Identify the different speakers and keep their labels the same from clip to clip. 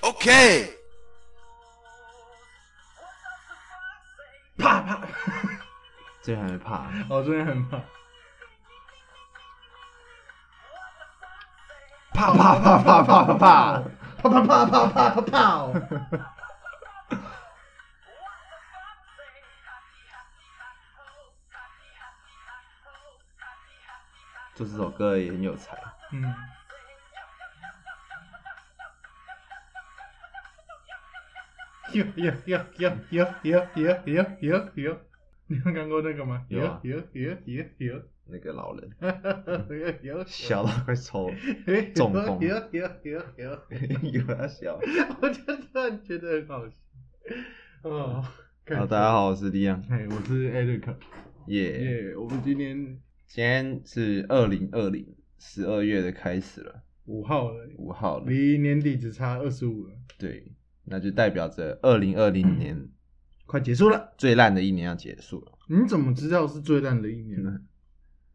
Speaker 1: OK，
Speaker 2: 啪啪，
Speaker 3: 这还没怕，
Speaker 2: 我真的很怕，
Speaker 3: 啪啪啪啪啪啪啪，
Speaker 2: 啪啪啪啪啪啪啪哦，
Speaker 3: 就这首歌也很有才。
Speaker 2: 嗯，哟哟哟哟哟哟哟哟哟哟，你有看过那个吗？
Speaker 3: 有啊
Speaker 2: 哟哟哟哟
Speaker 3: 那个老人
Speaker 2: 哟哟，
Speaker 3: 笑到快抽，中风
Speaker 2: 哟哟哟哟。
Speaker 3: 有他笑。
Speaker 2: 我就突然觉得很好笑。哦，
Speaker 3: 好，大家好，我是李阳，
Speaker 2: 哎，我是 Eric，
Speaker 3: 耶、
Speaker 2: 耶我们今天
Speaker 3: 今天是二零二零十二月的开始了，
Speaker 2: 五号了，
Speaker 3: 五号了，
Speaker 2: 离年底只差二十五了，
Speaker 3: 对，那就代表着二零二零年
Speaker 2: 快结束了。
Speaker 3: 最烂的一年要结束了。
Speaker 2: 你怎么知道是最烂的一年
Speaker 3: 嗯
Speaker 2: 呢？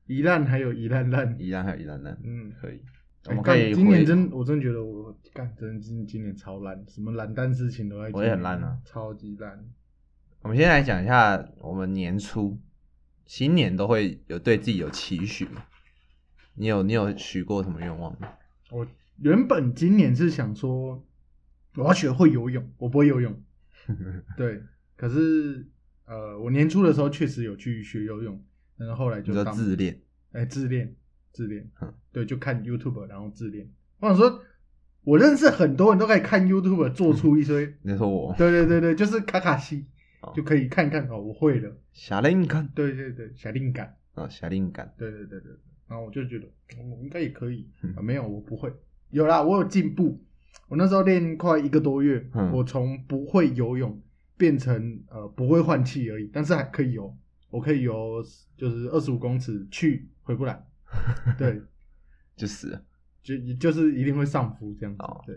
Speaker 2: 一烂还有一烂烂，
Speaker 3: 依然还有依然烂，
Speaker 2: 嗯。
Speaker 3: 可以，我
Speaker 2: 哎
Speaker 3: 们可
Speaker 2: 干
Speaker 3: 以
Speaker 2: 今年
Speaker 3: 回
Speaker 2: 真，我真觉得我干，真的今今年超烂，什么烂蛋事情都在今年。
Speaker 3: 我也很烂啊
Speaker 2: 超级烂。
Speaker 3: 我们先来讲一下，我们年初新年都会有对自己有期许吗？你有你有许过什么愿望吗？
Speaker 2: 我原本今年是想说，我要学会游泳，我不会游 泳。对，可是呃，我年初的时候确实有去学游泳，但是后来
Speaker 3: 你
Speaker 2: 就
Speaker 3: 说
Speaker 2: 当
Speaker 3: 自恋，
Speaker 2: 哎、自恋自恋
Speaker 3: 嗯，
Speaker 2: 对，就看 YouTube 然后自恋。我想说，我认识很多人都可以看 YouTube 做出一堆，
Speaker 3: 你说我
Speaker 2: 对对对对，就是卡卡西
Speaker 3: 哦
Speaker 2: 就可以看看哦，我会了，
Speaker 3: 夏令感
Speaker 2: 对对对，小灵感，
Speaker 3: 啊，夏令感，
Speaker 2: 对对对对，然后我就觉得嗯我应该也可以、
Speaker 3: 嗯
Speaker 2: 啊，没有我不会，有啦，我有进步。我那时候练快一个多月，
Speaker 3: 嗯
Speaker 2: 我从不会游泳变成呃不会换气而已，但是还可以游，我可以游就是二十五公尺去回 不来，对，
Speaker 3: 就死了
Speaker 2: 就就是一定会上浮这样子，
Speaker 3: 哦
Speaker 2: 对。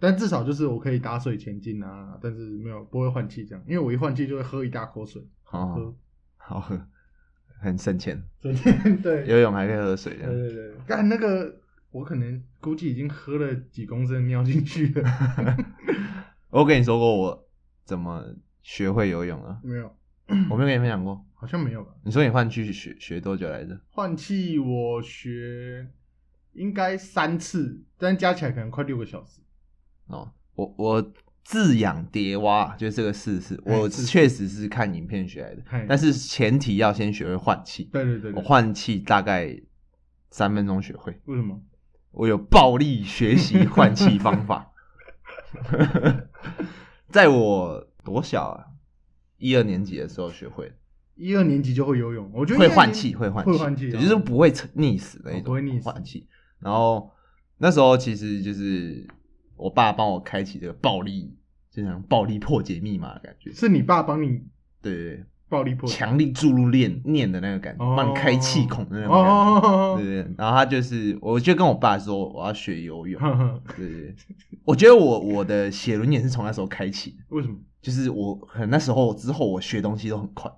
Speaker 2: 但至少就是我可以打水前进啊，但是没有不会换气这样，因为我一换气就会喝一大口水，
Speaker 3: 好好
Speaker 2: 喝，
Speaker 3: 哦好喝，很省钱，
Speaker 2: 真的对，
Speaker 3: 游泳还可以喝水这样。
Speaker 2: 对对对，干那个，我可能估计已经喝了几公升的尿进去了。
Speaker 3: 我跟你说过我怎么学会游泳了，
Speaker 2: 没有，
Speaker 3: 我没有跟你分享过。
Speaker 2: 好像没有吧？
Speaker 3: 你说你换去学学多久来着？
Speaker 2: 换气我学应该三次，但加起来可能快六个小时。
Speaker 3: 哦，我我自养蝶蛙就是这个事实，
Speaker 2: 哎
Speaker 3: 我
Speaker 2: 是
Speaker 3: 确实是看影片学来的
Speaker 2: 嘿，
Speaker 3: 但是前提要先学会换气。
Speaker 2: 对对对
Speaker 3: 我
Speaker 2: 对，
Speaker 3: 换气大概三分钟学会，
Speaker 2: 为什么？
Speaker 3: 我有暴力学习换气方法。在我多小啊，一二年级的时候学会的，
Speaker 2: 一二年级就会游泳，我觉得
Speaker 3: 会
Speaker 2: 一二
Speaker 3: 换
Speaker 2: 年级
Speaker 3: 气，会换气，
Speaker 2: 会换气，
Speaker 3: 对
Speaker 2: 哦
Speaker 3: 就是不会沉溺死那一
Speaker 2: 哦不会溺
Speaker 3: 种
Speaker 2: 死
Speaker 3: 换气。然后那时候其实就是我爸帮我开启这个暴力，就像暴力破解密码的感觉，
Speaker 2: 是你爸帮你
Speaker 3: 对对
Speaker 2: 暴力破
Speaker 3: 对，强力注入念念的那个感觉，
Speaker 2: 哦
Speaker 3: 帮你开气孔的那种感觉，
Speaker 2: 哦
Speaker 3: 对，对对。然后他就是，我就跟我爸说我要学游泳，
Speaker 2: 呵呵，
Speaker 3: 对对对。 我觉得我我的写轮眼是从那时候开启 的，
Speaker 2: 为什么？
Speaker 3: 就是我可能那时候之后我学东西都很快，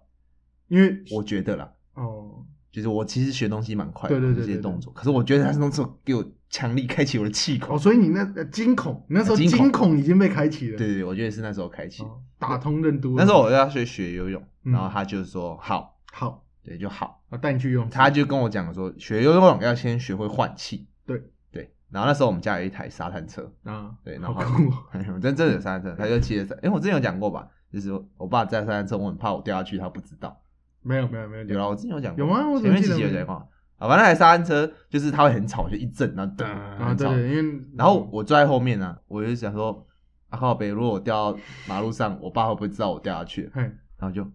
Speaker 2: 因为
Speaker 3: 我觉得啦。
Speaker 2: 哦，
Speaker 3: 就是我其实学东西蛮快的，
Speaker 2: 对对对
Speaker 3: 这些
Speaker 2: 对对
Speaker 3: 动作。可是我觉得他是那时候给我强力开启我的气孔，
Speaker 2: 哦，所以你那呃惊恐，你那时候
Speaker 3: 惊恐
Speaker 2: 惊恐已经被开启了，
Speaker 3: 对对对，我觉得是那时候开启。
Speaker 2: 哦，打通任督了。
Speaker 3: 那时候我要去学游泳，
Speaker 2: 嗯
Speaker 3: 然后他就说好，
Speaker 2: 好，
Speaker 3: 对，就好。
Speaker 2: 我带你去游泳池。
Speaker 3: 他就跟我讲说，学游泳要先学会换气。
Speaker 2: 对
Speaker 3: 对，然后那时候我们家有一台沙滩车，
Speaker 2: 啊，
Speaker 3: 对，然
Speaker 2: 好
Speaker 3: 后
Speaker 2: 酷哦！
Speaker 3: 我真真的有沙滩车，他就
Speaker 2: 嗯
Speaker 3: 骑着沙，因为我之前有讲过吧，就是我爸在沙滩车，我很怕我掉下去，他不知道。
Speaker 2: 没有没有没有，
Speaker 3: 有啦，我之前有讲过，
Speaker 2: 有吗我怎
Speaker 3: 前
Speaker 2: 么
Speaker 3: 面
Speaker 2: 记
Speaker 3: 几
Speaker 2: 得
Speaker 3: 集有
Speaker 2: 没
Speaker 3: 讲过。啊，反正那台沙滩车就是它会很吵，就一阵，然后噔，
Speaker 2: 啊，
Speaker 3: 很
Speaker 2: 对
Speaker 3: 吵。
Speaker 2: 对，因为
Speaker 3: 然后我坐在后面呢、我就想说，阿、靠北，如果我掉到马路上，我爸会不会知道我掉下去了？
Speaker 2: 嘿，
Speaker 3: 然后就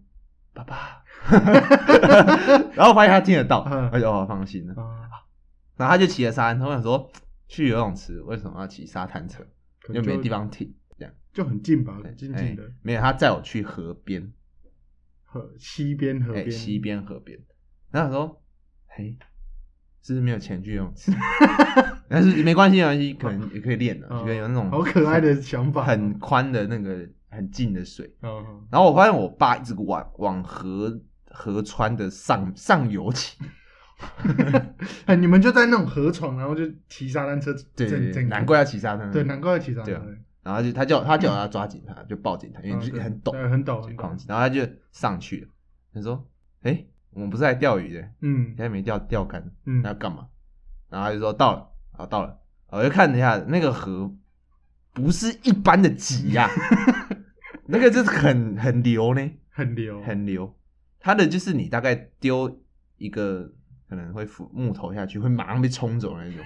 Speaker 3: 爸爸， 然后发现他听得到，
Speaker 2: 嗯
Speaker 3: 他就哦放心了。
Speaker 2: 啊，
Speaker 3: 然后他就骑了沙滩车，我想说去游泳池为什么要骑沙滩车？
Speaker 2: 可
Speaker 3: 又
Speaker 2: 能
Speaker 3: 没
Speaker 2: 就
Speaker 3: 地，方停，这样
Speaker 2: 就很近吧，
Speaker 3: 对
Speaker 2: 近近
Speaker 3: 哎
Speaker 2: 的
Speaker 3: 没有，他载我去河边，
Speaker 2: 河西边河
Speaker 3: 哎、
Speaker 2: 边
Speaker 3: 西，边河边。然后我说，嘿，是不是没有钱去游泳池？ 但是没关系，没关系，可能也可以练的，
Speaker 2: 嗯
Speaker 3: 就有那种
Speaker 2: 好可爱的想法，哦
Speaker 3: 很宽的那个很近的水。
Speaker 2: 嗯，
Speaker 3: 然后我发现我爸一直往往河河川的上上游骑，
Speaker 2: 哎，你们就在那种河床，然后就骑沙滩车，
Speaker 3: 对对
Speaker 2: 整
Speaker 3: 对，
Speaker 2: 整个
Speaker 3: 难怪要骑沙滩。
Speaker 2: 对难怪要骑沙
Speaker 3: 对
Speaker 2: 滩
Speaker 3: 啊
Speaker 2: 车，
Speaker 3: 然后就他叫他叫他抓紧他，就抱紧他，因为
Speaker 2: 嗯
Speaker 3: 就是
Speaker 2: 对
Speaker 3: 很陡，
Speaker 2: 对很陡，很
Speaker 3: 狂
Speaker 2: 陡。
Speaker 3: 起，然后他就上去了。他说：“哎、我们不是来钓鱼的，
Speaker 2: 嗯
Speaker 3: 现在没钓钓竿，
Speaker 2: 嗯
Speaker 3: 那要干嘛？”然后他就说：“到了，啊到了。”我就看了一下那个河，不是一般的急 呀、那个就是很很流呢，
Speaker 2: 很流，
Speaker 3: 很流。它的就是你大概丢一个可能会浮木头下去，会马上被冲走那种，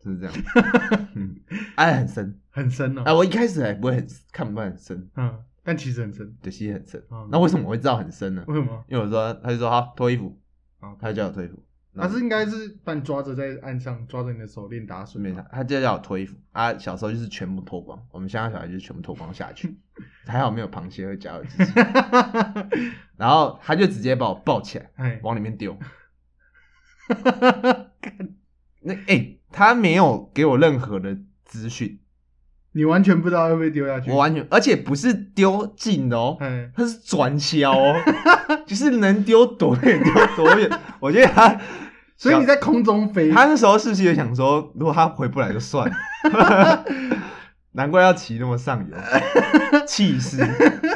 Speaker 3: 就是这样。 嗯，哎、很深。
Speaker 2: 很深哦
Speaker 3: 哎、。我一开始还不会很看不到很深，
Speaker 2: 嗯，但其实很深。
Speaker 3: 对，其实很深。
Speaker 2: 嗯
Speaker 3: 那为什么我会知道很深呢？
Speaker 2: 为什么？
Speaker 3: 因为我说，他就说好脱衣服，
Speaker 2: 啊，
Speaker 3: 他就叫我脱衣服，
Speaker 2: 他是应该是把你抓着在岸上，抓着你的手练打水
Speaker 3: 顺。便他他就叫我脱衣服啊。小时候就是全部脱光，我们乡下小孩就是全部脱光下去， 还好没有螃蟹会夹我自己。然后他就直接把我抱起来
Speaker 2: 哎，
Speaker 3: 往里面丢， 那哎、他没有给我任何的资讯，
Speaker 2: 你完全不知道会不会丢下去。
Speaker 3: 我完全而且不是丢进的哦，
Speaker 2: 哎，
Speaker 3: 他是转 销哦，就是能丢多远丢多远。我觉得他。
Speaker 2: 所以你在空中飞，
Speaker 3: 他那时候是不是也想说，如果他回不来就算了，难怪要骑那么上游，气势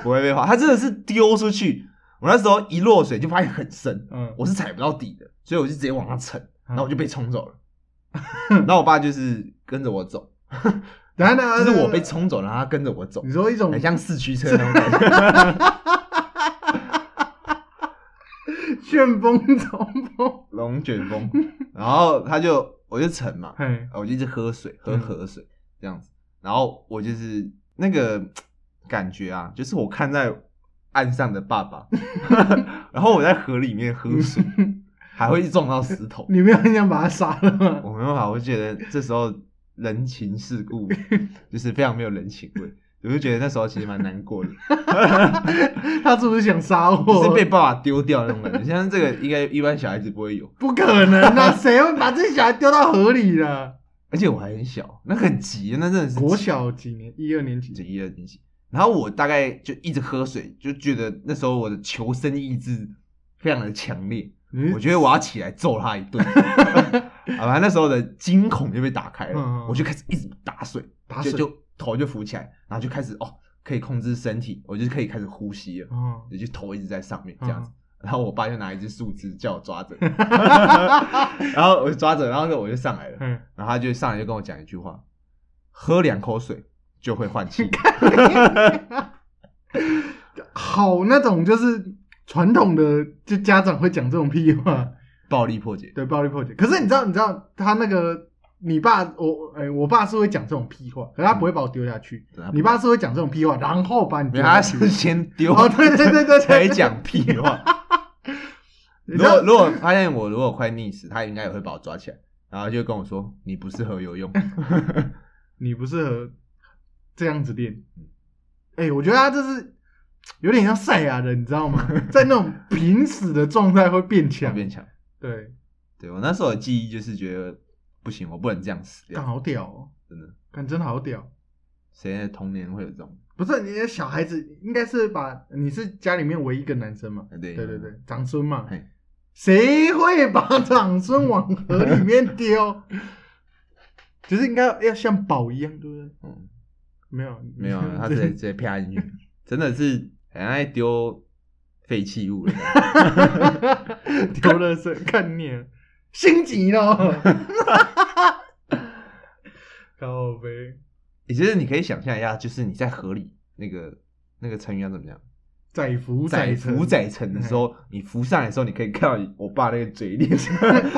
Speaker 3: 不会被划。他真的是丢出去，我那时候一落水就发现很深，
Speaker 2: 嗯，
Speaker 3: 我是踩不到底的，所以我就直接往上蹭，然后我就被冲走了。
Speaker 2: 嗯
Speaker 3: 然后我爸就是跟着我走，
Speaker 2: 等一下，等一下，
Speaker 3: 就是我被
Speaker 2: 等一下
Speaker 3: 冲走，然后他跟着我走
Speaker 2: 你，说一种
Speaker 3: 很像四驱车那种感觉。
Speaker 2: 旋风冲锋，
Speaker 3: 龙卷风，然后他就我就沉嘛，
Speaker 2: 嘿，
Speaker 3: 我就一直喝水，喝
Speaker 2: 嗯
Speaker 3: 河水、这样子。然后我就是那个感觉啊，就是我看在岸上的爸爸， 然后我在河里面喝水，还会撞到石头。
Speaker 2: 你没有很想把他杀了吗？
Speaker 3: 我没办法，我就觉得这时候人情世故就是非常没有人情味，我就觉得那时候其实蛮 难过的，
Speaker 2: 他是不是想杀
Speaker 3: 就
Speaker 2: 我？
Speaker 3: 是被爸爸丢掉那种感觉。像这个应该一般小孩子不会有，
Speaker 2: 不可能 啊！谁会把自己小孩丢到河里的？
Speaker 3: 而且我还很小，那很急，那 真的是
Speaker 2: 国
Speaker 3: 急
Speaker 2: 小几年？一二年级？
Speaker 3: 这一二年级。然后我大概就一直喝水，就觉得那时候我的求生意志非常的强烈，
Speaker 2: 你是
Speaker 3: 我觉得我要起来揍他一 顿。啊，反正那时候的惊恐就被打开了，
Speaker 2: 嗯嗯嗯
Speaker 3: 我就开始一直打水，
Speaker 2: 打
Speaker 3: 就
Speaker 2: 水
Speaker 3: 就头就浮起来，然后就开始哦，可以控制身体，我就可以开始呼吸了，
Speaker 2: 哦，
Speaker 3: 就头一直在上面
Speaker 2: 嗯
Speaker 3: 这样子。然后我爸就拿一只树枝叫我抓 着，然后我就抓着，然后我就上来了，
Speaker 2: 嗯，
Speaker 3: 然后他就上来就跟我讲一句话：喝两口水就会换气。
Speaker 2: 好那种就是传统的，就家长会讲这种屁话，
Speaker 3: 暴力破解。
Speaker 2: 对，暴力破解。可是你知道，你知道他那个你爸，我哎、我爸是会讲这种屁话，可是他不会把我丢下去。
Speaker 3: 对他不
Speaker 2: 你爸是会讲这种屁话，然后把你
Speaker 3: 嗯没
Speaker 2: 丢
Speaker 3: 有，他
Speaker 2: 下去。
Speaker 3: 是先丢，
Speaker 2: 哦对对对对对
Speaker 3: 才讲屁话。
Speaker 2: 你
Speaker 3: 如
Speaker 2: 知道
Speaker 3: 果如果发现我如果快溺死，他应该也会把我抓起来，然后就跟我说你不适合 游泳。
Speaker 2: 啊你不适合这样子练。哎、我觉得他这是有点像赛亚人，你知道 吗？在那种濒死的状态会变强。
Speaker 3: 变强，
Speaker 2: 对，
Speaker 3: 对我那时候的记忆就是觉得不行，我不能这样死
Speaker 2: 干
Speaker 3: 掉，
Speaker 2: 好屌哦，
Speaker 3: 真的。
Speaker 2: 干真的好屌。
Speaker 3: 谁的童年会有这种？
Speaker 2: 不是你的小孩子应该是把你是家里面唯一一个男生嘛？
Speaker 3: 对啊
Speaker 2: 对对对，，长孙嘛
Speaker 3: 嘿，
Speaker 2: 谁会把长孙往 河里面丢？就是应该要像宝一样，对不对？
Speaker 3: 嗯，
Speaker 2: 没有
Speaker 3: 没 有啊，他直接直接啪进去，真的是很爱丢废弃物的感 觉。
Speaker 2: 丢了水，看你啊心急了，靠呗，
Speaker 3: 也就是你可以想象一下，就是你在河里那个那个成语要怎么样？
Speaker 2: 载浮
Speaker 3: 载
Speaker 2: 沉，嗯
Speaker 3: 浮载沉的时候，你浮上来的时候，你可以看到我爸那个 嘴脸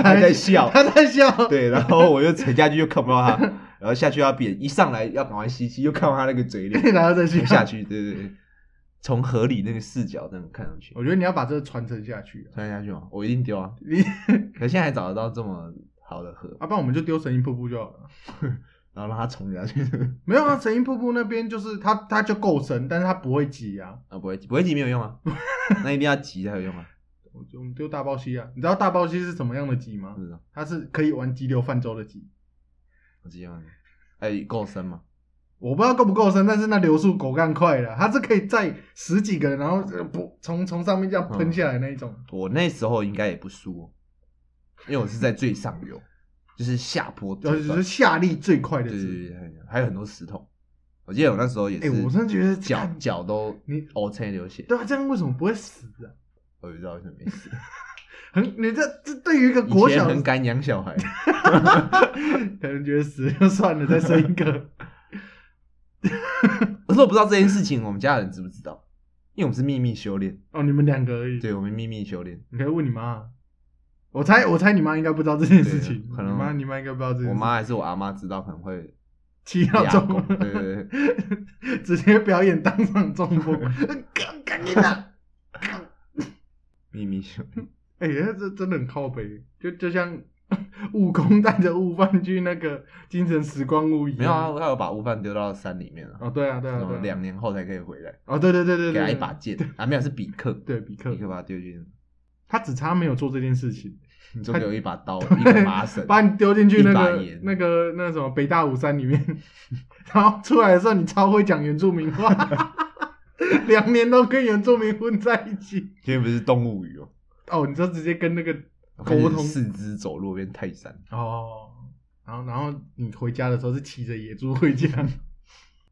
Speaker 3: 还在笑，
Speaker 2: 他在笑，
Speaker 3: 对，然后我又沉下去又看不到他，然后下去要扁，一上来要赶快吸气，又看到他那个嘴脸，
Speaker 2: 然后再笑
Speaker 3: 又下。去，对对对，从河里那个视角那种看上去，
Speaker 2: 我觉得你要把这个传承下去啊，
Speaker 3: 穿下去吗？我一定丢啊！
Speaker 2: 你，
Speaker 3: 可现在还找得到这么好的河
Speaker 2: 啊要不然我们就丢神鹰瀑布就好了。
Speaker 3: 然后让它冲下去，
Speaker 2: 没有啊，神鹰瀑布那边就是它，它就够深，但是它不会挤啊。
Speaker 3: 啊，不会急不会急没有 用啊，那一定要急才有用啊，
Speaker 2: 我我们丢大包溪啊，你知道大包溪是什么样的挤吗
Speaker 3: 不？知道，
Speaker 2: 它是可以玩急流泛舟的挤，
Speaker 3: 我直接问你，哎，够深吗？
Speaker 2: 我不知道够不够深，但是那流速狗干快了，它是可以载十几个人，然后呃不从从上面这样喷下来那一种。
Speaker 3: 我那时候应该也不输，哦因为我是在最上游，就是下坡
Speaker 2: 然
Speaker 3: 这
Speaker 2: 后
Speaker 3: 一
Speaker 2: 哦就
Speaker 3: 段，
Speaker 2: 是下力最快的
Speaker 3: 对对
Speaker 2: 字，
Speaker 3: 对，对还有很多石头，我记得我那时候也
Speaker 2: 哎、
Speaker 3: 是，
Speaker 2: 我真的觉得
Speaker 3: 脚
Speaker 2: 干
Speaker 3: 脚都
Speaker 2: 你
Speaker 3: O C 流血，
Speaker 2: 对啊，这样为什么不会死啊？
Speaker 3: 我也不知道为什么没事。
Speaker 2: 很，你这这对于一个 国
Speaker 3: 以前
Speaker 2: 小
Speaker 3: 很敢养小孩，
Speaker 2: 可能觉得死就算了，再生一个。
Speaker 3: 可是我不知道这件事情，我们家人知不知道？因为我们是秘密修炼，
Speaker 2: 哦，你们两个而已。
Speaker 3: 对我们秘密修炼。
Speaker 2: 你可以问你妈。我猜，我猜你妈应该不知道这件事情。
Speaker 3: 对可能
Speaker 2: 你妈，你妈应该不知道这件事。
Speaker 3: 我妈还是我阿妈知道，可能 会
Speaker 2: 气到
Speaker 3: 俩
Speaker 2: 中
Speaker 3: 拱，
Speaker 2: 风，
Speaker 3: 对对对，
Speaker 2: 直接表演当场中 风，呃赶赶紧的。
Speaker 3: 秘密 修炼。
Speaker 2: 哎、这真的很靠北，就就像 悟空带着悟饭去那个精神时光屋一样。
Speaker 3: 没有啊，，我还有把悟饭丢到山里面了，
Speaker 2: 哦，对啊，对啊，
Speaker 3: 然后
Speaker 2: 对啊
Speaker 3: 两年后才可以回来，
Speaker 2: 哦，对对对对
Speaker 3: 给
Speaker 2: 对，
Speaker 3: 他一把剑啊，没有是比克，
Speaker 2: 对比克
Speaker 3: 比，克把他丢进，
Speaker 2: 他只差没有做这件事情，
Speaker 3: 你就给我一把刀，一个麻 绳，
Speaker 2: 把你丢进去那
Speaker 3: 一把
Speaker 2: 个
Speaker 3: 盐
Speaker 2: 那个那什么北大武山里面， 然后出来的时候你超会讲原住民话，两年都跟原住民混在一起。
Speaker 3: 今天不是动物语哦，
Speaker 2: 哦，你就直接跟那个
Speaker 3: 沟
Speaker 2: 沟
Speaker 3: 通
Speaker 2: 通
Speaker 3: 四肢走路变泰山。
Speaker 2: 哦，然后然后你回家的时候是骑着野猪回家，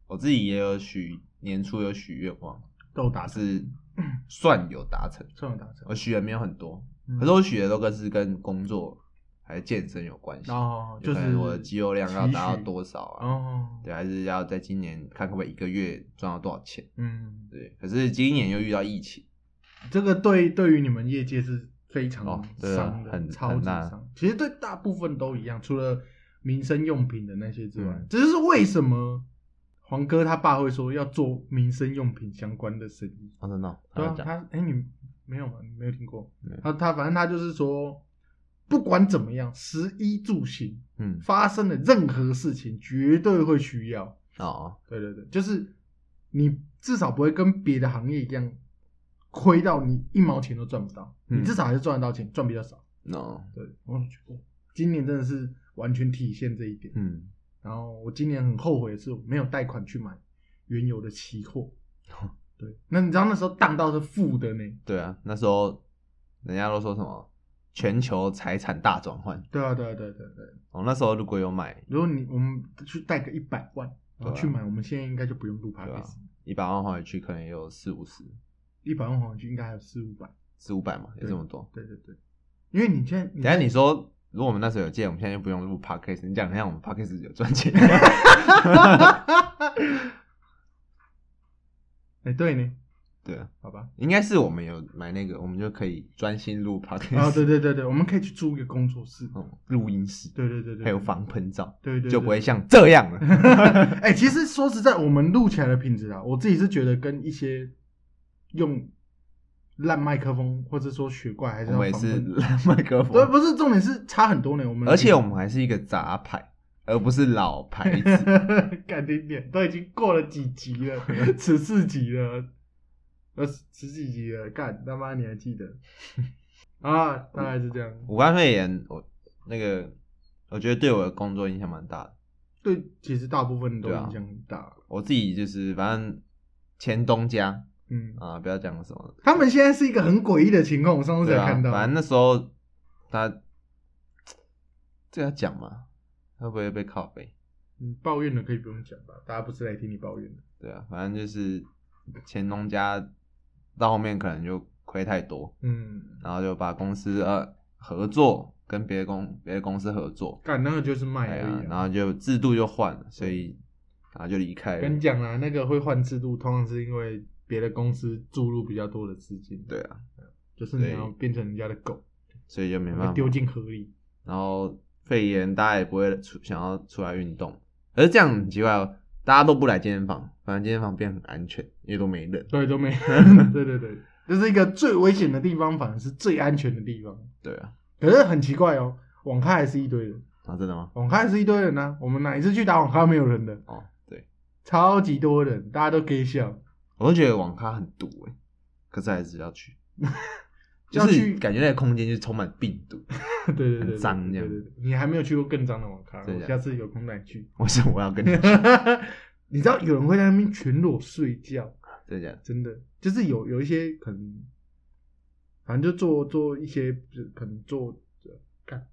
Speaker 3: 我自己也有许年初有许愿望，
Speaker 2: 都达成，
Speaker 3: 是算有达成。
Speaker 2: 算有达成。
Speaker 3: 我许的没有很多，
Speaker 2: 嗯
Speaker 3: 可是我许的都跟是跟工作还是健身有关系。
Speaker 2: 哦，
Speaker 3: 有
Speaker 2: 就
Speaker 3: 可
Speaker 2: 是
Speaker 3: 能我的肌肉量要达到多少啊？
Speaker 2: 哦，
Speaker 3: 对，还是要在今年看可不可以一个月赚到多少钱？
Speaker 2: 嗯，
Speaker 3: 对，可是今年又遇到疫情，
Speaker 2: 这个对对于你们业界是非常
Speaker 3: 哦对啊
Speaker 2: 伤的，
Speaker 3: 很
Speaker 2: 超
Speaker 3: 很
Speaker 2: 级
Speaker 3: 大
Speaker 2: 伤。其实对大部分都一样，除了民生用品的那些之外，
Speaker 3: 嗯
Speaker 2: 这就是为什么黄哥他爸会说要做民生用品相关的生意。
Speaker 3: 哦，真的哦，
Speaker 2: 对啊，
Speaker 3: 他
Speaker 2: 他哎、你没有吗？你没有听过
Speaker 3: 没有？
Speaker 2: 他他反正他就是说，不管怎么样，食衣住行
Speaker 3: 嗯，
Speaker 2: 发生的任何事情，绝对会需要。
Speaker 3: 哦，
Speaker 2: 对对对，就是你至少不会跟别的行业一样亏到你一毛钱都赚不到，
Speaker 3: 嗯
Speaker 2: 你至少还是赚得到钱，赚比较少。
Speaker 3: 哦，
Speaker 2: 对，我觉得今年真的是完全体现这一点。
Speaker 3: 嗯，
Speaker 2: 然后我今年很后悔的是我没有贷款去买原油的期货。
Speaker 3: 哦
Speaker 2: 对，那你知道那时候荡到是负的呢？
Speaker 3: 对啊，那时候人家都说什么全球财产大转换，
Speaker 2: 对啊，对啊，对啊对啊对啊。
Speaker 3: 哦，那时候如果有买
Speaker 2: 如果你我们去贷个一百万，然后
Speaker 3: 对啊
Speaker 2: 去买，我们现在应该就不用录 p
Speaker 3: 对
Speaker 2: o
Speaker 3: 啊
Speaker 2: d
Speaker 3: 一百万回去，可能也有四五十、
Speaker 2: 一百万黄金应该还有四五百。
Speaker 3: 四五百嘛，也这么多。
Speaker 2: 对对嗯对，因为你现在你
Speaker 3: 等一下你说，如果我们那时候有借，我们现在就不用录 podcast，你讲一下我们 podcast 有赚钱，
Speaker 2: 哎、对呢，
Speaker 3: 对啊，
Speaker 2: 好吧。
Speaker 3: 应该是我们有买那个，我们就可以专心录 podcast，
Speaker 2: 啊，对对对对，我们可以去租一个工作室。
Speaker 3: 嗯，录音室，
Speaker 2: 对对对对，
Speaker 3: 还有防喷罩，
Speaker 2: 对，对对
Speaker 3: 就不会。像这样了。
Speaker 2: 哎、其实说实在，我们录起来的品质啊，我自己是觉得跟一些用烂麦克风或者说雪怪还是
Speaker 3: 我
Speaker 2: 要
Speaker 3: 们也
Speaker 2: 防
Speaker 3: 是
Speaker 2: 喷
Speaker 3: 拉麦克
Speaker 2: 对，
Speaker 3: 风，
Speaker 2: 不是重点是差很多呢。我们
Speaker 3: 而且我们还是一个杂牌，而不是老牌子。
Speaker 2: 干点点都已经过了几集了，十四集了，呃十几集了，干他妈你还记得 啊？大概是这样。
Speaker 3: 武汉肺炎，我那个我觉得对我的工作影响蛮大的。
Speaker 2: 对，其实大部分都
Speaker 3: 对啊
Speaker 2: 影响很大。
Speaker 3: 我自己就是反正前东家
Speaker 2: 嗯，
Speaker 3: 啊，不要讲什么，
Speaker 2: 他们现在是一个很诡异的情况，我上次
Speaker 3: 对
Speaker 2: 才
Speaker 3: 啊，
Speaker 2: 看到。
Speaker 3: 反正那时候他这个要讲嘛，会不会被拷贝？
Speaker 2: 嗯抱怨的可以不用讲吧，大家不是来听你抱怨的。
Speaker 3: 对啊，反正就是前东家到后面可能就亏太多，
Speaker 2: 嗯，
Speaker 3: 然后就把公司呃合作跟别的公别的公司合作，
Speaker 2: 干那个就是卖
Speaker 3: 哎
Speaker 2: 而
Speaker 3: 呀，
Speaker 2: 已、
Speaker 3: 然
Speaker 2: 啊。
Speaker 3: 后就制度就换了，所以然后就离开
Speaker 2: 跟你
Speaker 3: 了。
Speaker 2: 讲啊，那个会换制度，通常是因为别的公司注入比较多的资金，
Speaker 3: 对啊，
Speaker 2: 就是你
Speaker 3: 对
Speaker 2: 要变成人家的狗，
Speaker 3: 所以就没办
Speaker 2: 被
Speaker 3: 法。
Speaker 2: 丢进河里。
Speaker 3: 然后肺炎，大家也不会出想要出来运动，可是这样很奇怪哦，大家都不来健身房，反正健身房变很安全，因为都没人。
Speaker 2: 对，都 没。对对对，这是一个最危险的地方，反而是最安全的地方。
Speaker 3: 对啊，
Speaker 2: 可是很奇怪哦，网咖还是一堆人，
Speaker 3: 啊，真的吗？
Speaker 2: 网咖还是一堆人呢、我们哪一次去打网咖没有人的？
Speaker 3: 哦，对，
Speaker 2: 超级多人，大家都给笑。
Speaker 3: 我都觉得网咖很毒哎、可是还是要去，就
Speaker 2: 要
Speaker 3: 是
Speaker 2: 去
Speaker 3: 感觉那个空间就是充满病毒。
Speaker 2: 对对对对，
Speaker 3: 很脏这
Speaker 2: 对
Speaker 3: 样
Speaker 2: 对对，对你还没有去过更脏的网咖，
Speaker 3: 真的
Speaker 2: 我
Speaker 3: 假的
Speaker 2: 下次有空带你去。
Speaker 3: 为什么我要跟你讲？
Speaker 2: 你知道有人会在那边全裸睡觉，
Speaker 3: 真的假的？
Speaker 2: 真的，就是有有一些可能，反正就做做一些可能做干，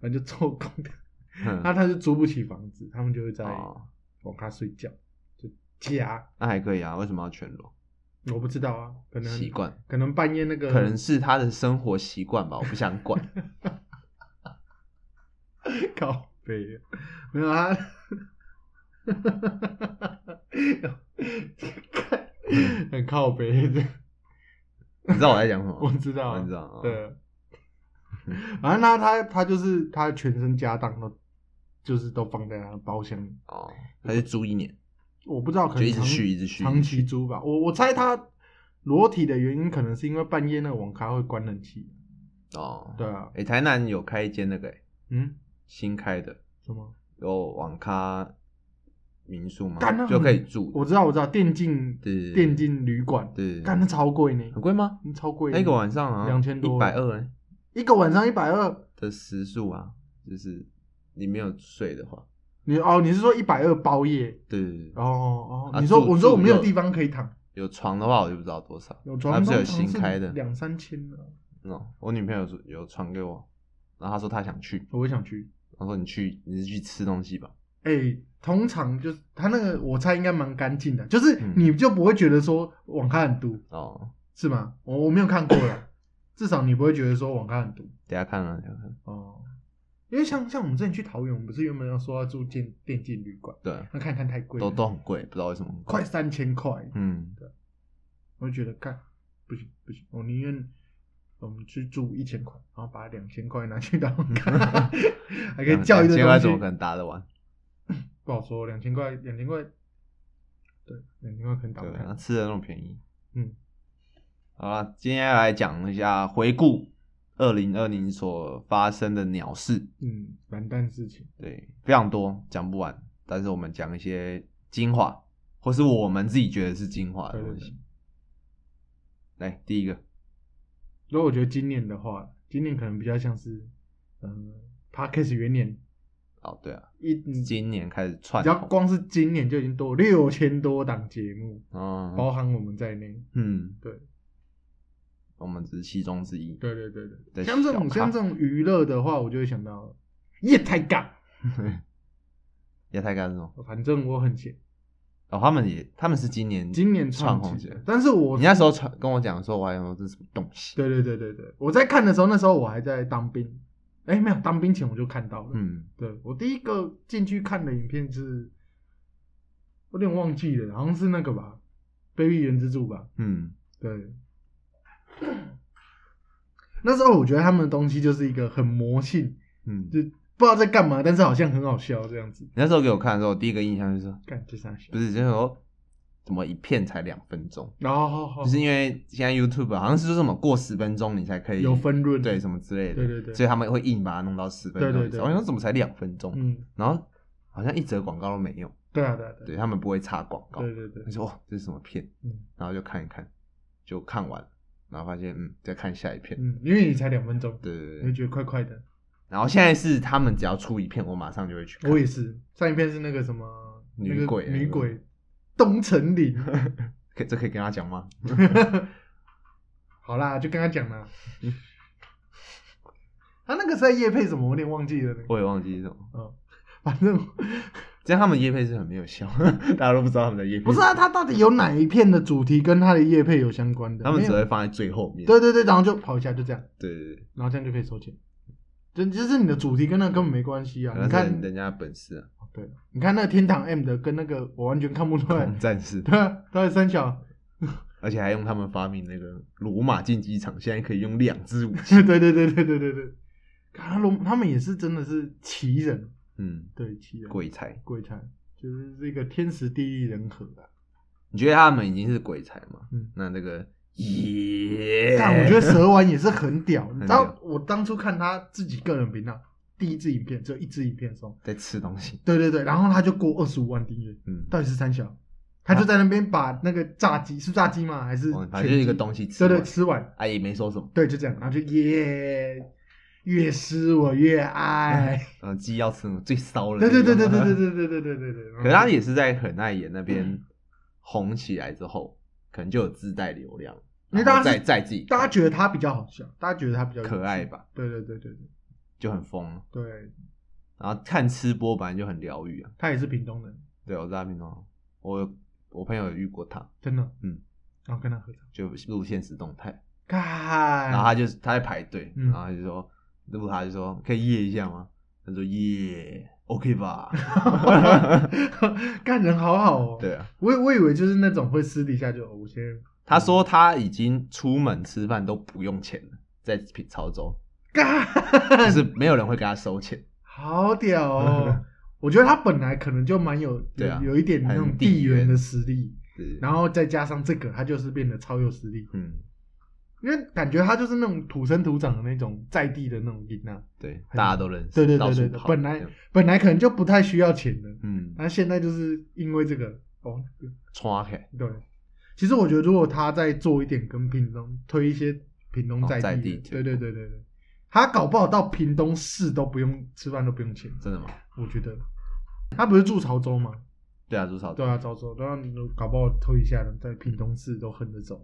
Speaker 2: 反正就做工的。
Speaker 3: 嗯
Speaker 2: 那他是租不起房子，他们就会在
Speaker 3: 哦，
Speaker 2: 网咖睡觉，就夹，
Speaker 3: 那还可以啊，为什么要全裸？
Speaker 2: 我不知道啊，可能
Speaker 3: 习惯，
Speaker 2: 可能半夜那个
Speaker 3: 可能是他的生活习惯吧，我不想管。
Speaker 2: 靠背，没有啊。啊 很靠背的，
Speaker 3: 你知道我在讲什么？
Speaker 2: 我知道
Speaker 3: 我
Speaker 2: 啊，
Speaker 3: 知道啊。
Speaker 2: 对，反正他他他就是他全身家当都就是都放在他的包厢里，
Speaker 3: 哦，他就租一年，
Speaker 2: 我不知道可
Speaker 3: 就
Speaker 2: 能
Speaker 3: 一直
Speaker 2: 长
Speaker 3: 续，一直续，
Speaker 2: 长期租吧，我我猜他裸体的原因可能是因为半夜那个网咖会关冷气，
Speaker 3: 哦。
Speaker 2: 对啊，
Speaker 3: 哎，台南有开一间那个诶
Speaker 2: 嗯，
Speaker 3: 新开的，
Speaker 2: 什么？
Speaker 3: 有网咖民宿嘛
Speaker 2: 干那，
Speaker 3: 就可以住。
Speaker 2: 我知道我知道电竞
Speaker 3: 对对对
Speaker 2: 电竞旅馆，
Speaker 3: 对，
Speaker 2: 干那超贵呢，
Speaker 3: 很贵吗？
Speaker 2: 超贵呢，
Speaker 3: 那一个晚上啊，
Speaker 2: 2000多
Speaker 3: 一百二
Speaker 2: 一个晚上一百二，
Speaker 3: 的时数啊，就是你没有睡的话，
Speaker 2: 你哦你是说一百二包夜？
Speaker 3: 对对对，
Speaker 2: 哦哦，
Speaker 3: 啊
Speaker 2: 你说
Speaker 3: 住
Speaker 2: 我说我没有
Speaker 3: 住
Speaker 2: 地方可以躺，
Speaker 3: 有床的话我就不知道多少。
Speaker 2: 有
Speaker 3: 它
Speaker 2: 床
Speaker 3: 不是
Speaker 2: 通
Speaker 3: 有
Speaker 2: 常
Speaker 3: 新
Speaker 2: 是
Speaker 3: 开的
Speaker 2: 两三千的，
Speaker 3: 嗯，我女朋友说有传给我，然后她说她想去，
Speaker 2: 哦我也想去。
Speaker 3: 我说你去你是去吃东西吧，
Speaker 2: 哎、通常就是他那个，我猜应该蛮干净的，就是
Speaker 3: 嗯
Speaker 2: 你就不会觉得说网咖很毒，
Speaker 3: 哦，
Speaker 2: 是吗？我我没有看过 了，至少你不会觉得说网咖很毒
Speaker 3: 等一下看啊，等一下看，
Speaker 2: 哦。因为像像我们之前去桃园，我们不是原本要说要住电电竞旅馆，
Speaker 3: 对，啊
Speaker 2: 那看看太贵了，
Speaker 3: 都都很贵，不知道为什么很
Speaker 2: 快
Speaker 3: 贵，
Speaker 2: 三千块，
Speaker 3: 嗯，
Speaker 2: 我就觉得干不行不行，我宁愿我们去住一千块，然后把两千块拿去 当网咖，还可以叫一堆
Speaker 3: 两千块
Speaker 2: 东
Speaker 3: 怎么
Speaker 2: 西，
Speaker 3: 可能打得完？
Speaker 2: 不好说，两千块两千块，对，两千块可能打
Speaker 3: 对啊
Speaker 2: 不，开
Speaker 3: 那。吃的那么便宜，
Speaker 2: 嗯，
Speaker 3: 好了，今天来讲一下回顾二零二零所发生的鸟事，
Speaker 2: 嗯，完蛋事情。
Speaker 3: 对，非常多，讲不完，但是我们讲一些精华，或是我们自己觉得是精华的
Speaker 2: 对对
Speaker 3: 东
Speaker 2: 对
Speaker 3: 西。来，第一个，
Speaker 2: 如果我觉得今年的话，今年可能比较像是，嗯 p a r k a s 元年
Speaker 3: 哦，对啊，
Speaker 2: 一，嗯只
Speaker 3: 今年开始串
Speaker 2: 要
Speaker 3: 红，
Speaker 2: 光是今年就已经多六千多档节目，
Speaker 3: 嗯
Speaker 2: 包含我们在内。
Speaker 3: 嗯，
Speaker 2: 对，
Speaker 3: 我们只是其中之一。
Speaker 2: 对对对对，
Speaker 3: 在
Speaker 2: 像这种
Speaker 3: 小咖
Speaker 2: 像这种娱乐的话，我就会想到夜太尬，
Speaker 3: 亚太干什么？
Speaker 2: 反正我很闲。
Speaker 3: 哦，他们也，他们是今年，
Speaker 2: 今年串
Speaker 3: 窜红
Speaker 2: 起
Speaker 3: 起来
Speaker 2: 来，但是我
Speaker 3: 你那时候传跟我讲的时候，我还想说这是什么东西。
Speaker 2: 对对对对对，我在看的时候，那时候我还在当兵，哎，没有当兵前我就看到了。
Speaker 3: 嗯，
Speaker 2: 对我第一个进去看的影片是，我有点忘记了，好像是那个吧，Baby 原之助吧。
Speaker 3: 嗯，
Speaker 2: 对， 那时候我觉得他们的东西就是一个很魔性，
Speaker 3: 嗯，
Speaker 2: 就不知道在干嘛，但是好像很好笑这样子。
Speaker 3: 你那时候给我看的时候，我第一个印象就是，
Speaker 2: 干这啥笑
Speaker 3: 不？是，就是说，怎么一片才两分钟？
Speaker 2: 然后哦好好
Speaker 3: 就是因为现在 YouTube 好像是说什么过十分钟你才可以
Speaker 2: 有分润，
Speaker 3: 对什么之类的，
Speaker 2: 对对对
Speaker 3: 所以他们会硬把它弄到十分钟以上。
Speaker 2: 对对对
Speaker 3: 我想说怎么才两分钟，
Speaker 2: 嗯，
Speaker 3: 然后好像一则广告都没有，
Speaker 2: 对啊对啊对啊
Speaker 3: 对他们不会插广告。
Speaker 2: 对对对
Speaker 3: 我，说哇这是什么片，
Speaker 2: 嗯
Speaker 3: 然后就看一看，就看完，然后发现嗯再看下一片，
Speaker 2: 嗯，因为你才两分钟，
Speaker 3: 对对
Speaker 2: 你
Speaker 3: 对
Speaker 2: 会
Speaker 3: 对。
Speaker 2: 觉得快快的。
Speaker 3: 然后现在是他们只要出一片，我马上就会去看。
Speaker 2: 我也是，上一片是那个什么
Speaker 3: 女
Speaker 2: 那个
Speaker 3: 鬼啊
Speaker 2: 女鬼东城 林。
Speaker 3: 可以这可以跟他讲吗？
Speaker 2: 好啦，就跟他讲啦。
Speaker 3: 嗯
Speaker 2: 他那个是在夜配什么？我有点忘记了那个。
Speaker 3: 我也忘记是什么。
Speaker 2: 嗯，反正
Speaker 3: 这样他们叶配是很没有效， 大家都不知道他们的叶配。
Speaker 2: 不是啊，他到底有哪一片的主题跟他的夜配有相关的？
Speaker 3: 他们
Speaker 2: 没有
Speaker 3: 只会放在最后面。
Speaker 2: 对对对，然后就跑一下，就这样，
Speaker 3: 对对对，
Speaker 2: 然后这样就可以收钱。就就是你的主题跟那个根本没关系啊！
Speaker 3: 可
Speaker 2: 你
Speaker 3: 能是
Speaker 2: 看，
Speaker 3: 人家的本事啊，
Speaker 2: 对，你看那个天堂 M 的跟那个我完全看不出 来
Speaker 3: 空，战士。
Speaker 2: 对啊，他在三小，
Speaker 3: 而且还用他们发明那个罗马竞技场，现在可以用两支武 器。
Speaker 2: 对对对对对对对对，看他龙他们也是真的是奇人，
Speaker 3: 嗯，
Speaker 2: 对奇人
Speaker 3: 鬼才，
Speaker 2: 鬼才，就是这个天时地利人和的。
Speaker 3: 你觉得他们已经是鬼才吗？
Speaker 2: 嗯
Speaker 3: 那这个耶，
Speaker 2: 但我觉得蛇丸也是很屌，你知
Speaker 3: 很
Speaker 2: 道
Speaker 3: 屌
Speaker 2: 我当初看他自己个人频道第一支影片，只有一支影片送，
Speaker 3: 在吃东西。
Speaker 2: 对对对，然后他就过二十五万订阅，
Speaker 3: 嗯，
Speaker 2: 到底是三小，他就在那边把那个炸鸡是炸鸡吗？还是
Speaker 3: 哦反正就是一个东
Speaker 2: 西，
Speaker 3: 西吃
Speaker 2: 对
Speaker 3: 完，
Speaker 2: 对，吃完，
Speaker 3: 啊也没说什么。
Speaker 2: 对，就这样，然后就耶，越吃我越爱，
Speaker 3: 呃，鸡要吃什么最骚了。
Speaker 2: 对对对对对对
Speaker 3: 对。
Speaker 2: 对对对对对对，
Speaker 3: 可是他也是在很爱演那边红起来之后，可能就有自带流量，
Speaker 2: 因为
Speaker 3: 然
Speaker 2: 大家
Speaker 3: 后再
Speaker 2: 是
Speaker 3: 再自己
Speaker 2: 大家觉得他比较好笑，大家觉得他比较有趣
Speaker 3: 可爱，吧，
Speaker 2: 对对对对对
Speaker 3: 就很疯了。
Speaker 2: 对，
Speaker 3: 然后看吃播本来就很疗愈啊。
Speaker 2: 他也是屏东人，
Speaker 3: 对，我在那边哦，我我朋友有遇过他，
Speaker 2: 真的，
Speaker 3: 嗯，
Speaker 2: 然后跟他合照，
Speaker 3: 就录现实动态，
Speaker 2: 干，
Speaker 3: 然后他就他在排队，
Speaker 2: 嗯
Speaker 3: 然后他就说录他就说可以耶一下吗？他说耶 ，OK 吧？
Speaker 2: 干人好好哦，
Speaker 3: 对啊，
Speaker 2: 我我以为就是那种会私底下就哦我先
Speaker 3: 他说他已经出门吃饭都不用钱了，在潮州，就
Speaker 2: 干，
Speaker 3: 是没有人会给他收钱，
Speaker 2: 好屌 哦！我觉得他本来可能就蛮有
Speaker 3: 对啊
Speaker 2: 有有一点那种
Speaker 3: 很地
Speaker 2: 地
Speaker 3: 缘
Speaker 2: 缘的实力，
Speaker 3: 对，
Speaker 2: 然后再加上这个，他就是变得超有实力，
Speaker 3: 嗯，
Speaker 2: 因为感觉他就是那种土生土长的那种在地的那种人啊，
Speaker 3: 对，
Speaker 2: 很
Speaker 3: 大家都认识，
Speaker 2: 对对
Speaker 3: 到
Speaker 2: 对
Speaker 3: 处
Speaker 2: 对对，
Speaker 3: 跑
Speaker 2: 本来
Speaker 3: 这样
Speaker 2: 本来可能就不太需要钱的，
Speaker 3: 嗯，
Speaker 2: 那现在就是因为这个哦，
Speaker 3: 穿开
Speaker 2: 对，其实我觉得如果他再做一点跟屏东推一些屏东
Speaker 3: 哦
Speaker 2: 在地的，
Speaker 3: 在地
Speaker 2: 对对对对对，他搞不好到屏东市都不用吃饭都不用钱，
Speaker 3: 真的吗？
Speaker 2: 我觉得他不是住潮州吗？
Speaker 3: 对啊，朱少
Speaker 2: 对啊，潮州，然后搞不好推一下的，在屏东市都横着走，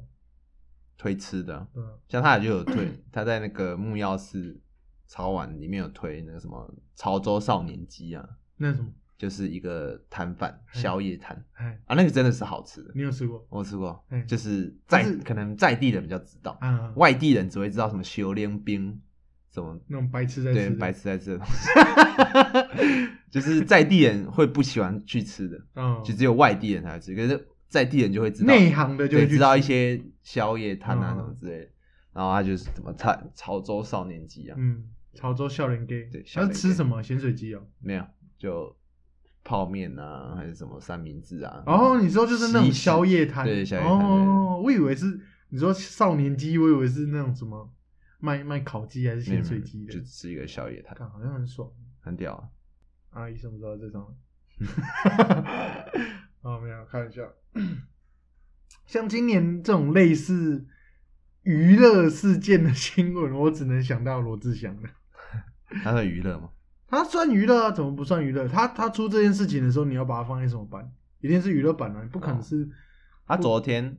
Speaker 3: 推吃的，
Speaker 2: 对啊，
Speaker 3: 像他也就有推，他在那个木曜寺潮玩里面有推那个什么潮州少年鸡啊，
Speaker 2: 那什么，
Speaker 3: 就是一个摊贩
Speaker 2: 嗯
Speaker 3: 宵夜摊
Speaker 2: 哎，
Speaker 3: 啊，那个真的是好吃的，
Speaker 2: 你有吃过？
Speaker 3: 我吃过
Speaker 2: 嗯，
Speaker 3: 就是在
Speaker 2: 但是
Speaker 3: 可能在地人比较知道，
Speaker 2: 啊，
Speaker 3: 外地人只会知道什么修炼冰，什么
Speaker 2: 那种白痴在
Speaker 3: 对
Speaker 2: 吃的，
Speaker 3: 白痴在吃的东西， 就是在地人会不喜欢去吃的，
Speaker 2: 嗯，
Speaker 3: 就只有外地人才会吃，可是在地人就会知道
Speaker 2: 内行的就会
Speaker 3: 对，
Speaker 2: 去
Speaker 3: 知道
Speaker 2: 吃
Speaker 3: 一些宵夜摊啊
Speaker 2: 嗯
Speaker 3: 什么之类的。然后他就是什么潮潮州少年鸡啊，
Speaker 2: 嗯，潮州笑脸街，
Speaker 3: 对
Speaker 2: 他
Speaker 3: 笑
Speaker 2: 是
Speaker 3: 脸
Speaker 2: 吃
Speaker 3: gay
Speaker 2: 什么咸水鸡哦？
Speaker 3: 没有就泡面啊，还是什么三明治啊。
Speaker 2: 哦，你说就是那种
Speaker 3: 西式
Speaker 2: 宵夜摊，
Speaker 3: 对宵夜摊
Speaker 2: 哦，我以为是你说少年鸡，我以为是那种什么卖卖烤鸡还是
Speaker 3: 没有
Speaker 2: 咸水鸡
Speaker 3: 没有
Speaker 2: 的
Speaker 3: 就，吃一个宵夜摊，
Speaker 2: 看好像很爽。
Speaker 3: 很屌啊。
Speaker 2: 阿姨什么时候再上？ 哦，没有，开玩笑。像今年这种类似娱乐事件的新闻，我只能想到罗志祥了。
Speaker 3: 他算娱乐吗？
Speaker 2: 他算娱乐啊？怎么不算娱乐？他他出这件事情的时候，你要把它放在什么版？一定是娱乐版啊，不
Speaker 3: 哦
Speaker 2: 可能是
Speaker 3: 他昨天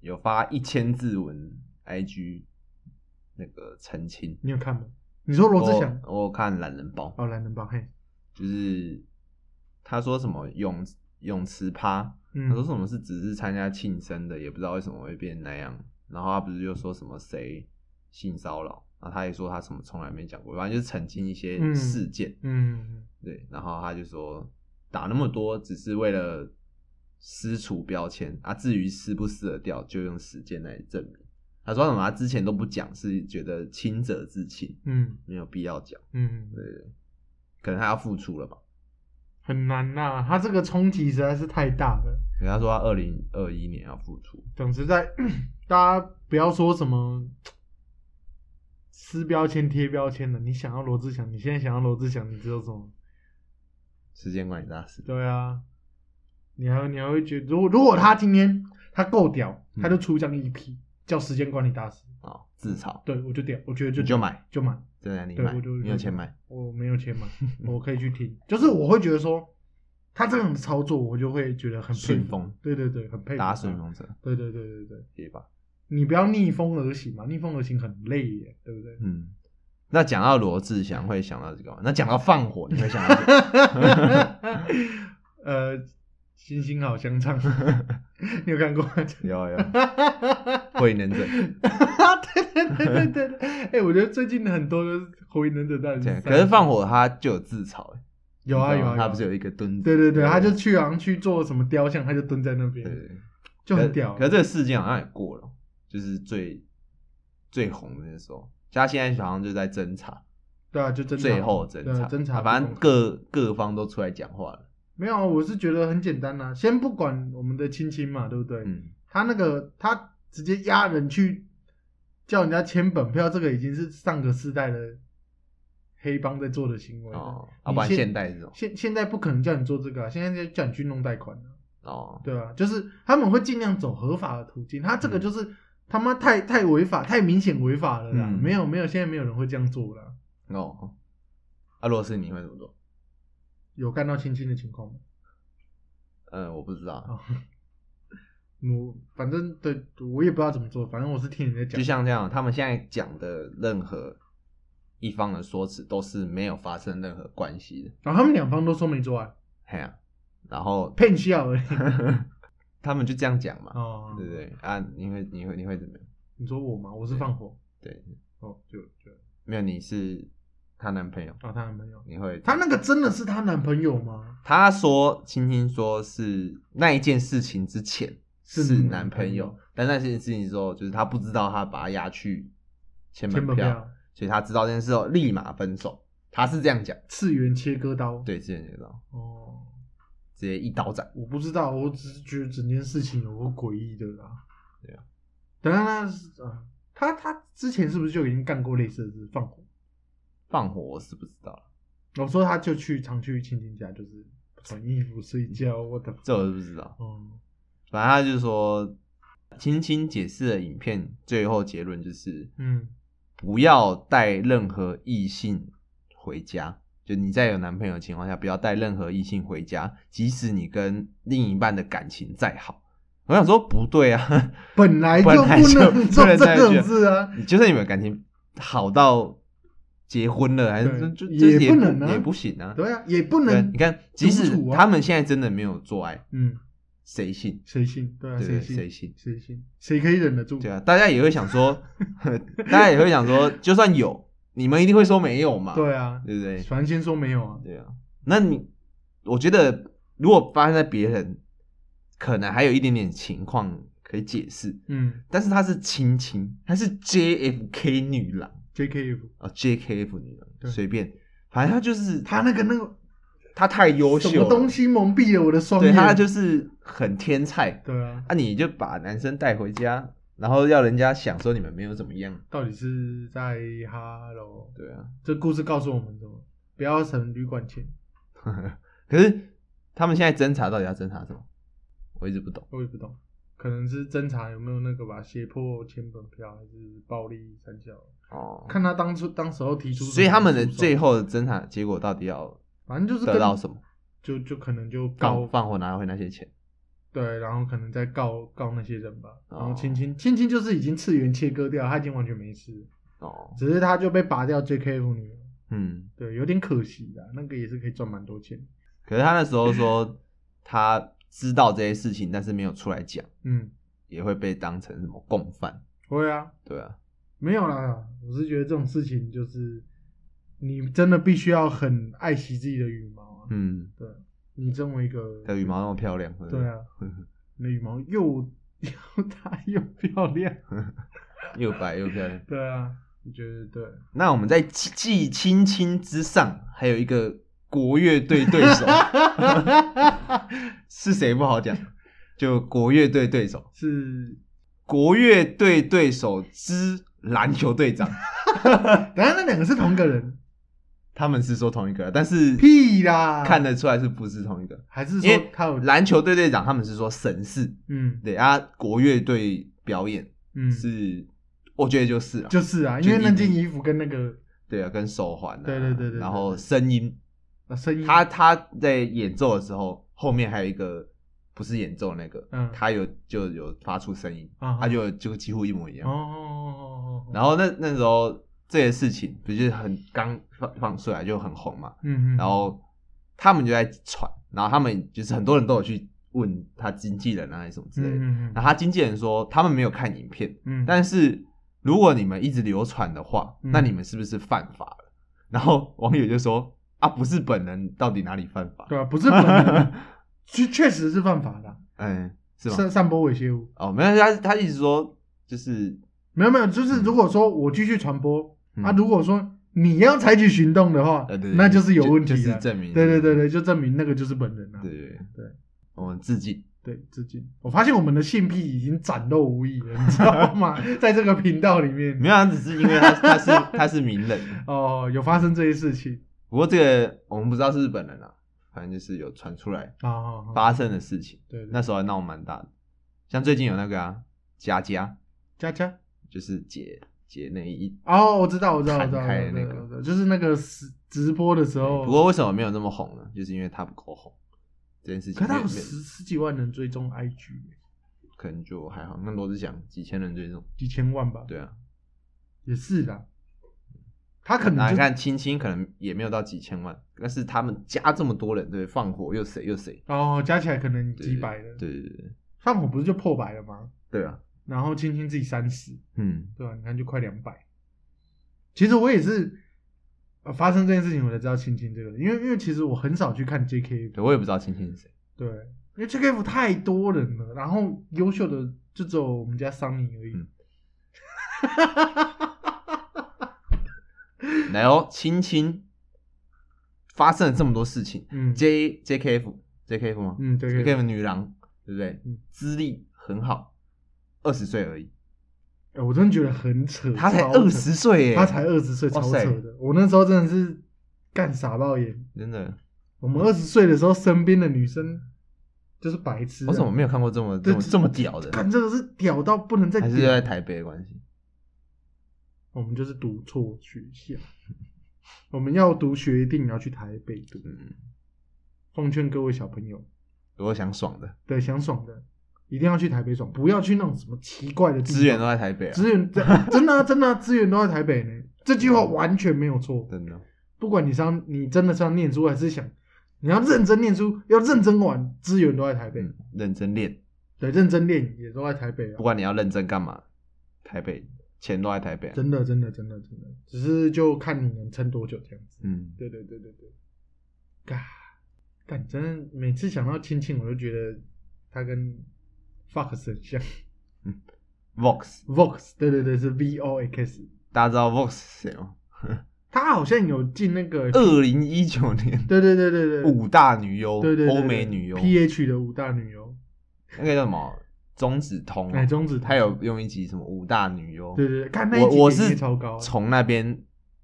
Speaker 3: 有发一千字文 IG 那个澄清。
Speaker 2: 你有看吗？你说罗志祥
Speaker 3: 我我有看懒人包，
Speaker 2: 哦，懒人包，嘿，
Speaker 3: 就是他说什么泳泳池趴，
Speaker 2: 嗯
Speaker 3: 他说什么是只是参加庆生的，也不知道为什么会变那样。然后他不是又说什么谁性骚扰，然后他也说他什么从来没讲过，反正就是澄清一些
Speaker 2: 嗯
Speaker 3: 事件。
Speaker 2: 嗯，
Speaker 3: 对，然后他就说打那么多只是为了撕除标签啊，至于撕不撕得掉，就用时间来证明。他说什么？他之前都不讲，是觉得清者自清，
Speaker 2: 嗯
Speaker 3: 没有必要讲。
Speaker 2: 嗯，
Speaker 3: 对，可能他要付出了吧。
Speaker 2: 很难呐、他这个冲击实在是太大了。
Speaker 3: 可是他说他二零二一年要付出，
Speaker 2: 总之在，大家不要说什么撕标签、贴标签的。你想要罗志祥，你现在想要罗志祥，你知道什么？
Speaker 3: 时间管理大师。
Speaker 2: 对啊，你还你还会觉得，如果如果他今天他够屌，
Speaker 3: 嗯
Speaker 2: 他就出一张 EP、叫《时间管理大师》，
Speaker 3: 啊、自嘲，
Speaker 2: 对我就屌，我觉得就
Speaker 3: 你就买，
Speaker 2: 就买。
Speaker 3: 真的你
Speaker 2: 对
Speaker 3: 买，
Speaker 2: 我就
Speaker 3: 你有钱买，
Speaker 2: 我没有 钱买，我可以去听。就是我会觉得说，他这样的操作，我就会觉得很佩
Speaker 3: 顺
Speaker 2: 服。
Speaker 3: 风，
Speaker 2: 对对对，很佩服。
Speaker 3: 搭顺。风车，
Speaker 2: 对对对对对，
Speaker 3: 可以吧？
Speaker 2: 你不要逆风而行嘛，逆风而行很累耶，对不 对？
Speaker 3: 嗯。那讲到罗志祥会想到这个吗？那讲到放火，你会想到、这个
Speaker 2: 呃，星星好香 肠，你有看过吗？
Speaker 3: 有有火影忍者，
Speaker 2: 对对对对对对，哎、我觉得最近很多都是火影忍者到底
Speaker 3: 对，
Speaker 2: 是，
Speaker 3: 可是放火他就有自嘲，欸
Speaker 2: 有啊
Speaker 3: 你知
Speaker 2: 有
Speaker 3: 道吗
Speaker 2: 啊，
Speaker 3: 他不是
Speaker 2: 有啊
Speaker 3: 有一个蹲子，
Speaker 2: 对对对，他就去好像去做什么雕像，他就蹲在那
Speaker 3: 对对
Speaker 2: 边，
Speaker 3: 对
Speaker 2: 就很
Speaker 3: 可
Speaker 2: 屌。
Speaker 3: 可是这个事件好像也过了，就是最最红的那时候，他现在好像就在侦查，
Speaker 2: 对啊，就侦查
Speaker 3: 最后侦
Speaker 2: 对
Speaker 3: 查，
Speaker 2: 啊侦查不公开，
Speaker 3: 反正各各方都出来讲话了，
Speaker 2: 没有啊，我是觉得很简单啦、啊先不管我们的亲亲嘛，对不对？
Speaker 3: 嗯，
Speaker 2: 他那个他直接压人去叫人家签本票，这个已经是上个世代的黑帮在做的行为了
Speaker 3: 哦，
Speaker 2: 你
Speaker 3: 要不然
Speaker 2: 现
Speaker 3: 现代这种，
Speaker 2: 现现在不可能叫你做这个、啊，现在就叫你去弄贷款啊
Speaker 3: 哦，
Speaker 2: 对啊，就是他们会尽量走合法的途径，他这个就是、他妈太太违法，太明显违法了啦，
Speaker 3: 嗯
Speaker 2: 没有没有，现在没有人会这样做啦。
Speaker 3: 哦，啊，如果是你会怎么做？
Speaker 2: 有干到亲亲的情况吗？
Speaker 3: 嗯，我不知道，
Speaker 2: 啊，我反正对我也不知道怎么做，反正我是听人家讲，
Speaker 3: 就像这样，他们现在讲的任何一方的说辞都是没有发生任何关系的，啊
Speaker 2: 然后他们两方都说没做爱，
Speaker 3: 嘿呀、然后
Speaker 2: 骗笑而已。
Speaker 3: 他们就这样讲嘛，
Speaker 2: 哦，
Speaker 3: 对不对啊？你会你会你会怎么样？
Speaker 2: 你说我吗？我是放火，
Speaker 3: 对，
Speaker 2: 哦，就就
Speaker 3: 没有，你是哦她男朋友，
Speaker 2: 啊，她男朋友，
Speaker 3: 你会
Speaker 2: 她那个真的是她男朋友吗？
Speaker 3: 她说青青说是那一件事情之前
Speaker 2: 是
Speaker 3: 是
Speaker 2: 男
Speaker 3: 男
Speaker 2: 朋
Speaker 3: 朋友
Speaker 2: 友，
Speaker 3: 但那件事情之后，就是她不知道她把他押去
Speaker 2: 千
Speaker 3: 签门
Speaker 2: 万不
Speaker 3: 票，
Speaker 2: 要，
Speaker 3: 所以她知道这件事后立马分手，她是这样讲，
Speaker 2: 次元切割刀，，
Speaker 3: 对，之前知道，
Speaker 2: 哦，
Speaker 3: 直接一刀斩，
Speaker 2: 我不知道，我只是觉得整件事情有个诡异的啦。
Speaker 3: 对啊，
Speaker 2: 等一下那是啊，他他之前是不是就已经干过类似的事，放火？
Speaker 3: 放火我是不知道了，
Speaker 2: 我说他就去常去亲亲家，就是不穿衣服睡觉，我的，
Speaker 3: 嗯这我是不知道，
Speaker 2: 嗯，
Speaker 3: 反正她就说青青解释的影片最后结论就是
Speaker 2: 嗯，
Speaker 3: 不要带任何异性回家。就你在有男朋友的情况下，不要带任何异性回家，即使你跟另一半的感情再好。我想说不对啊，
Speaker 2: 本来就
Speaker 3: 本来
Speaker 2: 不
Speaker 3: 就
Speaker 2: 能做
Speaker 3: 不
Speaker 2: 这
Speaker 3: 能这
Speaker 2: 种
Speaker 3: 样
Speaker 2: 事啊，
Speaker 3: 你就算你们感情好到结婚了，还是
Speaker 2: 对
Speaker 3: 就就
Speaker 2: 也
Speaker 3: 就也
Speaker 2: 不能啊
Speaker 3: 也不行啊。
Speaker 2: 对啊，也不
Speaker 3: 对，
Speaker 2: 能
Speaker 3: 你，看，即使
Speaker 2: 独处啊
Speaker 3: 他们现在真的没有做爱，
Speaker 2: 嗯，
Speaker 3: 谁信？
Speaker 2: 谁信？对啊，
Speaker 3: 对不对，
Speaker 2: 信？
Speaker 3: 谁信？
Speaker 2: 谁信？谁可以忍得住？
Speaker 3: 对啊，大家也会想说， 大家也会想说，就算有，你们一定会说没有嘛？
Speaker 2: 对啊，
Speaker 3: 对不对？
Speaker 2: 反正先说没有啊，
Speaker 3: 对啊，那你我觉得如果发生在别人，可能还有一点点情况可以解释，
Speaker 2: 嗯
Speaker 3: 但是她是青青，她是 JFK 女郎
Speaker 2: ，JKF，
Speaker 3: 啊、j k f 女
Speaker 2: 对
Speaker 3: 郎，随便，反正她就是
Speaker 2: 他那个那个
Speaker 3: 她太优秀
Speaker 2: 什么
Speaker 3: 了，
Speaker 2: 东西蒙蔽了我的双
Speaker 3: 对
Speaker 2: 眼，
Speaker 3: 她就是很天才
Speaker 2: 对啊，
Speaker 3: 啊，你就把男生带回家，然后要人家想说你们没有怎么样，
Speaker 2: 到底是在哈喽？
Speaker 3: 对啊，
Speaker 2: 这故事告诉我们什么？不要省旅馆钱，
Speaker 3: 可是他们现在侦查到底要侦查什么？我一直不懂。
Speaker 2: 我也不懂，可能是侦查有没有那个吧，胁迫签本票还是暴力三角？
Speaker 3: 哦，
Speaker 2: 看他当初当时候提出什么诉讼，
Speaker 3: 所以他们的最后的侦查结果到底要
Speaker 2: 反正就是跟
Speaker 3: 得到什么？
Speaker 2: 就就可能就告
Speaker 3: 放放火拿回那些钱，
Speaker 2: 对，然后可能再告告那些人吧。然后
Speaker 3: 哦
Speaker 2: 青青青青就是已经次元切割掉，他已经完全没事，
Speaker 3: 哦，
Speaker 2: 只是他就被拔掉 JKF 女儿，
Speaker 3: 嗯，
Speaker 2: 对，有点可惜啦。那个也是可以赚蛮多钱，
Speaker 3: 可是他那时候说他知道这些事情，但是没有出来讲，
Speaker 2: 嗯，
Speaker 3: 也会被当成什么共犯，
Speaker 2: 会啊，
Speaker 3: 对啊，
Speaker 2: 没有啦，我是觉得这种事情就是你真的必须要很爱惜自己的羽毛啊。
Speaker 3: 嗯，
Speaker 2: 对，你身为一个
Speaker 3: 她羽毛那么漂亮，
Speaker 2: 对，啊， 你的羽毛又 又大又漂亮，
Speaker 3: 又白又漂亮。
Speaker 2: 对啊，我觉得对，
Speaker 3: 那我们在继继青青之上，还有一个国乐队对 手是谁不好讲，就国乐队对手，
Speaker 2: 是。
Speaker 3: 国乐队对手之篮球队长。
Speaker 2: 等一下那两个是同一个人，
Speaker 3: 他们是说同一个，但是
Speaker 2: 屁啊啦！
Speaker 3: 看得出来是不是同一个？
Speaker 2: 还是
Speaker 3: 因
Speaker 2: 说
Speaker 3: 为
Speaker 2: 他有
Speaker 3: 篮球队队长他们是说神似，
Speaker 2: 嗯
Speaker 3: 对啊，国乐队表演
Speaker 2: 嗯，
Speaker 3: 是，我觉得就是啊，
Speaker 2: 就是啊，因
Speaker 3: 就
Speaker 2: 为那
Speaker 3: 一
Speaker 2: 件衣服跟那个
Speaker 3: 对啊，跟手环啊，
Speaker 2: 对对对对对
Speaker 3: 然后声音，
Speaker 2: 呃声音，
Speaker 3: 他他在演奏的时候，后面还有一个不是演奏那个，
Speaker 2: 嗯
Speaker 3: 他有就有发出声音，
Speaker 2: 啊
Speaker 3: 他就就几乎一模一样。
Speaker 2: 哦，
Speaker 3: 然后那那时候这些事情不就是很刚放放出来就很红嘛，
Speaker 2: 嗯嗯，
Speaker 3: 然后他们就在传，然后他们就是很多人都有去问他经纪人啊还是什么之类的。
Speaker 2: 嗯嗯
Speaker 3: 然后他经纪人说他们没有看影片，
Speaker 2: 嗯，
Speaker 3: 但是如果你们一直流传的话，
Speaker 2: 嗯
Speaker 3: 那你们是不是犯法了？然后网友就说啊，不是本人到底哪里犯法？
Speaker 2: 对啊，不是本 人确确实是犯法的啊，
Speaker 3: 嗯，是吗？
Speaker 2: 散散播猥亵物，
Speaker 3: 哦，没有，他他一直说就是
Speaker 2: 没有没有，就是如果说我继续传播
Speaker 3: 嗯
Speaker 2: 啊，如果说你要采取行动的话
Speaker 3: 呃，对，对
Speaker 2: 那就是有问
Speaker 3: 就
Speaker 2: 题
Speaker 3: 是
Speaker 2: 了，
Speaker 3: 证明，
Speaker 2: 对对对对，就证明那个就是本人啊，
Speaker 3: 对对哦
Speaker 2: 对，
Speaker 3: 我们致敬。
Speaker 2: 对，致敬。我发现我们的性癖已经展露无遗了，你知道 吗？在这个频道里面，
Speaker 3: 没有，啊他只是因为他 他是他是名人，
Speaker 2: 哦，有发生这些事情
Speaker 3: 不过这个我们不知道是不是本人啊，反正就是有传出来
Speaker 2: 啊，哦哦
Speaker 3: 发生的事情，
Speaker 2: 对，
Speaker 3: 那时候还闹蛮大的。像最近有那个啊，佳佳
Speaker 2: 佳佳，
Speaker 3: 就是解解内衣，
Speaker 2: 哦，我知道，我知道，我知道，
Speaker 3: 砍开的那
Speaker 2: 我知
Speaker 3: 个
Speaker 2: 道我知道就是那个直直播的时候，
Speaker 3: 不过为什么没有那么红呢？就是因为他不够红，这件事情
Speaker 2: 可是他
Speaker 3: 没
Speaker 2: 有
Speaker 3: 有
Speaker 2: 十十几万人追踪 IG，
Speaker 3: 可能就还好。那罗志祥几千人追踪，
Speaker 2: 几千万吧，
Speaker 3: 对啊，
Speaker 2: 也是的。他可
Speaker 3: 那
Speaker 2: 能
Speaker 3: 啊你
Speaker 2: 就
Speaker 3: 看青青可能也没有到几千万，但是他们加这么多人，对不对，放火又谁又谁，
Speaker 2: 哦，加起来可能
Speaker 3: 对
Speaker 2: 几百了。
Speaker 3: 对对对对，
Speaker 2: 上火不是就破百了吗？
Speaker 3: 对啊，
Speaker 2: 然后青青自己三十，
Speaker 3: 嗯，
Speaker 2: 对吧、你看就快两百。其实我也是、呃发生这件事情，我才知道青青这个人，因为因为其实我很少去看 JK，
Speaker 3: 对我也不知道青青是谁，
Speaker 2: 对，因为 JKF 太多人了，然后优秀的就只有我们家桑尼而已。
Speaker 3: 嗯来哦，青青发生了这么多事情
Speaker 2: 嗯
Speaker 3: ，J JKF JKF 吗？
Speaker 2: 嗯对对对，
Speaker 3: JKF 女郎对不对
Speaker 2: 嗯？
Speaker 3: 资历很好，二十岁而已，
Speaker 2: 哎我真的觉得很扯，
Speaker 3: 她才
Speaker 2: 超扯
Speaker 3: 二十岁耶，
Speaker 2: 他才二十岁，
Speaker 3: 哇
Speaker 2: 超
Speaker 3: 塞
Speaker 2: 扯的。我那时候真的是干傻爆眼。
Speaker 3: 真的，
Speaker 2: 我们二十岁的时候，身边的女生就是白痴啊、
Speaker 3: 我怎么没有看过这么这么
Speaker 2: 对
Speaker 3: 这么屌的？
Speaker 2: 看这个是屌到不能再
Speaker 3: 还
Speaker 2: 屌？
Speaker 3: 是在台北的关系？
Speaker 2: 我们就是读错学校， 我们要读学一定要去台北读。
Speaker 3: 嗯，
Speaker 2: 奉劝各位小朋友，
Speaker 3: 如果想爽的，
Speaker 2: 对想爽的一定要去台北爽，不要去那种什么奇怪的地方
Speaker 3: 资源都在台北啊，
Speaker 2: 资源真 真的啊、真的啊资源都在台北呢。这句话完全没有错。
Speaker 3: 真的。
Speaker 2: 不管你是要你真的是要念书还是想你要认真念书，要认真玩，资源都在台北，
Speaker 3: 嗯，认真练，
Speaker 2: 对，认真练也都在台北
Speaker 3: 不
Speaker 2: 啊。
Speaker 3: 管你要认真干嘛，台北钱都在台北啊、
Speaker 2: 真的，真的，真的，真的，只是就看你能撑多久这样子。
Speaker 3: 嗯，
Speaker 2: 对对对对对，嘎，干，真的每次想到青青，我就觉得他跟 Fox 很像
Speaker 3: Vox，
Speaker 2: ，Vox，对对对，是 V O X，
Speaker 3: 大家知道 Vox 是谁吗？
Speaker 2: 他好像有进那个，
Speaker 3: 二零一九年
Speaker 2: 对对对对对，
Speaker 3: 五大女优
Speaker 2: 对对，对对
Speaker 3: 欧美女优，哦
Speaker 2: P H 的五大女优，
Speaker 3: 那个叫什么中指通啊，
Speaker 2: 哎，中指，
Speaker 3: 他有用一集什么五大女优，
Speaker 2: 对对对，看那一集
Speaker 3: 我我
Speaker 2: 点击
Speaker 3: 是
Speaker 2: 率超高啊，
Speaker 3: 从那边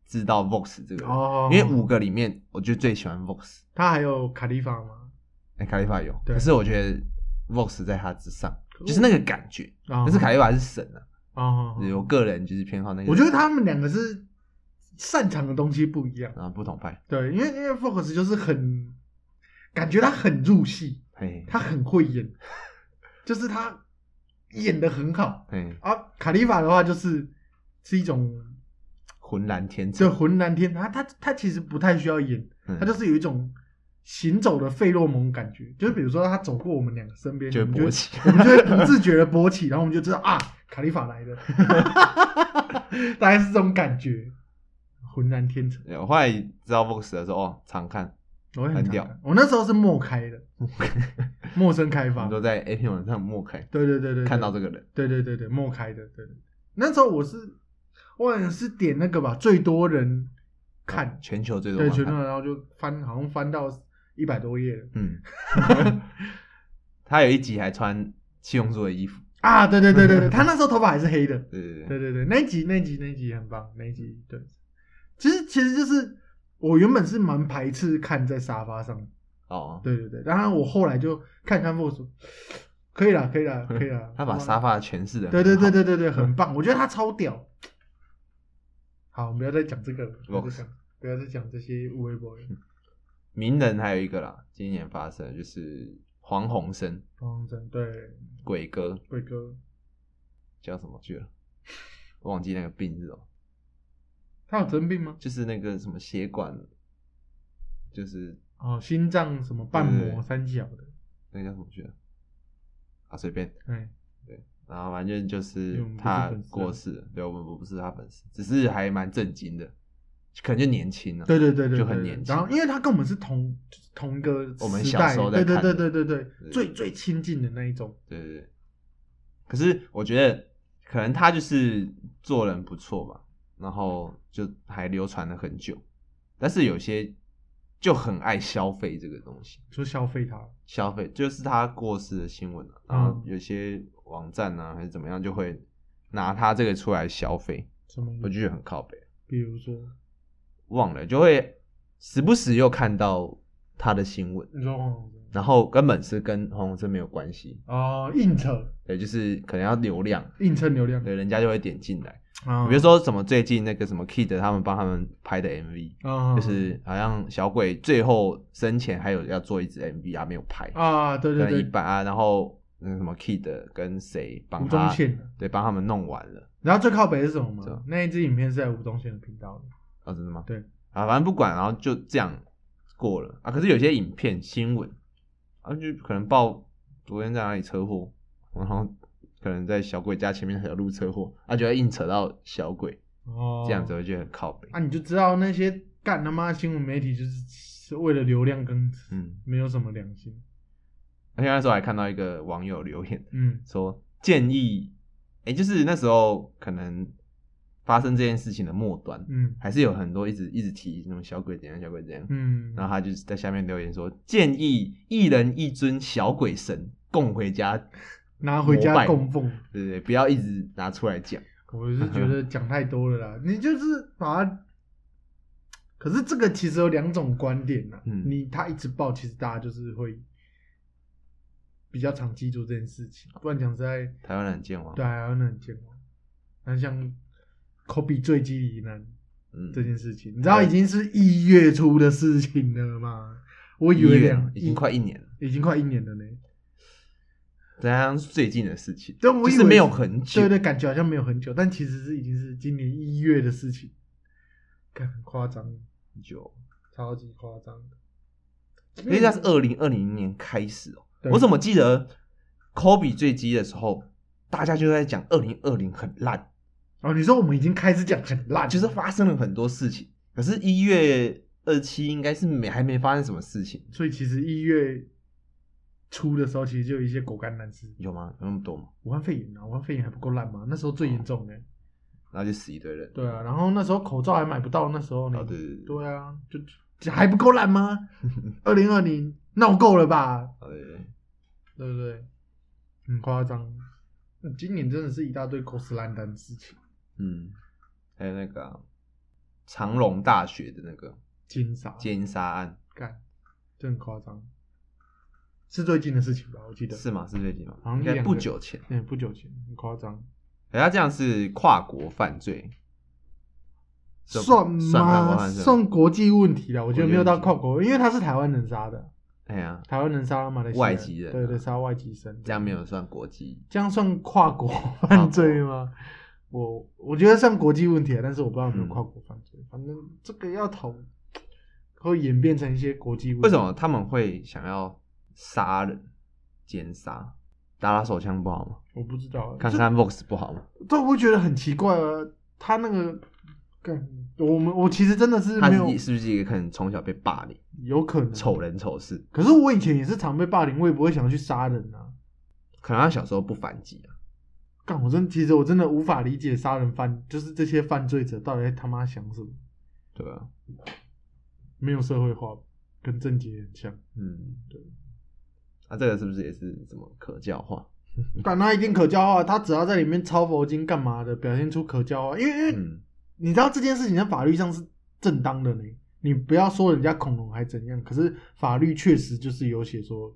Speaker 3: 知道 Vox 这个人，
Speaker 2: 哦，
Speaker 3: 因为五个里面，我就最喜欢 Vox，
Speaker 2: 他还有卡利法吗？
Speaker 3: 哎，卡利法有，
Speaker 2: 对
Speaker 3: 可是我觉得 Vox 在他之上，
Speaker 2: 可恶
Speaker 3: 就是那个感觉，
Speaker 2: 啊
Speaker 3: 可是卡利法是神啊，
Speaker 2: 啊啊，啊
Speaker 3: 我个人就是偏好那个，
Speaker 2: 我觉得他们两个是擅长的东西不一样。
Speaker 3: 啊不同派，
Speaker 2: 对，因为因为 Fox 就是很感觉他很入戏，
Speaker 3: 嘿，
Speaker 2: 他很会演，就是他演的很好
Speaker 3: 嘿，
Speaker 2: 啊。卡利法的话就是是一种
Speaker 3: 浑然天
Speaker 2: 就
Speaker 3: 成，
Speaker 2: 浑然天成，他他他其实不太需要演，
Speaker 3: 嗯
Speaker 2: 他就是有一种。行走的费洛蒙感觉，就是比如说他走过我们两个身边，
Speaker 3: 就
Speaker 2: 我
Speaker 3: 会
Speaker 2: 们就
Speaker 3: 勃
Speaker 2: 会
Speaker 3: 起，
Speaker 2: 我们就会不自觉的勃起，然后我们就知道啊，卡利法来了， 大概是这种感觉，浑然天成。
Speaker 3: 对我后来知道 Vox 的时候，哦，常看，
Speaker 2: 我也
Speaker 3: 很
Speaker 2: 很常
Speaker 3: 屌
Speaker 2: 看我那时候是默开的，陌生开
Speaker 3: 我
Speaker 2: 发
Speaker 3: 们，都在 A 片网上默开，
Speaker 2: 对对对对，
Speaker 3: 看到这
Speaker 2: 个，
Speaker 3: 个人，哦
Speaker 2: 对对对对，默开的，对对。那时候我是，我好像是点那个吧，最多人看，
Speaker 3: 全球最多
Speaker 2: 对，
Speaker 3: 观
Speaker 2: 全
Speaker 3: 看
Speaker 2: 多人，然后就翻，好像翻到一百多页了
Speaker 3: 嗯， 他有一集还穿七龙珠的衣服，
Speaker 2: 啊！对对对对对， 他那时候头发还是黑的，
Speaker 3: 对对对，
Speaker 2: 对对对，那一集那一集那一集很棒，那一集对。其实其实就是我原本是蛮排斥看在沙发上，
Speaker 3: 哦，。
Speaker 2: 对对对。然后我后来就看看 Vox，可以啦可以啦可以啦
Speaker 3: 他把沙发诠释的，嗯
Speaker 2: 对对对，对对对，很棒，我觉得他超屌。好，我们不要再讲这个了，不要再
Speaker 3: Vox 嗯
Speaker 2: 讲不要再讲这些无微博了。
Speaker 3: 名人还有一个啦，今年发生的就是黄鸿升
Speaker 2: 方真对
Speaker 3: 鬼哥
Speaker 2: 贵哥，
Speaker 3: 叫什么去了，忘记那个病是什么，
Speaker 2: 他有真病吗？
Speaker 3: 就是那个什么血管，就是
Speaker 2: 哦，心脏什么瓣
Speaker 3: 对对
Speaker 2: 膜
Speaker 3: 对
Speaker 2: 三角的，
Speaker 3: 那个叫什么去了，啊随便，
Speaker 2: 哎，
Speaker 3: 然后反正就
Speaker 2: 因
Speaker 3: 是
Speaker 2: 为我们不是
Speaker 3: 他
Speaker 2: 粉丝啊
Speaker 3: 过世了，对，我们不是他粉丝，只是还蛮震惊的，可能就年轻了、
Speaker 2: 对对对对，
Speaker 3: 就很
Speaker 2: 对对
Speaker 3: 年轻
Speaker 2: 然后，因为他跟我们是同就是同一个
Speaker 3: 我们
Speaker 2: 时
Speaker 3: 小
Speaker 2: 代，
Speaker 3: 时候
Speaker 2: 对
Speaker 3: 在
Speaker 2: 对
Speaker 3: 看
Speaker 2: 对
Speaker 3: 的
Speaker 2: 对对对，
Speaker 3: 对
Speaker 2: 最最亲近的那一种。
Speaker 3: 对对对。可是我觉得，可能他就是做人不错吧，然后就还流传了很久。但是有些就很爱消费这个东西，
Speaker 2: 说消费他，
Speaker 3: 消费就是他过世的新闻、啊，
Speaker 2: 嗯
Speaker 3: 然后有些网站啊还是怎么样，就会拿他这个出来消费，
Speaker 2: 什么意思
Speaker 3: 我就觉得很靠北。
Speaker 2: 比如说，
Speaker 3: 忘了就会时不时又看到他的新闻，
Speaker 2: 你说黄宏生
Speaker 3: 然后根本是跟黄鸿升没有关系，
Speaker 2: 哦，硬扯
Speaker 3: 对，就是可能要流量，
Speaker 2: 硬蹭流量，
Speaker 3: 对，人家就会点进来。
Speaker 2: 啊
Speaker 3: 比如说什么最近那个什么 Kid 他们帮他们拍的 MV，、
Speaker 2: 啊
Speaker 3: 就是好像小鬼最后生前还有要做一支 MV 啊，没有拍，
Speaker 2: 啊，对对
Speaker 3: 跟一
Speaker 2: 对，
Speaker 3: 版啊，然后那个什么 Kid 跟谁帮
Speaker 2: 吴宗
Speaker 3: 他，
Speaker 2: 宪，啊
Speaker 3: 对，帮他们弄完了。
Speaker 2: 然后最靠北是什么
Speaker 3: 是啊
Speaker 2: 吗？那一支影片是在吴宗宪的频道里，
Speaker 3: 哦，真的吗？
Speaker 2: 对
Speaker 3: 啊，反正不管，然后就这样过了啊。可是有些影片新闻啊，就可能报昨天在哪里车祸，然后可能在小鬼家前面有路车祸，啊他就会硬扯到小鬼，
Speaker 2: 哦
Speaker 3: 这样子我就觉得很靠北。
Speaker 2: 啊，你就知道那些干他妈新闻媒体就是是为了流量跟
Speaker 3: 嗯，
Speaker 2: 没有什么良心。
Speaker 3: 而且那时候还看到一个网友留言
Speaker 2: 嗯
Speaker 3: 说，建议，哎、就是那时候可能发生这件事情的末端，
Speaker 2: 嗯
Speaker 3: 还是有很多一直一直提那种小鬼怎样，小鬼怎样。
Speaker 2: 嗯，
Speaker 3: 然后他就是在下面留言说，建议一人一尊小鬼神供回家，
Speaker 2: 拿回
Speaker 3: 膜
Speaker 2: 家
Speaker 3: 拜
Speaker 2: 供奉，
Speaker 3: 对对，对不要一直拿出来讲。
Speaker 2: 我是觉得讲太多了啦。你就是把它，可是这个其实有两种观点呐。
Speaker 3: 嗯
Speaker 2: 你他一直报，其实大家就是会比较常记住这件事情，不然讲实在，
Speaker 3: 台湾人很健忘，
Speaker 2: 对，啊还有那很健忘。那像 Kobe 坠机罹难，
Speaker 3: 嗯，
Speaker 2: 这件事情，你知道已经是一月初的事情了吗？我以
Speaker 3: 一
Speaker 2: 为
Speaker 3: 月
Speaker 2: 两
Speaker 3: 已经快一年了，
Speaker 2: 已经快一年了呢，
Speaker 3: 这样是最近的事情，
Speaker 2: 但我
Speaker 3: 就
Speaker 2: 以为
Speaker 3: 是没有很久
Speaker 2: 对。对，感觉好像没有很久，但其实是已经是今年一月的事情，看很夸张，
Speaker 3: 久，
Speaker 2: 超级夸张的。
Speaker 3: 因为它是二零二零年开始哦、
Speaker 2: 对
Speaker 3: 我怎么记得 Kobe 坠机的时候，大家就在讲二零二零很烂，
Speaker 2: 哦，你说我们已经开始讲很烂，
Speaker 3: 就是发生了很多事情。可是，一月二七应该是没还没发生什么事情，
Speaker 2: 所以其实一月初的时候，其实就有一些狗干烂事，
Speaker 3: 有吗？有那么多吗？
Speaker 2: 武汉肺炎啊，武汉肺炎还不够烂吗？那时候
Speaker 3: 哦
Speaker 2: 最严重呢。
Speaker 3: 然后就死一堆人。
Speaker 2: 对啊，然后那时候口罩还买不到，那时候呢，
Speaker 3: 哦对对对
Speaker 2: 对啊，就就还不够烂吗？二零二零闹够了吧？
Speaker 3: 哦对对对
Speaker 2: 对不对？很夸张，嗯今年真的是一大堆狗屎烂蛋的事情，
Speaker 3: 嗯，还有那个啊、长隆大学的那个
Speaker 2: 奸杀
Speaker 3: 奸杀案，
Speaker 2: 干，真的很夸张，是最近的事情吧？我记得，
Speaker 3: 是吗？是最近吗？
Speaker 2: 好像
Speaker 3: 应
Speaker 2: 一
Speaker 3: 该
Speaker 2: 两
Speaker 3: 不
Speaker 2: 个
Speaker 3: 久前。
Speaker 2: 嗯，不久前，很夸张，
Speaker 3: 人家这样是跨国犯罪，这
Speaker 2: 算
Speaker 3: 算跨国
Speaker 2: 吗？
Speaker 3: 犯罪吗
Speaker 2: 算国际问题了，我觉得没有到
Speaker 3: 国际
Speaker 2: 跨
Speaker 3: 问题
Speaker 2: 国，因为他是台湾人杀的，
Speaker 3: 哎呀，
Speaker 2: 台湾人杀马来西亚
Speaker 3: 外籍人啊
Speaker 2: 对对，杀外籍生，
Speaker 3: 这样没有算国籍。
Speaker 2: 这样算跨国犯罪吗？我我觉得算国际问题啊，但是我不知道有没有
Speaker 3: 嗯
Speaker 2: 跨国犯罪。反正这个要讨，会演变成一些国际问题。
Speaker 3: 为什？么他们会想要杀人、奸杀？打打手枪不好吗？
Speaker 2: 我不知道啊。
Speaker 3: 看看 Vox 不好吗？
Speaker 2: 这，但我觉得很奇怪啊，他那个，干，我们我其实真的是
Speaker 3: 他
Speaker 2: 没
Speaker 3: 是
Speaker 2: 有，嗯
Speaker 3: 是不是一个可能从小被霸凌、
Speaker 2: 有可能。
Speaker 3: 丑人丑事？
Speaker 2: 可是我以前也是常被霸凌，我也不会想要去杀人啊。
Speaker 3: 可能他小时候不反击啊，
Speaker 2: 干，我真其实我真的无法理解杀人犯，就是这些犯罪者到底在他妈想什么？
Speaker 3: 对吧、
Speaker 2: 没有社会化，跟郑杰很像。
Speaker 3: 嗯，对。那、这个是不是也是什么可教化？
Speaker 2: 但他一定可教化，他只要在里面抄佛经干嘛的，表现出可教化，因为因为、
Speaker 3: 嗯，
Speaker 2: 你知道这件事情在法律上是正当的呢。你不要说人家恐龙还怎样，可是法律确实就是有写说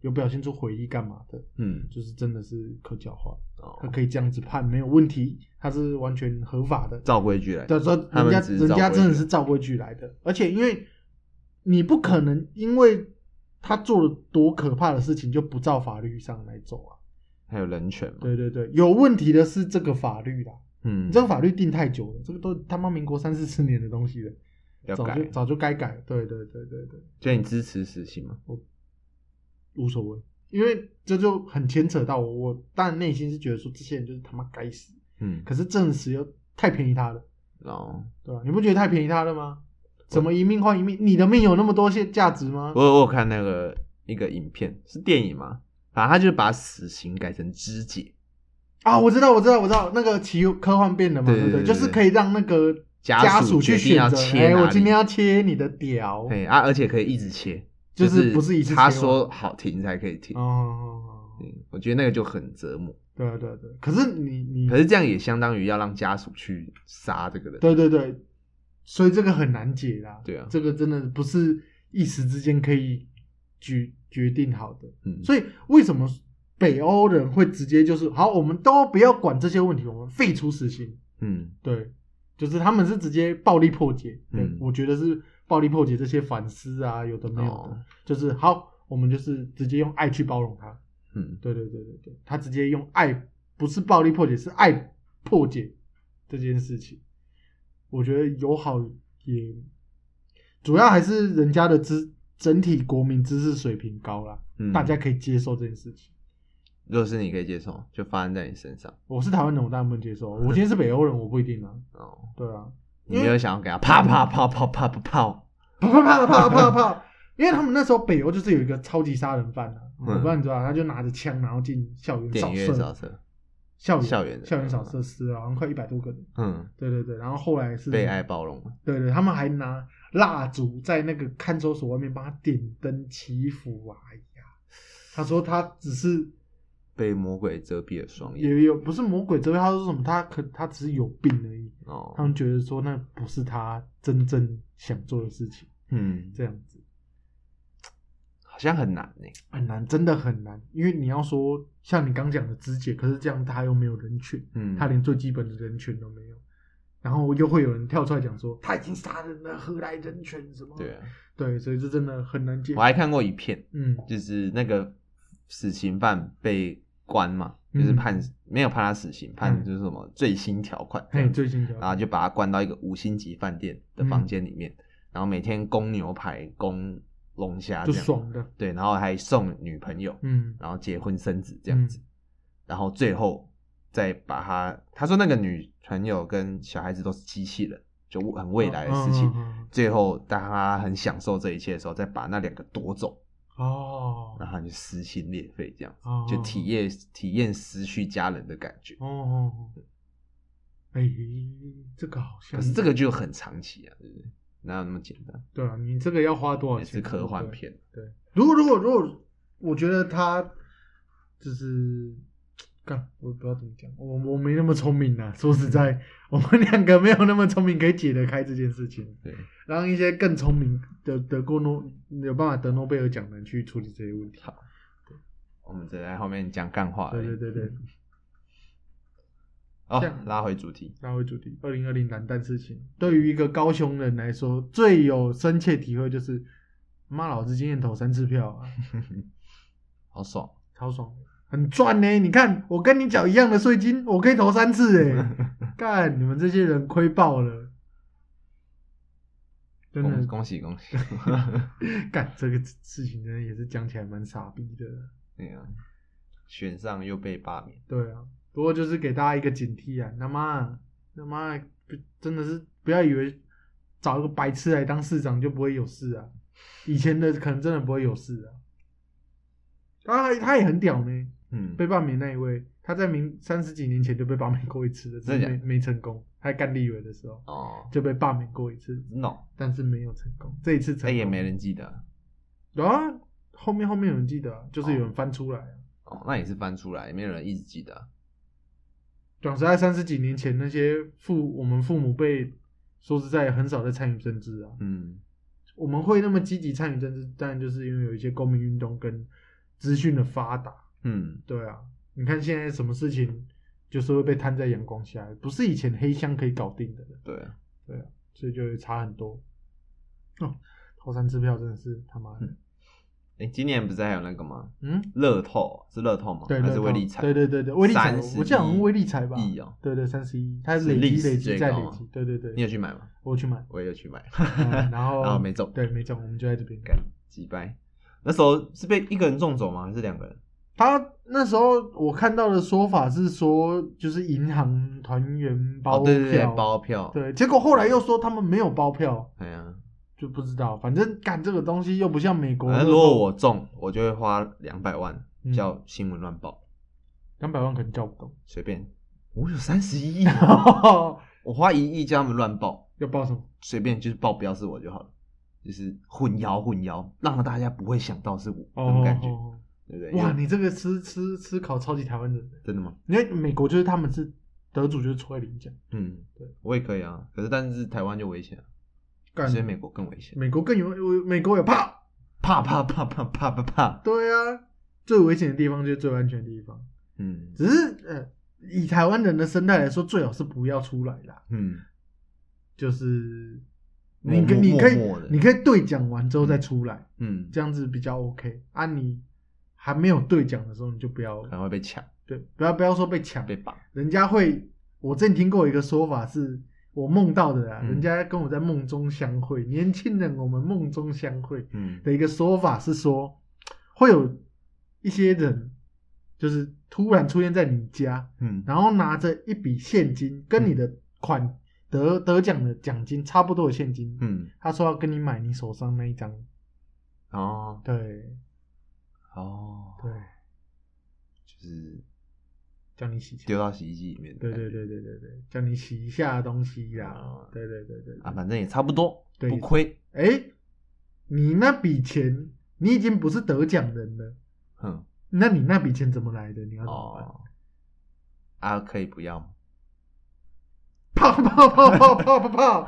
Speaker 2: 有表现出悔意干嘛的，
Speaker 3: 嗯，
Speaker 2: 就是真的是可教化，他
Speaker 3: 哦，
Speaker 2: 可以这样子判没有问题，他是完全合法的。
Speaker 3: 照规矩来。
Speaker 2: 对，说人
Speaker 3: 他们
Speaker 2: 家
Speaker 3: 只是
Speaker 2: 人
Speaker 3: 照
Speaker 2: 家
Speaker 3: 规
Speaker 2: 真的
Speaker 3: 矩
Speaker 2: 是照规矩来的，而且因为你不可能因为他做了多可怕的事情就不照法律上来走啊。
Speaker 3: 还有人权嘛？
Speaker 2: 对对对，有问题的是这个法律啦，
Speaker 3: 嗯，
Speaker 2: 这个法律定太久了，这个都他妈民国三四十年的东西了，
Speaker 3: 要
Speaker 2: 早
Speaker 3: 改
Speaker 2: 就。早就该改了。对对对对对，
Speaker 3: 所以你支持死刑吗？
Speaker 2: 无所谓，因为这就很牵扯到我，我当然内心是觉得说这些人就是他妈该死，
Speaker 3: 嗯，哦
Speaker 2: 可是证实又太便宜他了，
Speaker 3: 然后
Speaker 2: 对吧？你不觉得太便宜他了吗？怎么一命换一命？你的命有那么多些价值吗
Speaker 3: 我？有我有看那个一个影片，是电影吗？反正他就是把死刑改成肢解，
Speaker 2: 啊，我知道，我知道，我知道，那个奇科幻变的嘛，
Speaker 3: 对
Speaker 2: 对不
Speaker 3: 对
Speaker 2: 对？
Speaker 3: 对
Speaker 2: 就是可以让那个
Speaker 3: 家属
Speaker 2: 属去
Speaker 3: 决定
Speaker 2: 选
Speaker 3: 要
Speaker 2: 择，
Speaker 3: 切
Speaker 2: 哎，
Speaker 3: 哪
Speaker 2: 我
Speaker 3: 里
Speaker 2: 今天要切你的屌，
Speaker 3: 哎啊，而且可以一直切，
Speaker 2: 就是是不是一次切吗
Speaker 3: 他说好停才可以停。
Speaker 2: 哦，
Speaker 3: 嗯，我觉得那个就很折磨。
Speaker 2: 对啊对啊对啊，可是你你
Speaker 3: 可是这样也相当于要让家属去杀这个人。
Speaker 2: 对对对，所以这个很难解啦。
Speaker 3: 对啊
Speaker 2: 这个真的不是一时之间可以决决定好的。
Speaker 3: 嗯，
Speaker 2: 所以为什么北欧人会直接就是好，我们都不要管这些问题，我们废除死刑？
Speaker 3: 嗯
Speaker 2: 对，就是他们是直接暴力破解。对，
Speaker 3: 嗯
Speaker 2: 我觉得是暴力破解这些反思啊，有的没有的，
Speaker 3: 哦
Speaker 2: 就是好，我们就是直接用爱去包容它。
Speaker 3: 嗯，
Speaker 2: 对对对对对，他直接用爱，不是暴力破解，是爱破解这件事情。我觉得友好也主要还是人家的知整体国民知识水平高啦，
Speaker 3: 嗯
Speaker 2: 大家可以接受这件事情。
Speaker 3: 如果是你可以接受，就发生在你身上
Speaker 2: 我是台湾人，我当然不能接受。我今天是北欧人，我不一定啊。
Speaker 3: 哦，
Speaker 2: 对啊，
Speaker 3: 你没有想要给他啪啪啪啪啪啪啪，
Speaker 2: 啪啪啪啪啪啪，因为他们那时候北欧就是有一个超级杀人犯啊，
Speaker 3: 嗯
Speaker 2: 我不知道你知道，他就拿着枪然后进校园
Speaker 3: 点
Speaker 2: 扫
Speaker 3: 阅
Speaker 2: 射
Speaker 3: 扫，射，
Speaker 2: 校园
Speaker 3: 校园的
Speaker 2: 校园扫射死了好像快一百多个人，
Speaker 3: 嗯，
Speaker 2: 对对对，然后后来是
Speaker 3: 被爱包容了，
Speaker 2: 对对，他们还拿蜡烛在那个看守所外面帮他点灯祈福啊，哎呀，他说他只是
Speaker 3: 被魔鬼遮蔽了双眼，
Speaker 2: 也有不是魔鬼责备，他说什么他可他只是有病而已，他
Speaker 3: 哦，
Speaker 2: 们觉得说那不是他真正想做的事情，
Speaker 3: 嗯，
Speaker 2: 这样子
Speaker 3: 好像很难欸呢，
Speaker 2: 很难，真的很难，因为你要说像你刚讲的肢解，可是这样他又没有人权，
Speaker 3: 嗯，
Speaker 2: 他连最基本的人权都没有。然后又会有人跳出来讲说他已经杀人了，何来人权什么？
Speaker 3: 对啊，
Speaker 2: 对，所以这真的很难解
Speaker 3: 我。还看过一片，
Speaker 2: 嗯，
Speaker 3: 就是那个死刑犯被关嘛，
Speaker 2: 嗯
Speaker 3: 就是判没有判他死刑，判
Speaker 2: 嗯哎
Speaker 3: 就是什么最新条款这
Speaker 2: 嘿，
Speaker 3: 样子，
Speaker 2: 最近条
Speaker 3: 然后就把他关到一个五星级饭店的
Speaker 2: 嗯
Speaker 3: 房间里面，然后每天供牛排、供龙虾
Speaker 2: 就
Speaker 3: 这样，
Speaker 2: 爽的，
Speaker 3: 对，然后还送女朋友，
Speaker 2: 嗯
Speaker 3: 然后结婚生子这样子，然后最后再把他，他说那个女朋友跟小孩子都是机器人，就很未来的事情。
Speaker 2: 嗯嗯嗯嗯
Speaker 3: 最后，当他很享受这一切的时候，再把那两个夺走，
Speaker 2: 哦，
Speaker 3: 然后他就撕心裂肺这样子，
Speaker 2: 哦
Speaker 3: 就体验体验失去家人的感觉。
Speaker 2: 哦哦，哦哎，这个好像
Speaker 3: 可是这个就很长期啊，对不对？哪有那么简单？
Speaker 2: 对啊，你这个要花多少
Speaker 3: 也
Speaker 2: 钱？
Speaker 3: 是科幻
Speaker 2: 对。
Speaker 3: 片，
Speaker 2: 如果如果如果，我觉得他就是干，我不知道怎么讲，我我没那么聪明啊。说实在，我们两个没有那么聪明，可以解得开这件事情，
Speaker 3: 对，
Speaker 2: 让一些更聪明的得过诺有办法得诺贝尔奖的人去处理这些问题。
Speaker 3: 好，我们只在后面讲干话
Speaker 2: 对
Speaker 3: 而已。
Speaker 2: 对对对，
Speaker 3: 哦
Speaker 2: 这样，
Speaker 3: 拉回主题，
Speaker 2: 大会主题，二零二零蓝蛋事情，对于一个高雄人来说，最有深切体会就是，妈老子今天投三次票啊，
Speaker 3: 好爽。
Speaker 2: 超爽的，很赚呢、你看，我跟你缴一样的税金，我可以投三次哎、干，你们这些人亏爆了，真
Speaker 3: 恭
Speaker 2: 的
Speaker 3: 恭喜 恭喜！
Speaker 2: 干这个事情真的也是讲起来蛮傻逼的，
Speaker 3: 对啊，选上又被罢免，
Speaker 2: 对啊，不过就是给大家一个警惕啊，他妈他妈不真的是不要以为找一个白痴来当市长就不会有事啊，以前的可能真的不会有事啊。他他也很屌呢，
Speaker 3: 嗯，
Speaker 2: 被罢免那一位，他在民三十几年前就被罢免过一次了，只
Speaker 3: 真
Speaker 2: 是
Speaker 3: 的假
Speaker 2: 没
Speaker 3: 的
Speaker 2: 没成功。他在干立委的时候
Speaker 3: 哦
Speaker 2: 就被罢免过一次，
Speaker 3: ，no，
Speaker 2: 但是没有成功。这一次成
Speaker 3: 那
Speaker 2: 功
Speaker 3: 也没人记得啊
Speaker 2: 有啊，后面后面有人记得啊、就是有人翻出来、啊。
Speaker 3: 哦，那也是翻出来，也没有人一直记得啊。
Speaker 2: 讲实啊在，三十几年前那些父我们父母辈，说实在很少在参与政治啊。
Speaker 3: 嗯，
Speaker 2: 我们会那么积极参与政治，当然就是因为有一些公民运动跟资讯的发达。
Speaker 3: 嗯，
Speaker 2: 对啊，你看现在什么事情就是会被摊在阳光下，不是以前黑箱可以搞定的了，
Speaker 3: 对啊，
Speaker 2: 所以就会差很多。哦，投三支票真的是他
Speaker 3: 嗯
Speaker 2: 妈的，
Speaker 3: 哎，今年不是还有那个吗？
Speaker 2: 嗯，
Speaker 3: 乐透啊是乐透吗？
Speaker 2: 对，
Speaker 3: 还
Speaker 2: 乐
Speaker 3: 哦是
Speaker 2: 透
Speaker 3: 威力彩？
Speaker 2: 对对对对，威力彩，
Speaker 3: 31
Speaker 2: 我记得好像威力彩吧，
Speaker 3: 亿哦，
Speaker 2: 对对，三十一，它
Speaker 3: 是
Speaker 2: 累
Speaker 3: 历
Speaker 2: 积
Speaker 3: 史
Speaker 2: 累积
Speaker 3: 最
Speaker 2: 再
Speaker 3: 高
Speaker 2: 累
Speaker 3: 吗
Speaker 2: 积，对对对，
Speaker 3: 你有去买吗？
Speaker 2: 我去买。
Speaker 3: 我也有去买，
Speaker 2: 嗯然后
Speaker 3: 然后没中，
Speaker 2: 对，没中，我们就在这边。
Speaker 3: 干几掰。那时候是被一个人中走吗？还是两个人？
Speaker 2: 他那时候我看到的说法是说，就是银行团员包票，
Speaker 3: 哦，对对对，包票。
Speaker 2: 对结果后来又说他们没有包票，
Speaker 3: 哎呀，
Speaker 2: 就不知道。反正干这个东西又不像美国，
Speaker 3: 反正如果我中，我就会花两百万
Speaker 2: 嗯
Speaker 3: 叫新闻乱报，
Speaker 2: 两百万可能叫不动，
Speaker 3: 随便。我有三十一亿，啊 我花一亿叫他们乱报，
Speaker 2: 要报什么？
Speaker 3: 随便就是报标是我就好了，就是混淆混淆，让大家不会想到是我那种感觉，
Speaker 2: 哦
Speaker 3: 对不对？
Speaker 2: 哇，
Speaker 3: 因为
Speaker 2: 你这个思思思考超级台湾人的，
Speaker 3: 真的吗？
Speaker 2: 因为美国就是他们是得主就是出来领奖，
Speaker 3: 嗯
Speaker 2: 对，
Speaker 3: 我也可以啊，可是但是台湾就危险了，
Speaker 2: 干
Speaker 3: 所以美国更危险。
Speaker 2: 美国更有美国有怕，
Speaker 3: 啪啪啪啪啪啪啪，
Speaker 2: 对啊，最危险的地方就是最安全的地方。
Speaker 3: 嗯
Speaker 2: 只是呃，以台湾人的生态来说，最好是不要出来啦。
Speaker 3: 嗯，
Speaker 2: 就是
Speaker 3: 默
Speaker 2: 你跟
Speaker 3: 哎默
Speaker 2: 你可以
Speaker 3: 默默地
Speaker 2: 你可以对讲完之后再出来，
Speaker 3: 嗯，
Speaker 2: 这样子比较 OK 啊。你还没有对讲的时候，你就不要
Speaker 3: 可能会被抢
Speaker 2: 对，不要不要说被抢
Speaker 3: 被，绑，
Speaker 2: 人家会。我之前听过一个说法是。我梦到的啦，
Speaker 3: 嗯
Speaker 2: 人家跟我在梦中相会。年轻人，我们梦中相会。
Speaker 3: 嗯
Speaker 2: 的一个说法是说，会有一些人，就是突然出现在你家，
Speaker 3: 嗯，
Speaker 2: 然后拿着一笔现金，跟你的款得得奖的奖金差不多的现金，
Speaker 3: 嗯，
Speaker 2: 他说要跟你买你手上那一张，
Speaker 3: 哦
Speaker 2: 对
Speaker 3: 哦，
Speaker 2: 对，
Speaker 3: 就是
Speaker 2: 叫你洗钱，
Speaker 3: 丢到洗衣机里面的
Speaker 2: 对
Speaker 3: 感觉，
Speaker 2: 对对对对对，叫你洗一下东西啦
Speaker 3: 啊，
Speaker 2: 对对对对
Speaker 3: 啊，反正也差不多，
Speaker 2: 对
Speaker 3: 不亏，
Speaker 2: 哎，你那笔钱，你已经不是得奖人了，
Speaker 3: 哼，
Speaker 2: 那你那笔钱怎么来的？你要怎么办？
Speaker 3: 哦，啊，可以不要吗？
Speaker 2: 泡泡泡泡泡泡泡，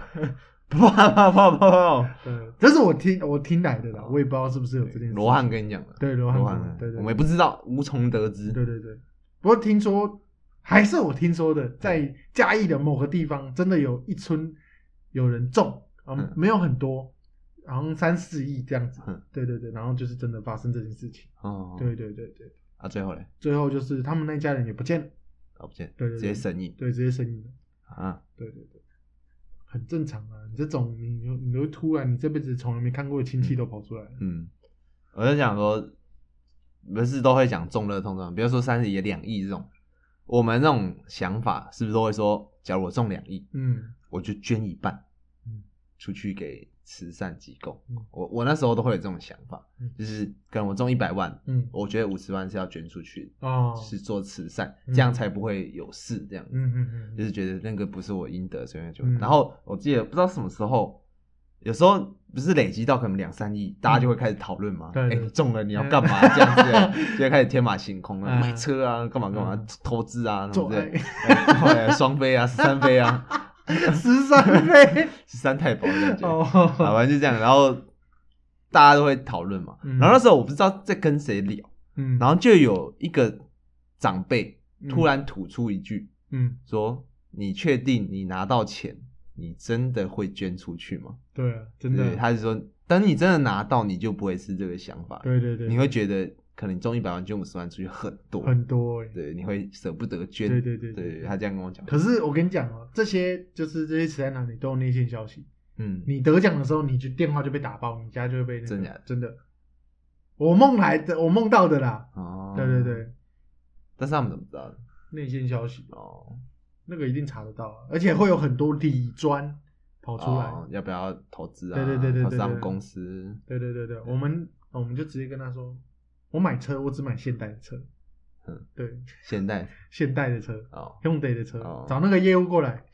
Speaker 3: 不不不不，
Speaker 2: 对，这是我听我听来的啦，我也不知道是不是有这件事。
Speaker 3: 哦罗汉跟你讲的，
Speaker 2: 对罗
Speaker 3: 罗
Speaker 2: 汉
Speaker 3: 汉
Speaker 2: 跟，对对，
Speaker 3: 我们也不知道，无从得知，
Speaker 2: 对对对，不过听说还是我听说的，在嘉义的某个地方，真的有一村有人中，啊、
Speaker 3: 嗯
Speaker 2: 没有很多，好像三四亿这样子。
Speaker 3: 嗯
Speaker 2: 对对对，然后就是真的发生这件事情。
Speaker 3: 哦，
Speaker 2: 对对对对，
Speaker 3: 啊，最后嘞，
Speaker 2: 最后就是他们那家人也不见了，
Speaker 3: 搞不见，
Speaker 2: 对对
Speaker 3: 直
Speaker 2: 对
Speaker 3: 接神隐
Speaker 2: 对，直接生意了。
Speaker 3: 啊，
Speaker 2: 对对对，很正常啊。你这种你你你都突然你这辈子从来没看过的亲戚都跑出来了，
Speaker 3: 嗯，我就想说，不是都会讲中乐通中，比如说三十也两亿这种，我们那种想法是不是都会说，假如我中两亿，
Speaker 2: 嗯
Speaker 3: 我就捐一半，
Speaker 2: 嗯
Speaker 3: 出去给慈善机构。
Speaker 2: 嗯
Speaker 3: 我我那时候都会有这种想法，
Speaker 2: 嗯
Speaker 3: 就是可能我中一百万，
Speaker 2: 嗯
Speaker 3: 我觉得五十万是要捐出去，
Speaker 2: 哦，
Speaker 3: 是做慈善，
Speaker 2: 嗯
Speaker 3: 这样才不会有事。这样子，
Speaker 2: 嗯嗯嗯
Speaker 3: 就是觉得那个不是我应得，所以就。
Speaker 2: 嗯
Speaker 3: 然后我记得不知道什么时候，有时候不是累积到可能两三亿，大家就会开始讨论嘛，
Speaker 2: 嗯对
Speaker 3: 哎、
Speaker 2: 对
Speaker 3: 你中了你要干嘛？这样子 啊，就会开始天马行空了，
Speaker 2: 嗯
Speaker 3: 买车啊，干嘛干嘛
Speaker 2: 嗯，
Speaker 3: 投资啊，什
Speaker 2: 做
Speaker 3: 么之类的
Speaker 2: 爱，
Speaker 3: 哎双飞啊，十三飞啊。
Speaker 2: 嗯， 十三倍
Speaker 3: 十三太保的感觉。
Speaker 2: 哦
Speaker 3: 啊，，反正就这样，然后大家都会讨论嘛。
Speaker 2: 嗯
Speaker 3: 然后那时候我不知道在跟谁聊，
Speaker 2: 嗯，
Speaker 3: 然后就有一个长辈
Speaker 2: 嗯
Speaker 3: 突然吐出一句
Speaker 2: 嗯，
Speaker 3: 说：“你确定你拿到钱，你真的会捐出去吗
Speaker 2: 对啊，？”真的
Speaker 3: 对，，他就说：“等你真的拿到，你就不会是这个想法，
Speaker 2: 对对对，
Speaker 3: 你会觉得可能中一百万捐五十万出去很多，
Speaker 2: 很多哎，
Speaker 3: 对，你会舍不得捐。
Speaker 2: 对对对
Speaker 3: 对他这样跟我讲，
Speaker 2: 可是我跟你讲哦，这些就是这些慈善团体都有内线消息。
Speaker 3: 嗯，
Speaker 2: 你得奖的时候，你就电话就被打爆，你家就会被那个
Speaker 3: 真假的
Speaker 2: 真的。我梦来的，我梦到的啦。
Speaker 3: 哦，
Speaker 2: 对对，对，
Speaker 3: 但是他们怎么知道的？
Speaker 2: 内线消息
Speaker 3: 哦，
Speaker 2: 那个一定查得到啊，而且会有很多理专跑出来。
Speaker 3: 哦、要不要投资啊？
Speaker 2: 对对对对
Speaker 3: 投资
Speaker 2: 对
Speaker 3: 他们
Speaker 2: 对
Speaker 3: 公司
Speaker 2: 对对对对，我们我们就直接跟他说，我买车我只买现代的车，
Speaker 3: 嗯，
Speaker 2: 对，
Speaker 3: 现在
Speaker 2: 现代的车，
Speaker 3: 哦，
Speaker 2: 用得的车，
Speaker 3: 哦
Speaker 2: 找那个业务过来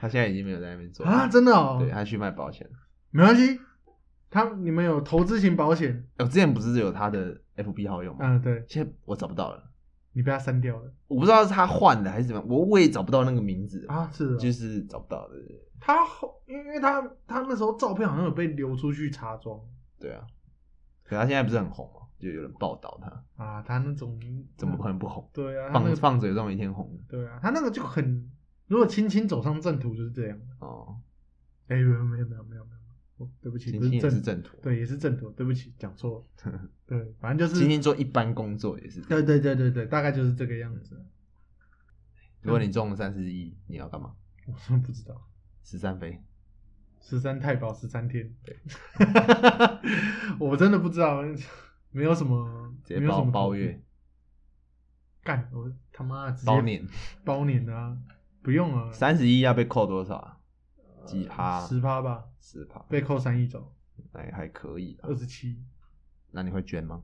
Speaker 3: 他现在已经没有在那边做
Speaker 2: 啊，真的哦，
Speaker 3: 对他去卖保险。
Speaker 2: 没关系，他你们有投资型保险，
Speaker 3: 我哦之前不是有他的 FB 好友吗？
Speaker 2: 嗯，对
Speaker 3: 现在我找不到了，
Speaker 2: 你被他删掉了
Speaker 3: 我不知道是他换了还是怎么样，我我也找不到那个名字，
Speaker 2: 啊，是哦
Speaker 3: 就是找不到的。对
Speaker 2: 他后，因为他他那时候照片好像有被流出去查妆
Speaker 3: 对啊，可他现在不是很红吗？就有人报道他，
Speaker 2: 啊，他那种
Speaker 3: 怎么可？能不红？
Speaker 2: 对啊，他嗯那
Speaker 3: 放
Speaker 2: 个
Speaker 3: 放嘴总有一天红的
Speaker 2: 对啊，他那个就很，如果轻轻走上正途就是这样的。
Speaker 3: 哦。
Speaker 2: 哎，没有没有没有没有没有，哦对不起，
Speaker 3: 青
Speaker 2: 不
Speaker 3: 青
Speaker 2: 是
Speaker 3: 也是
Speaker 2: 正
Speaker 3: 正途，
Speaker 2: 对，也是正途，对不起，讲错了。 对，反正就
Speaker 3: 青
Speaker 2: 是，
Speaker 3: 青做一般工作也是这样。
Speaker 2: 对对对对对，大概就是这个样子。
Speaker 3: 如果你中了三十一，你要干嘛？
Speaker 2: 我真的不知道，
Speaker 3: 十三飞。
Speaker 2: 十三太保十三天， 我真的不知道，没有什么，
Speaker 3: 直
Speaker 2: 没
Speaker 3: 接
Speaker 2: 有什
Speaker 3: 包
Speaker 2: 么
Speaker 3: 包
Speaker 2: 头绪
Speaker 3: 月、
Speaker 2: 干，我他妈直接
Speaker 3: 包年，
Speaker 2: 包年啊，不用啊，
Speaker 3: 三十一要被扣多少啊？几趴？
Speaker 2: 呃
Speaker 3: 啊
Speaker 2: 十趴吧，
Speaker 3: 十趴，
Speaker 2: 被扣三亿走，
Speaker 3: 那也还可以啊
Speaker 2: 二。十七
Speaker 3: 那你会捐吗？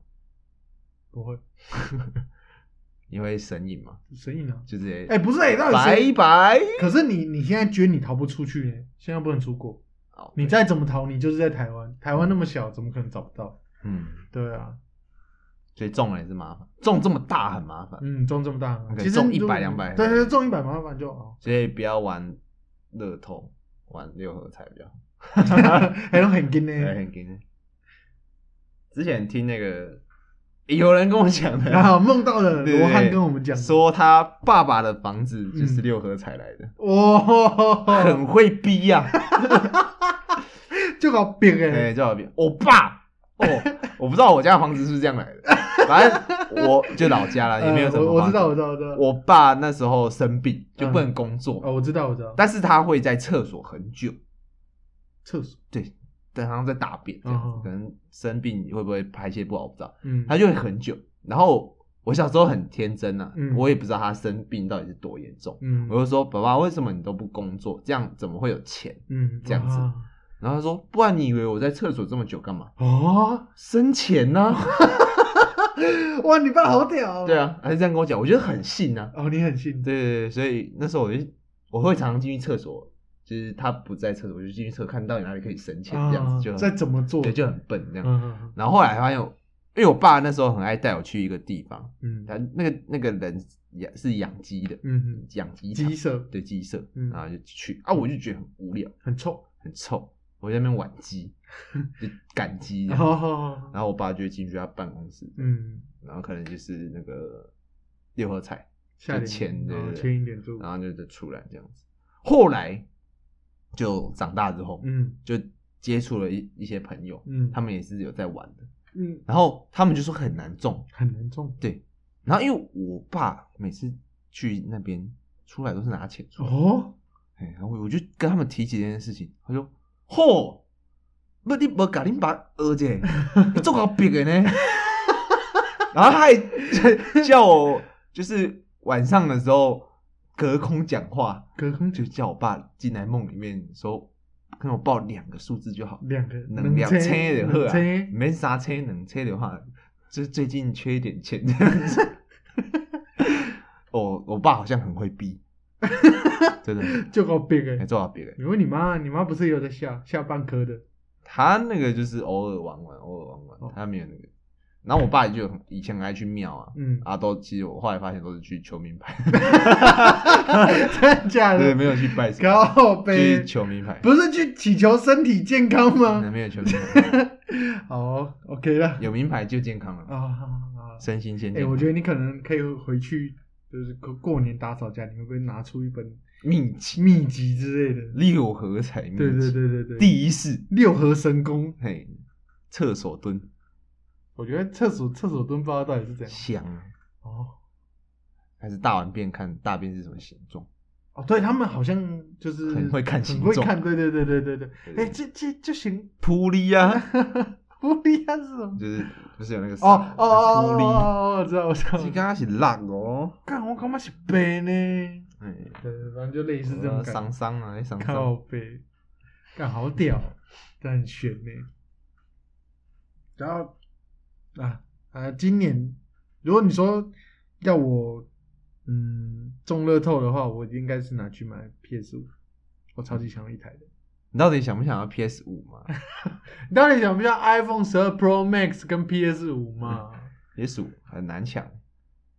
Speaker 2: 不会
Speaker 3: 你会神隐吗？
Speaker 2: 神隐啊！
Speaker 3: 就直接
Speaker 2: 哎、不是哎、到底
Speaker 3: 拜
Speaker 2: 谁？
Speaker 3: 拜。
Speaker 2: 可是你你现在捐你逃不出去呢，现在不能出国，
Speaker 3: 好
Speaker 2: 你再怎么逃，你就是在台湾，台湾那么小，怎么可能找不到？
Speaker 3: 嗯，
Speaker 2: 对啊，
Speaker 3: 所以中了也是麻烦，中这么大很麻烦，
Speaker 2: 嗯，中这么大，
Speaker 3: OK，
Speaker 2: 其实
Speaker 3: 中
Speaker 2: 如果
Speaker 3: 100 200
Speaker 2: 对对对，中一百麻烦就哦，
Speaker 3: 所以不要玩乐透，玩六合彩比较好。
Speaker 2: 还有很劲呢，
Speaker 3: 还很惊。之前听那个有人跟我讲 的，
Speaker 2: 然后啊梦到了
Speaker 3: 对对
Speaker 2: 罗汉
Speaker 3: 对
Speaker 2: 跟我们讲的，
Speaker 3: 说他爸爸的房子
Speaker 2: 嗯
Speaker 3: 就是六合彩来的，
Speaker 2: 哇，
Speaker 3: 很会逼呀、
Speaker 2: 就搞别
Speaker 3: 哎、
Speaker 2: 哎，
Speaker 3: 叫我别，我爸哦，我不知道我家的房子是不是这样来的，反正我就老家了，也没有什
Speaker 2: 呃
Speaker 3: 么
Speaker 2: 我我知道，
Speaker 3: 房
Speaker 2: 我
Speaker 3: 子
Speaker 2: 知道，我哦知道，
Speaker 3: 我爸那时候生病就不能
Speaker 2: 嗯
Speaker 3: 工作，
Speaker 2: 哦，我知道，我知道，
Speaker 3: 但是他会在厕所很久，
Speaker 2: 厕所
Speaker 3: 对，在好像在大便这样子
Speaker 2: 嗯哼
Speaker 3: 可能生病会不会排泄不好，我不知道，
Speaker 2: 嗯，
Speaker 3: 他就会很久。然后我小时候很天真啊，
Speaker 2: 嗯
Speaker 3: 我也不知道他生病到底是多严重，
Speaker 2: 嗯
Speaker 3: 我就说爸爸，为什么你都不工作？这样怎么会有钱？
Speaker 2: 嗯
Speaker 3: 这样子
Speaker 2: 啊
Speaker 3: 然后他说，不然你以为我在厕所这么久干嘛？
Speaker 2: 哦，
Speaker 3: 生钱呢、
Speaker 2: 哇，你爸好屌、哦，
Speaker 3: 对，啊，他就这样跟我讲，我觉得很信啊。
Speaker 2: 哦，你很信，
Speaker 3: 对对对，所以那时候我就我会常常进去厕所，就是他不在厕所，我就进去厕所看到底哪里可以省钱，这样子就
Speaker 2: 啊
Speaker 3: 很
Speaker 2: 再怎么做，
Speaker 3: 对就很笨这样。
Speaker 2: 嗯
Speaker 3: 然后后来发现我，因为我爸那时候很爱带我去一个地方，
Speaker 2: 嗯
Speaker 3: 他那个那个人养是养鸡的，
Speaker 2: 嗯，
Speaker 3: 养鸡场
Speaker 2: 鸡舍
Speaker 3: 对鸡舍，
Speaker 2: 嗯
Speaker 3: 然后就去啊，我就觉得很无聊，
Speaker 2: 很臭，
Speaker 3: 很臭，我在那边玩 鸡，就赶鸡这
Speaker 2: 好
Speaker 3: 样。
Speaker 2: 好好，
Speaker 3: 然后我爸就会进去他办公室，
Speaker 2: 哦嗯，
Speaker 3: 然后可能就是那个六合彩，
Speaker 2: 下
Speaker 3: 就
Speaker 2: 点
Speaker 3: 浅对
Speaker 2: 哦
Speaker 3: 对对啊
Speaker 2: 浅一点做，
Speaker 3: 然后就就出来这样子。后来就长大之后，
Speaker 2: 嗯
Speaker 3: 就接触了一一些朋友，
Speaker 2: 嗯，
Speaker 3: 他们也是有在玩的，
Speaker 2: 嗯
Speaker 3: 然后他们就说很难中，
Speaker 2: 很难中
Speaker 3: 然后因为我爸每次去那边出来都是拿钱出来，
Speaker 2: 哦，
Speaker 3: 哎、然后我就跟他们提起这件事情，他说：“嚯，不你不搞你爸儿子，你做搞别的呢？” 然后他还叫我，就是晚上的时候隔空讲话，
Speaker 2: 隔空
Speaker 3: 就
Speaker 2: 就
Speaker 3: 叫我爸进来梦里面说，跟我报两个数字就好，
Speaker 2: 两个
Speaker 3: 能两车就好
Speaker 2: 能
Speaker 3: 啊
Speaker 2: 切，
Speaker 3: 没啥车能车的话，就是啊最近缺一点钱这 样子。我我爸好像很会逼，真的，
Speaker 2: 就搞哎别
Speaker 3: 没
Speaker 2: 个。
Speaker 3: 做到别人。
Speaker 2: 你问你妈，你妈不是也有在下下半科的？
Speaker 3: 他那个就是偶尔玩玩，偶尔玩玩，
Speaker 2: 哦
Speaker 3: 他没有那个。然后我爸就很以前很爱去庙啊，
Speaker 2: 嗯，
Speaker 3: 啊都其实我后来发现都是去求名 牌，
Speaker 2: 真的假
Speaker 3: 对，
Speaker 2: 的？
Speaker 3: 没有去拜神，
Speaker 2: 靠
Speaker 3: 去
Speaker 2: 呗，
Speaker 3: 求名牌，
Speaker 2: 不是去祈求身体健康吗？
Speaker 3: 没有求名牌，
Speaker 2: 好哦，OK 了。
Speaker 3: 有名牌就健康了，
Speaker 2: 啊，好好好
Speaker 3: 身心先
Speaker 2: 哎、
Speaker 3: 健康。
Speaker 2: 我觉得你可能可以回去，就是过过年打扫家，你会不会拿出一本
Speaker 3: 秘籍
Speaker 2: 秘籍之类的？
Speaker 3: 六合彩秘籍，
Speaker 2: 对对对对对，
Speaker 3: 第一式，
Speaker 2: 六合神功，
Speaker 3: 嘿，厕所蹲
Speaker 2: 我觉得厕所厕所蹲不知道到底是怎样。
Speaker 3: 香啊，
Speaker 2: 哦
Speaker 3: 还是大完便看大便是什么形状，
Speaker 2: 哦，对他们好像就是
Speaker 3: 很会看
Speaker 2: 很
Speaker 3: 形
Speaker 2: 会
Speaker 3: 状
Speaker 2: 看，对对对对对对。哎、
Speaker 3: 对
Speaker 2: 这这就行，
Speaker 3: 扑力啊，
Speaker 2: 不一样是什么？
Speaker 3: 就是就是有那个
Speaker 2: 哦哦哦
Speaker 3: 扑
Speaker 2: 哦哦
Speaker 3: 力，
Speaker 2: 哦，我知道我知道
Speaker 3: 这。刚刚是浪哦，
Speaker 2: 干我干嘛是背呢？
Speaker 3: 哎，
Speaker 2: 对对，反正就类似这种感觉
Speaker 3: 伤。伤啊，伤
Speaker 2: 靠
Speaker 3: 伤，
Speaker 2: 背，干好屌，但很悬呢、然后啊啊，今年如果你说要我嗯中乐透的话，我应该是拿去买 PS 五，我超级想要一台的。
Speaker 3: 你到底想不想要 PS 五嘛
Speaker 2: 你到底想不想 iPhone 十二 Pro Max 跟 PS 五嘛？
Speaker 3: ？PS 五很难抢，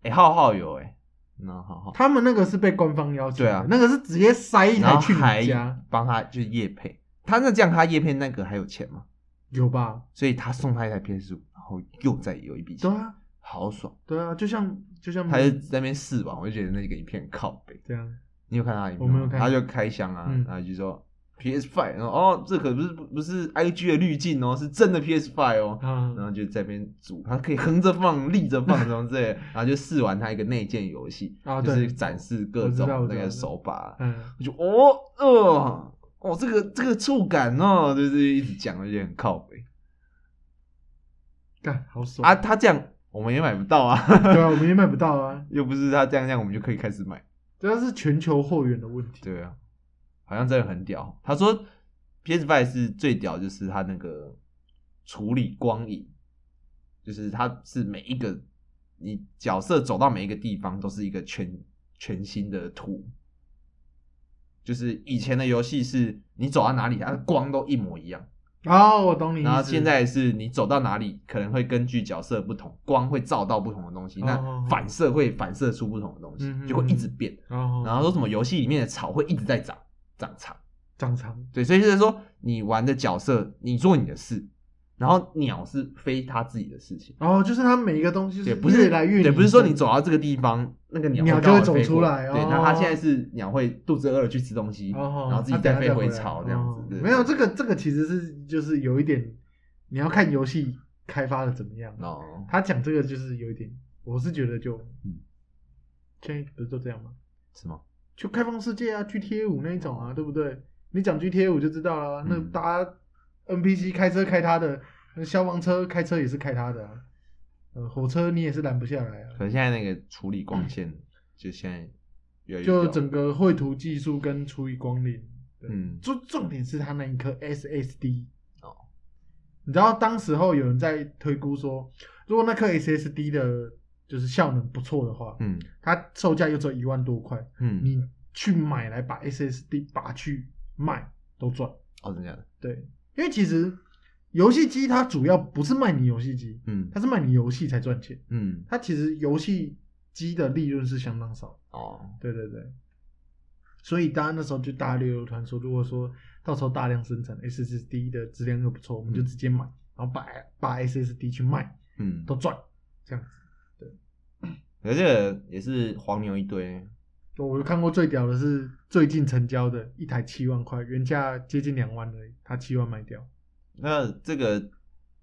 Speaker 3: 哎，浩浩有哎，那浩浩，
Speaker 2: 他们那个是被官方要求的，
Speaker 3: 对啊
Speaker 2: 那个是直接塞一
Speaker 3: 然
Speaker 2: 台
Speaker 3: 后
Speaker 2: 去
Speaker 3: 还
Speaker 2: 你家，
Speaker 3: 帮他就是叶配，他那这样他叶配那个还有钱吗？
Speaker 2: 有吧？
Speaker 3: 所以他送他一台 PS 五，然后又再有一笔
Speaker 2: 对
Speaker 3: 钱，
Speaker 2: 啊，
Speaker 3: 好爽。
Speaker 2: 对啊，就像就像
Speaker 3: 他就在那边试玩，我就觉得那个影片靠背。
Speaker 2: 这样，
Speaker 3: 你有看他的影片
Speaker 2: 我
Speaker 3: 吗？
Speaker 2: 没有看
Speaker 3: 他就开箱啊，
Speaker 2: 嗯
Speaker 3: 然后就说 PS Five，然后哦，这可不是不是 IG 的滤镜哦，是真的 PS Five 哦。
Speaker 2: 啊
Speaker 3: 然后就在那边组，他可以横着放、立着放什么之 类的，然后就试玩他一个内建游戏，
Speaker 2: 啊
Speaker 3: 就
Speaker 2: 对
Speaker 3: 是展示各
Speaker 2: 我知
Speaker 3: 种
Speaker 2: 道我知
Speaker 3: 那
Speaker 2: 道
Speaker 3: 个手把。
Speaker 2: 嗯。
Speaker 3: 我就哦，呃，哦，这个这个触感哦，就是一直讲，而且很靠背
Speaker 2: 干好爽
Speaker 3: 啊。！他这样我们也买不到啊，
Speaker 2: 对啊，我们也买不到啊，
Speaker 3: 又不是他这样这样我们就可以开始买。
Speaker 2: 主要是全球货源的问题。
Speaker 3: 对啊，好像真的很屌。他说 PS Five 是最屌，就是它那个处理光影，就是它是每一个你角色走到每一个地方都是一个全全新的图。就是以前的游戏是你走到哪里，它的光都一模一样。
Speaker 2: 哦，我懂你意思。
Speaker 3: 然后现在是你走到哪里，可能会根据角色不同，光会照到不同的东西，
Speaker 2: 哦
Speaker 3: 那反射会反射出不同的东西
Speaker 2: 嗯嗯，
Speaker 3: 就会一直变。
Speaker 2: 哦，
Speaker 3: 然后说什么游戏里面的草会一直在长长长，
Speaker 2: 长长，
Speaker 3: 对，所以就是说你玩的角色，你做你的事，然后鸟是飞它自己的事情，
Speaker 2: 哦，就是它每一个东西
Speaker 3: 对，
Speaker 2: 是
Speaker 3: 不是
Speaker 2: 越来越
Speaker 3: 对，
Speaker 2: 拟
Speaker 3: 不是说你
Speaker 2: 真
Speaker 3: 走到这个地方，那个鸟
Speaker 2: 鸟
Speaker 3: 刚好
Speaker 2: 就会走
Speaker 3: 飞
Speaker 2: 出
Speaker 3: 过
Speaker 2: 来
Speaker 3: 对，
Speaker 2: 哦
Speaker 3: 那它现在是鸟会肚子饿了去吃东西，
Speaker 2: 哦，
Speaker 3: 然后自己
Speaker 2: 它
Speaker 3: 再
Speaker 2: 等下
Speaker 3: 飞回
Speaker 2: 来
Speaker 3: 巢这样
Speaker 2: 哦
Speaker 3: 子，对
Speaker 2: 没有这个这个其实是就是有一点，你要看游戏开发的怎么样。
Speaker 3: 哦，
Speaker 2: 他讲这个就是有一点，我是觉得就
Speaker 3: 嗯，
Speaker 2: 现在不是都这样吗？
Speaker 3: 是吗？
Speaker 2: 就开放世界啊，GTA 五那一种啊，对不对？你讲 GTA 五就知道了啊，那
Speaker 3: 嗯
Speaker 2: 大家 NPC 开车开他的，呃消防车开车也是开他的、啊，呃，火车你也是拦不下来啊。
Speaker 3: 可是现在那个处理光线，就现在越来越
Speaker 2: 就
Speaker 3: 屌
Speaker 2: 整个绘图技术跟处理光领，对
Speaker 3: 嗯
Speaker 2: 重重点是它那一颗 SSD
Speaker 3: 哦
Speaker 2: 哦，你知道当时候有人在推估说，如果那颗 SSD 的就是效能不错的话，
Speaker 3: 嗯
Speaker 2: 它售价又只有一万多块，
Speaker 3: 嗯，
Speaker 2: 你去买来把 SSD 拔去卖都赚。
Speaker 3: 哦，真的假的？
Speaker 2: 对，因为其实游戏机它主要不是卖你游戏机，
Speaker 3: 嗯
Speaker 2: 它是卖你游戏才赚钱，
Speaker 3: 嗯
Speaker 2: 它其实游戏机的利润是相当少的。
Speaker 3: 哦，
Speaker 2: 对对对，所以大家那时候就大家流流传说，如果说到时候大量生产 SSD 的质量又不错，我们就直接买，然后把把 SSD 去卖，
Speaker 3: 嗯，
Speaker 2: 都赚这样子。
Speaker 3: 可是这个也是黄牛一堆，
Speaker 2: 我有看过最屌的是最近成交的一台七万块，原价接近两万而已，他七万卖掉。
Speaker 3: 那这个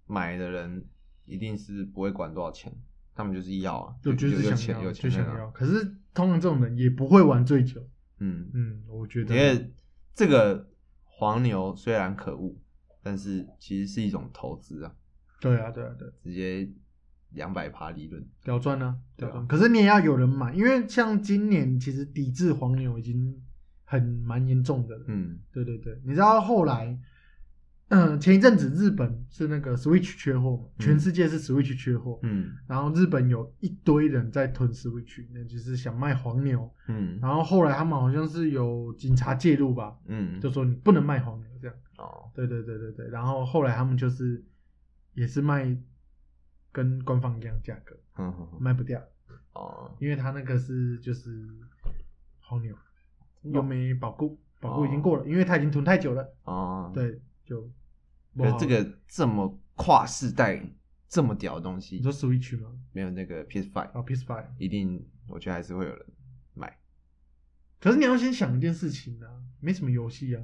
Speaker 3: 买的人一定是不会管多少钱，他们就是要啊，
Speaker 2: 就就是
Speaker 3: 有
Speaker 2: 想
Speaker 3: 钱
Speaker 2: 要，
Speaker 3: 有
Speaker 2: 就
Speaker 3: 钱
Speaker 2: 想
Speaker 3: 人啊
Speaker 2: 要。可是通常这种人也不会玩最久，
Speaker 3: 嗯，
Speaker 2: 嗯，我觉
Speaker 3: 因
Speaker 2: 得
Speaker 3: 为这个黄牛虽然可恶，但是其实是一种投资啊，
Speaker 2: 对啊，对啊，对啊，
Speaker 3: 直接两百趴利润。
Speaker 2: 屌赚啊，屌
Speaker 3: 对啊
Speaker 2: 赚。可是你也要有人买，因为像今年其实抵制黄牛已经很蛮严重的了，
Speaker 3: 嗯
Speaker 2: 对对对，你知道后来，嗯，前一阵子日本是那个 Switch 缺货嘛，
Speaker 3: 嗯
Speaker 2: 全世界是 Switch 缺货，
Speaker 3: 嗯
Speaker 2: 然后日本有一堆人在囤 Switch，那就是想卖黄牛，
Speaker 3: 嗯
Speaker 2: 然后后来他们好像是有警察介入吧，
Speaker 3: 嗯，
Speaker 2: 就说你不能卖黄牛这样，
Speaker 3: 哦，
Speaker 2: 对对对对对，然后后来他们就是也是卖跟官方一样价格，
Speaker 3: 嗯哼哼
Speaker 2: 卖不掉，
Speaker 3: 哦，
Speaker 2: 因为他那个是就是黄牛，又没保固，保固已经
Speaker 3: 哦
Speaker 2: 过了，因为他已经囤太久了。
Speaker 3: 哦，
Speaker 2: 对，就不
Speaker 3: 可是
Speaker 2: 好
Speaker 3: 这个这么跨世代这么屌的东西
Speaker 2: 你，说 Switch 吗？
Speaker 3: 没有那个 PS Five，
Speaker 2: 啊，PS Five。
Speaker 3: 一定我觉得还是会有人买，
Speaker 2: 可是你要先想一件事情啊，没什么游戏啊，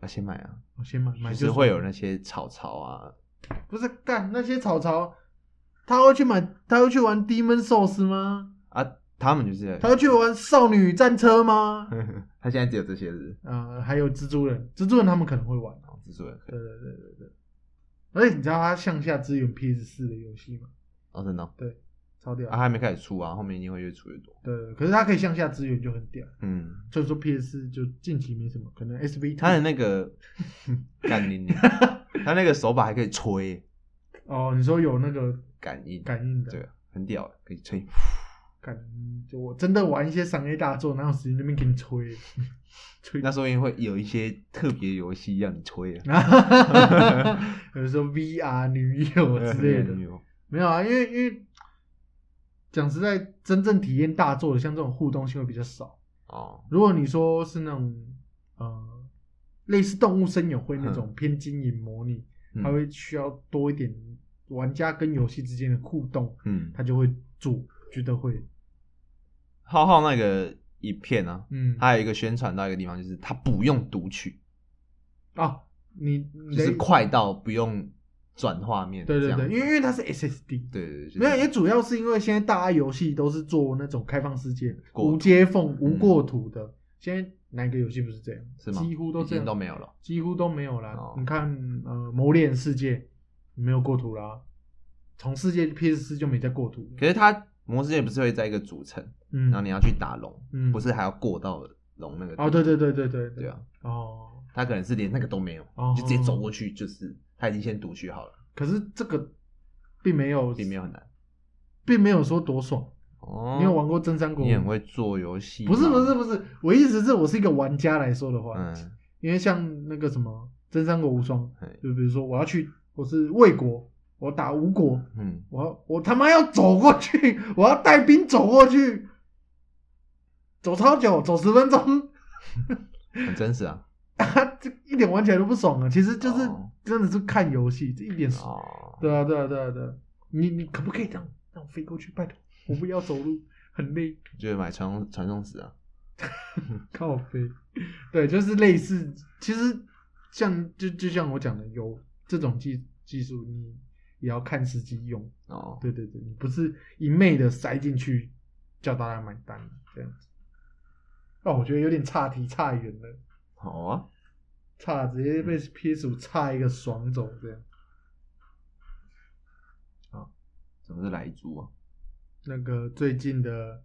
Speaker 3: 那先买啊，
Speaker 2: 我先买买就
Speaker 3: 就
Speaker 2: 是爽
Speaker 3: 会有那些草草啊，
Speaker 2: 不是干那些草草，他会去买，他会去玩 Demon Souls 吗？
Speaker 3: 啊，他们就是
Speaker 2: 他会去玩少女战车吗？
Speaker 3: 他现在只有这些人，
Speaker 2: 呃，还有蜘蛛人，蜘蛛人他们可能会玩啊。
Speaker 3: 哦制作人可以
Speaker 2: 对对对对对。而且你知道他向下支援 PS 四的游戏吗？
Speaker 3: 哦，真的哦，
Speaker 2: 超屌。
Speaker 3: 啊，还没开始出啊，后面一定会越出越多，
Speaker 2: 对对，对可是他可以向下支援就很屌。
Speaker 3: 嗯，
Speaker 2: 所以说 PS 四就近期没什么，可能 SV
Speaker 3: 他的 那个干你你，他那个手把还可以吹
Speaker 2: 哦，你说有那个
Speaker 3: 感应，
Speaker 2: 感应的，
Speaker 3: 对，啊很屌，欸可以吹，
Speaker 2: 感就我真的玩一些商业大作，哪有时间那边给你吹 吹？
Speaker 3: 那时候因为会有一些特别游戏让你吹啊
Speaker 2: 有时候 VR 女友之类的，没有啊，因为因为讲实在，真正体验大作的，像这种互动性会比较少。
Speaker 3: 哦，
Speaker 2: 如果你说是那种呃类似动物森友会那种偏经营模拟，
Speaker 3: 嗯
Speaker 2: 它会需要多一点玩家跟游戏之间的互动，
Speaker 3: 嗯，
Speaker 2: 它就会做，觉得会
Speaker 3: 浩浩那个影片啊，
Speaker 2: 嗯
Speaker 3: 还有一个宣传到一个地方，就是他不用读取，
Speaker 2: 啊，你你的
Speaker 3: 就是快到不用转画面这
Speaker 2: 对对
Speaker 3: 样子，
Speaker 2: 对，因为因为它是 SSD，
Speaker 3: 对对对，
Speaker 2: 没有，也
Speaker 3: 就是
Speaker 2: 主要是因为现在大家游戏都是做那种开放世界、
Speaker 3: 过嗯
Speaker 2: 无接缝、无过图的。现在哪个游戏不是这样？
Speaker 3: 是吗？
Speaker 2: 几乎都
Speaker 3: 已
Speaker 2: 这
Speaker 3: 经
Speaker 2: 样，
Speaker 3: 都没有了，
Speaker 2: 几乎都没有啦。
Speaker 3: 哦
Speaker 2: 你看，呃，谋猎世界没有过图啦，从世界 PS 四就没再过图了。
Speaker 3: 可是他魔世界不是会在一个主城，
Speaker 2: 嗯
Speaker 3: 然后你要去打龙，
Speaker 2: 嗯
Speaker 3: 不是还要过到龙那个地方？
Speaker 2: 哦，对对对对对
Speaker 3: 对啊，
Speaker 2: 哦，
Speaker 3: 他可能是连那个都没有，
Speaker 2: 哦
Speaker 3: 就直接走过去，就是他已经先读取好了，
Speaker 2: 可是这个并没有，
Speaker 3: 并没有很难。
Speaker 2: 并没有说多爽。
Speaker 3: 哦
Speaker 2: 你有玩过真三国？
Speaker 3: 你很会做游戏吗，
Speaker 2: 不是不是不是，我意思是我是一个玩家来说的话，
Speaker 3: 嗯，
Speaker 2: 因为像那个什么《真三国无双
Speaker 3: 嘿》，
Speaker 2: 就比如说我要去，我是魏国，我打吴国，
Speaker 3: 嗯
Speaker 2: 我要我他妈要走过去，我要带兵走过去，走超久，走十分钟，
Speaker 3: 很真实啊。
Speaker 2: 啊，这一点玩起来都不爽啊！其实 就是
Speaker 3: 哦
Speaker 2: 真的是看游戏，这一点爽。
Speaker 3: 哦，
Speaker 2: 对啊，对啊，对啊，对啊，你你可不可以这样让我飞过去？拜托，我不要走路，很累。
Speaker 3: 就是买传送传送石啊。
Speaker 2: 靠背，对，就是类似，其实像就就像我讲的，有这种技技术，你也要看时机用。
Speaker 3: 哦，
Speaker 2: 对对对，你不是一昧的塞进去叫大家买单这样子。哦，我觉得有点岔题岔远了。
Speaker 3: 好啊，
Speaker 2: 差直接被 PS 五差一个爽走这样。
Speaker 3: 什么是莱猪啊？
Speaker 2: 那个最近的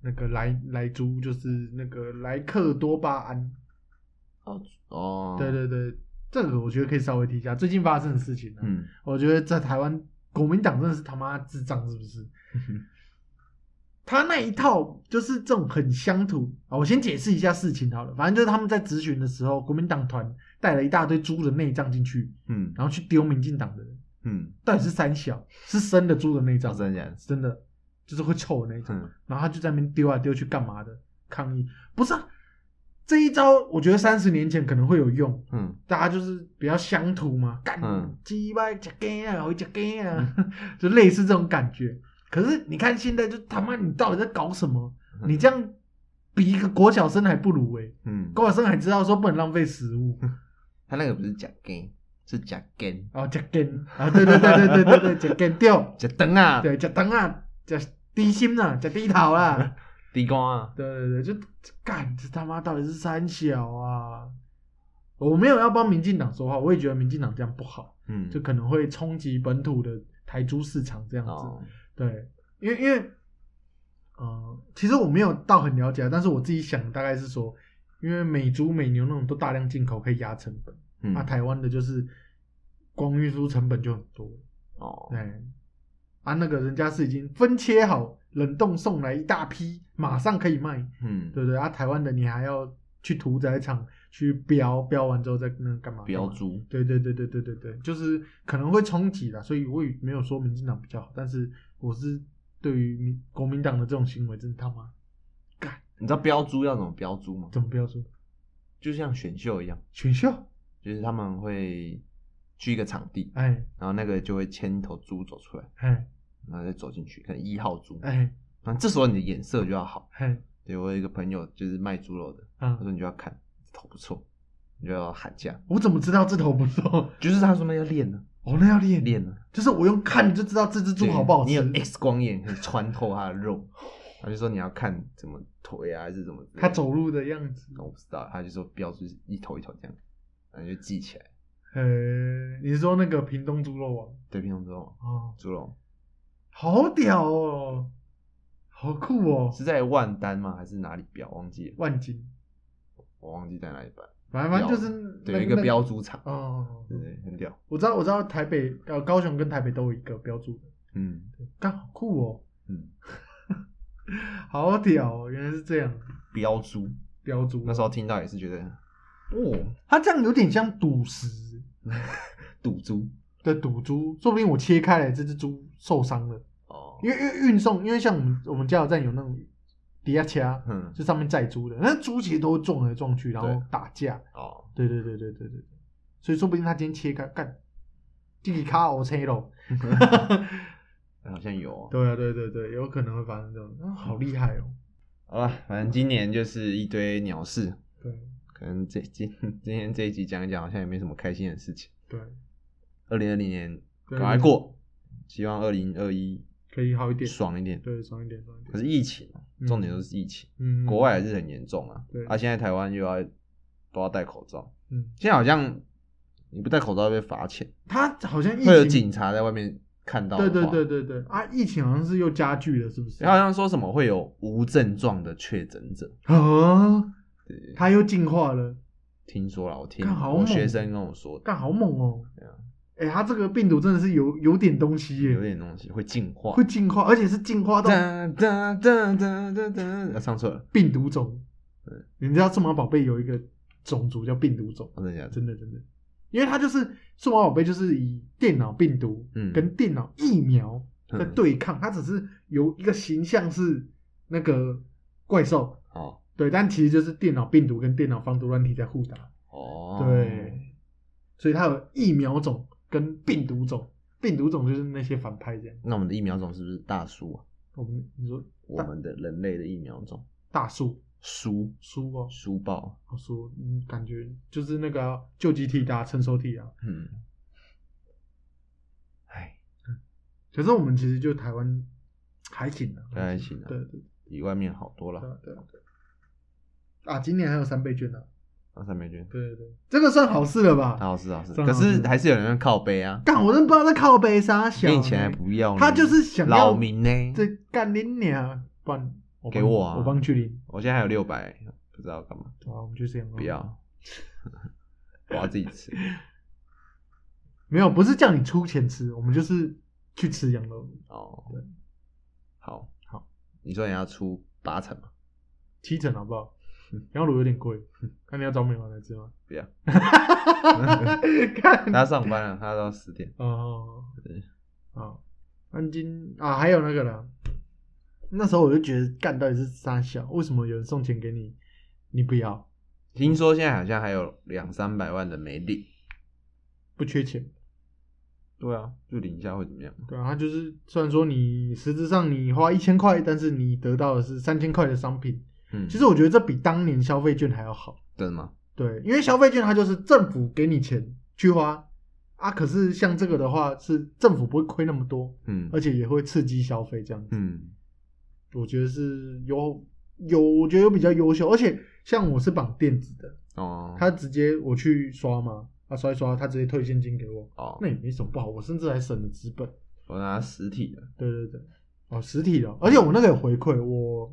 Speaker 2: 那个莱莱猪就是那个莱克多巴胺，
Speaker 3: 哦哦，
Speaker 2: 对，对对，这个我觉得可以稍微提一下最近发生的事情、啊。
Speaker 3: 嗯，
Speaker 2: 我觉得在台湾国民党真的是他妈智障，是不是？他那一套就是这种很乡土啊。我先解释一下事情好了，反正就是他们在咨询的时候，国民党团带了一大堆猪的内脏进去，
Speaker 3: 嗯
Speaker 2: 然后去丢民进党的人，
Speaker 3: 嗯，
Speaker 2: 到底是三小是生的猪的内脏，
Speaker 3: 张哦真言，
Speaker 2: 真的就是会臭的那一种。
Speaker 3: 嗯
Speaker 2: 然后他就在那边丢啊丢去干嘛的抗议？不是、啊、这一招，我觉得三十年前可能会有用，
Speaker 3: 嗯，
Speaker 2: 大家就是比较乡土嘛，干
Speaker 3: 嗯
Speaker 2: 鸡巴吃鸡啊，回吃鸡啊， 就类似这种感觉。可是你看现在就他妈你到底在搞什么？
Speaker 3: 嗯
Speaker 2: 你这样比一个国小生还不如哎、
Speaker 3: 嗯，
Speaker 2: 国小生还知道说不能浪费食物
Speaker 3: 他那个不是假 gay，是假 gay，
Speaker 2: 然后吃根啊，对对对对对对 对，吃根掉，
Speaker 3: 假灯啊，
Speaker 2: 对，吃糖啊，吃低心啊，吃低头 啊，
Speaker 3: 地瓜啊，
Speaker 2: 对对对，就干这他妈到底是三小啊！我没有要帮民进党说话，我也觉得民进党这样不好。
Speaker 3: 嗯，
Speaker 2: 就可能会冲击本土的台猪市场这样子。
Speaker 3: 哦，
Speaker 2: 对，因为因为，呃，其实我没有到很了解，但是我自己想大概是说，因为美猪美牛那种都大量进口，可以压成本，
Speaker 3: 嗯
Speaker 2: 那、台湾的就是光运输成本就很多。
Speaker 3: 哦，
Speaker 2: 对，啊，那个人家是已经分切好，冷冻送来一大批，马上可以卖，
Speaker 3: 嗯，
Speaker 2: 对不对？啊，台湾的你还要去屠宰场去标，标完之后再那干嘛？
Speaker 3: 标
Speaker 2: 干嘛
Speaker 3: 猪，
Speaker 2: 对对对对对对对，就是可能会冲击的，所以我也没有说民进党比较好，但是我是对于民国民党的这种行为，真的他妈
Speaker 3: 你知道标猪要怎么标猪吗？
Speaker 2: 怎么不要说
Speaker 3: 就像选秀一样，
Speaker 2: 选秀？
Speaker 3: 就是他们会去一个场地，
Speaker 2: 哎
Speaker 3: 然后那个就会牵一头猪走出来，
Speaker 2: 哎
Speaker 3: 然后再走进去，可能一号猪，
Speaker 2: 哎
Speaker 3: 那这时候你的眼色就要好。
Speaker 2: 哎
Speaker 3: 对我有一个朋友就是卖猪肉的，
Speaker 2: 啊
Speaker 3: 他！说你就要看头不错，你就要喊价，
Speaker 2: 我怎么知道这头不错？
Speaker 3: 就是他说那要练呢，
Speaker 2: 哦，那要练，
Speaker 3: 练啊呢，
Speaker 2: 就是我用看就知道这只猪好不好
Speaker 3: 对
Speaker 2: 吃。
Speaker 3: 你有哎 X 光眼可以穿透它的肉，他就说你要看怎么腿啊还是怎么之类的，
Speaker 2: 它走路的样子，
Speaker 3: 我不知道，他就说标注是一头一头这样，然后就记起来。
Speaker 2: 呃，你说那个屏东猪肉王
Speaker 3: 对，平常猪肉，
Speaker 2: 哦，
Speaker 3: 猪肉
Speaker 2: 好屌哦，好酷哦，
Speaker 3: 是在万丹吗？还是哪里标？忘记了，
Speaker 2: 万金，
Speaker 3: 我忘记在哪里办。
Speaker 2: 反正反正就是那
Speaker 3: 对，有一个
Speaker 2: 那
Speaker 3: 标猪场，
Speaker 2: 哦，
Speaker 3: 对对，很屌。
Speaker 2: 我知道，我知道台北呃高雄跟台北都有一个标注的，
Speaker 3: 嗯
Speaker 2: 干好酷哦，
Speaker 3: 嗯，
Speaker 2: 好屌哦，原来是这样
Speaker 3: 标猪，
Speaker 2: 标注。
Speaker 3: 那时候听到也是觉得，哦，
Speaker 2: 它这样有点像赌石
Speaker 3: 赌猪
Speaker 2: 的赌猪，说不定我切开来这只猪受伤了，
Speaker 3: 哦，
Speaker 2: 因为因为运送，因为像我们我们加油站有那种底下掐，
Speaker 3: 嗯
Speaker 2: 就上面载猪的，那猪其实都会撞来撞去，然后
Speaker 3: 对
Speaker 2: 打架，
Speaker 3: 哦，
Speaker 2: 对对对对对对对，所以说不定他今天切开干，这个卡我切了。
Speaker 3: 好像有哦。
Speaker 2: 对啊，对对对，有可能会发生这种，啊好厉害哦。
Speaker 3: 好了，反正今年就是一堆鸟事，
Speaker 2: 对
Speaker 3: 可能这今今天这一集讲一讲，好像也没什么开心的事情。
Speaker 2: 对，
Speaker 3: 二零二零年
Speaker 2: 对嗯
Speaker 3: 赶快过，希望二零二一
Speaker 2: 可以好一点，
Speaker 3: 爽一点。
Speaker 2: 对，爽一点，爽一点。
Speaker 3: 可是疫情啊，
Speaker 2: 嗯
Speaker 3: 重点就是疫情，
Speaker 2: 嗯，
Speaker 3: 国，外还是很严重啊
Speaker 2: 对。
Speaker 3: 啊，现在台湾又要都要戴口罩，
Speaker 2: 嗯，
Speaker 3: 现在好像你不戴口罩会被罚钱，
Speaker 2: 他好像疫
Speaker 3: 会有
Speaker 2: 情，
Speaker 3: 警察在外面看到。
Speaker 2: 对对对，对对啊，疫情好像是又加剧了，是不是？
Speaker 3: 然后好像说什么会有无症状的确诊者，
Speaker 2: 啊，
Speaker 3: 对，
Speaker 2: 他又进化了，
Speaker 3: 听说了，我听
Speaker 2: 干好
Speaker 3: 我
Speaker 2: 猛
Speaker 3: 学生跟我说的，
Speaker 2: 干好猛哦
Speaker 3: 对啊！
Speaker 2: 哎，他这个病毒真的是有有点东西
Speaker 3: 有
Speaker 2: 耶，
Speaker 3: 点东西会进化。
Speaker 2: 会进化，而且是进化到
Speaker 3: 哒哒哒哒哒哒，啊唱错了，
Speaker 2: 病毒种
Speaker 3: 对。
Speaker 2: 你知道数码宝贝有一个种族叫病毒种，
Speaker 3: 我真的假的？
Speaker 2: 真的真的，因为它就是数码宝贝，就是以电脑病毒
Speaker 3: 嗯
Speaker 2: 跟电脑疫苗在
Speaker 3: 嗯
Speaker 2: 对抗，它只是有一个形象是那个怪兽，
Speaker 3: 哦
Speaker 2: 对，但其实就是电脑病毒跟电脑防毒软体在互打，
Speaker 3: 哦，
Speaker 2: 对，所以它有疫苗种跟病毒种，病毒种就是那些反派这样。
Speaker 3: 那我们的疫苗种是不是大叔啊？
Speaker 2: 我们你说
Speaker 3: 我们的人类的疫苗种，
Speaker 2: 大树
Speaker 3: 书
Speaker 2: 书哦，
Speaker 3: 书报，
Speaker 2: 我说嗯，感觉就是那个啊、救济体打成熟体啊，
Speaker 3: 嗯，哎，
Speaker 2: 可是我们其实就台湾还行啊，
Speaker 3: 还行啊
Speaker 2: 对对。
Speaker 3: 比外面好多
Speaker 2: 对啊
Speaker 3: 了。
Speaker 2: 对啊对啊啊，今年还有三倍券呢、
Speaker 3: 啊，三美君，
Speaker 2: 对对对，这个算好事了吧？
Speaker 3: 好是好是，
Speaker 2: 算
Speaker 3: 可
Speaker 2: 好事
Speaker 3: 是还是有人靠背啊，
Speaker 2: 干，我真不知道在靠背啥小呢。
Speaker 3: 给哦你钱还不要
Speaker 2: 欸
Speaker 3: 呢，
Speaker 2: 他就是想要
Speaker 3: 扰民呢。
Speaker 2: 这干你娘！不然我帮
Speaker 3: 给我啊
Speaker 2: 我帮去领。
Speaker 3: 我现在还有六百，不知道干嘛，
Speaker 2: 好，我们就这样。啊
Speaker 3: 不，要， 我要自己吃。
Speaker 2: 没有，不是叫你出钱吃，我们就是去吃羊肉，
Speaker 3: 哦
Speaker 2: 对，
Speaker 3: 好，
Speaker 2: 好，
Speaker 3: 你说你要出八成 吗？
Speaker 2: 七成好不好？
Speaker 3: 嗯
Speaker 2: 羊肉有点贵，那你要找美华来吃 吗？
Speaker 3: 不要，
Speaker 2: 看
Speaker 3: 他要上班了，他要到十点。
Speaker 2: 哦，
Speaker 3: 对，
Speaker 2: 啊，安金啊，还有那个啦，那时候我就觉得干到底是傻小，为什么有人送钱给你，你不要？
Speaker 3: 听说现在好像还有两三百万的没领。
Speaker 2: 不缺钱，
Speaker 3: 对啊，就领一下会怎么样？
Speaker 2: 对啊，他就是虽然说你实质上你花一千块，但是你得到的是三千块的商品，
Speaker 3: 嗯，
Speaker 2: 其实我觉得这比当年消费券还要好。
Speaker 3: 真的吗？
Speaker 2: 对，因为消费券它就是政府给你钱去花啊，可是像这个的话是政府不会亏那么多，
Speaker 3: 嗯
Speaker 2: 而且也会刺激消费这样子。
Speaker 3: 嗯
Speaker 2: 我觉得是有有，我觉得有比较优秀，而且像我是绑电子的，
Speaker 3: 哦，
Speaker 2: 他直接我去刷嘛，啊刷一刷，他直接退现金给我，
Speaker 3: 哦
Speaker 2: 那，也没什么不好，我甚至还省了资本。
Speaker 3: 我拿实体的，
Speaker 2: 对对对，哦，实体的，而且我那个有回馈，我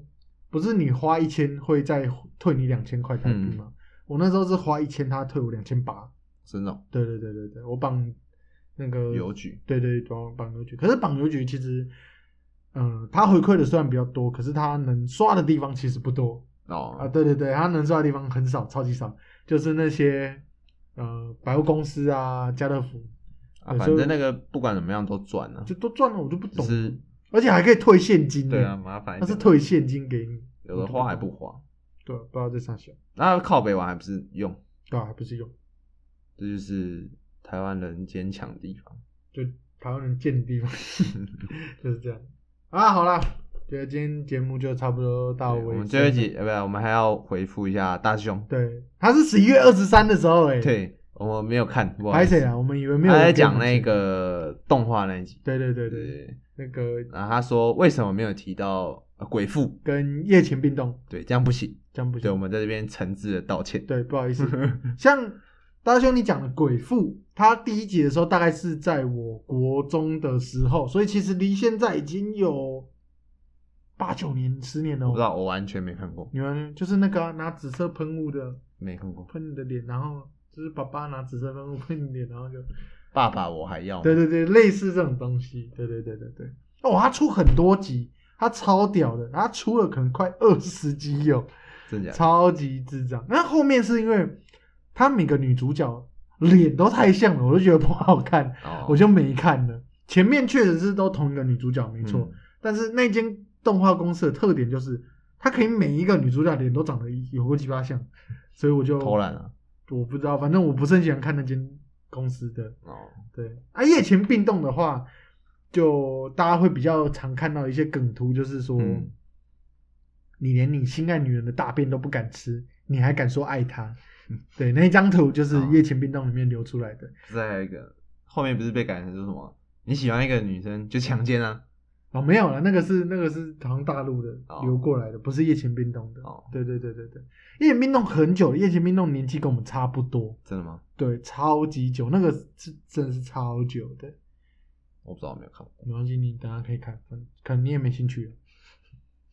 Speaker 2: 不是你花一千会再退你两千块台币
Speaker 3: 嗯
Speaker 2: 吗？我那时候是花一千，他退我两千八。
Speaker 3: 是那种
Speaker 2: 对对对对对，我绑那个
Speaker 3: 邮，局。
Speaker 2: 对对绑绑邮局。可是绑邮局其实，嗯、他回馈的虽然比较多，可是他能刷的地方其实不多啊。
Speaker 3: 哦，
Speaker 2: 对对对，他能刷的地方很少，超级少，就是那些呃百货公司啊、家乐福
Speaker 3: 啊
Speaker 2: 有时候
Speaker 3: 反正那个不管怎么样都赚了，
Speaker 2: 就都赚了，我就不
Speaker 3: 只
Speaker 2: 懂，
Speaker 3: 是
Speaker 2: 而且还可以退现金呢。
Speaker 3: 对啊，麻烦一
Speaker 2: 他
Speaker 3: 点。
Speaker 2: 是退现金给你，
Speaker 3: 有的花还不花，
Speaker 2: 对，不知道在上学，
Speaker 3: 那靠北玩还不是用？
Speaker 2: 对啊，还不是用，
Speaker 3: 这就是台湾人坚强的地方。
Speaker 2: 就台湾人贱的地 方，就是这样。啊，好啦，觉得今天节目就差不多到
Speaker 3: 对我
Speaker 2: 尾。
Speaker 3: 们最后一，集，呃，不是，我们还要回复一下大师兄。
Speaker 2: 对，他是十一月二十三的时候、欸，哎，，
Speaker 3: 对，我们没有看，不好
Speaker 2: 拍
Speaker 3: 意思
Speaker 2: 谁啊？我们以为没有
Speaker 3: 他
Speaker 2: 人
Speaker 3: 在
Speaker 2: 给我们
Speaker 3: 讲那
Speaker 2: 钱，
Speaker 3: 个动画那一集。
Speaker 2: 对对对
Speaker 3: 对
Speaker 2: 对，那个
Speaker 3: 然后他说为什么没有提到、呃鬼父？
Speaker 2: 跟夜情并动，
Speaker 3: 对，这样不行。
Speaker 2: 这样不
Speaker 3: 对，我
Speaker 2: 行，
Speaker 3: 们在这边诚挚的道歉。
Speaker 2: 对，不好意 思，像大兄你讲的《鬼父》，他第一集的时候大概是在我国中的时候，所以其实离现在已经有八九年、十年了、
Speaker 3: 我不知
Speaker 2: 哦。
Speaker 3: 道，我完全没看过，
Speaker 2: 你们就是那个啊、拿紫色喷雾的
Speaker 3: 没看过。
Speaker 2: 喷你的脸，然后就是爸爸拿紫色喷雾 喷你脸，然后就
Speaker 3: 爸爸，我还要。
Speaker 2: 对对对，类似这种东西。对对对对对，哦，他出很多集，他超屌的，他出了可能快二十集有。
Speaker 3: 真假的？
Speaker 2: 超级智障。那后面是因为他每个女主角脸都太像了，我就觉得不好看，
Speaker 3: 哦
Speaker 2: 我就没看了。前面确实是都同一个女主角，没错。
Speaker 3: 嗯
Speaker 2: 但是那间动画公司的特点就是，它可以每一个女主角脸都长得有个鸡巴像，所以我就
Speaker 3: 偷懒啊。
Speaker 2: 我不知道，反正我不是很喜欢看那间公司的。
Speaker 3: 哦，
Speaker 2: 对啊，夜情并动的话，就大家会比较常看到一些梗图，就是说，
Speaker 3: 嗯
Speaker 2: 你连你心爱女人的大便都不敢吃，你还敢说爱 她？对，那一张图就是
Speaker 3: 哦
Speaker 2: 《夜情并动》里面流出来的。
Speaker 3: 再来一个，后面不是被改成说什么？你喜欢一个女生就强奸啊？
Speaker 2: 哦，没有了，那个是那个是好像大陆的、
Speaker 3: 哦
Speaker 2: 流过来的，不是《夜情并动》的。
Speaker 3: 哦
Speaker 2: 对对对对对，《夜情并动》很久了，《夜情并动》年纪跟我们差不多，
Speaker 3: 真的吗？
Speaker 2: 对，超级久，那个是真的是超久的。
Speaker 3: 我不知道，我没有看过。
Speaker 2: 没关系，你等下可以看，反正可能你也没兴趣了。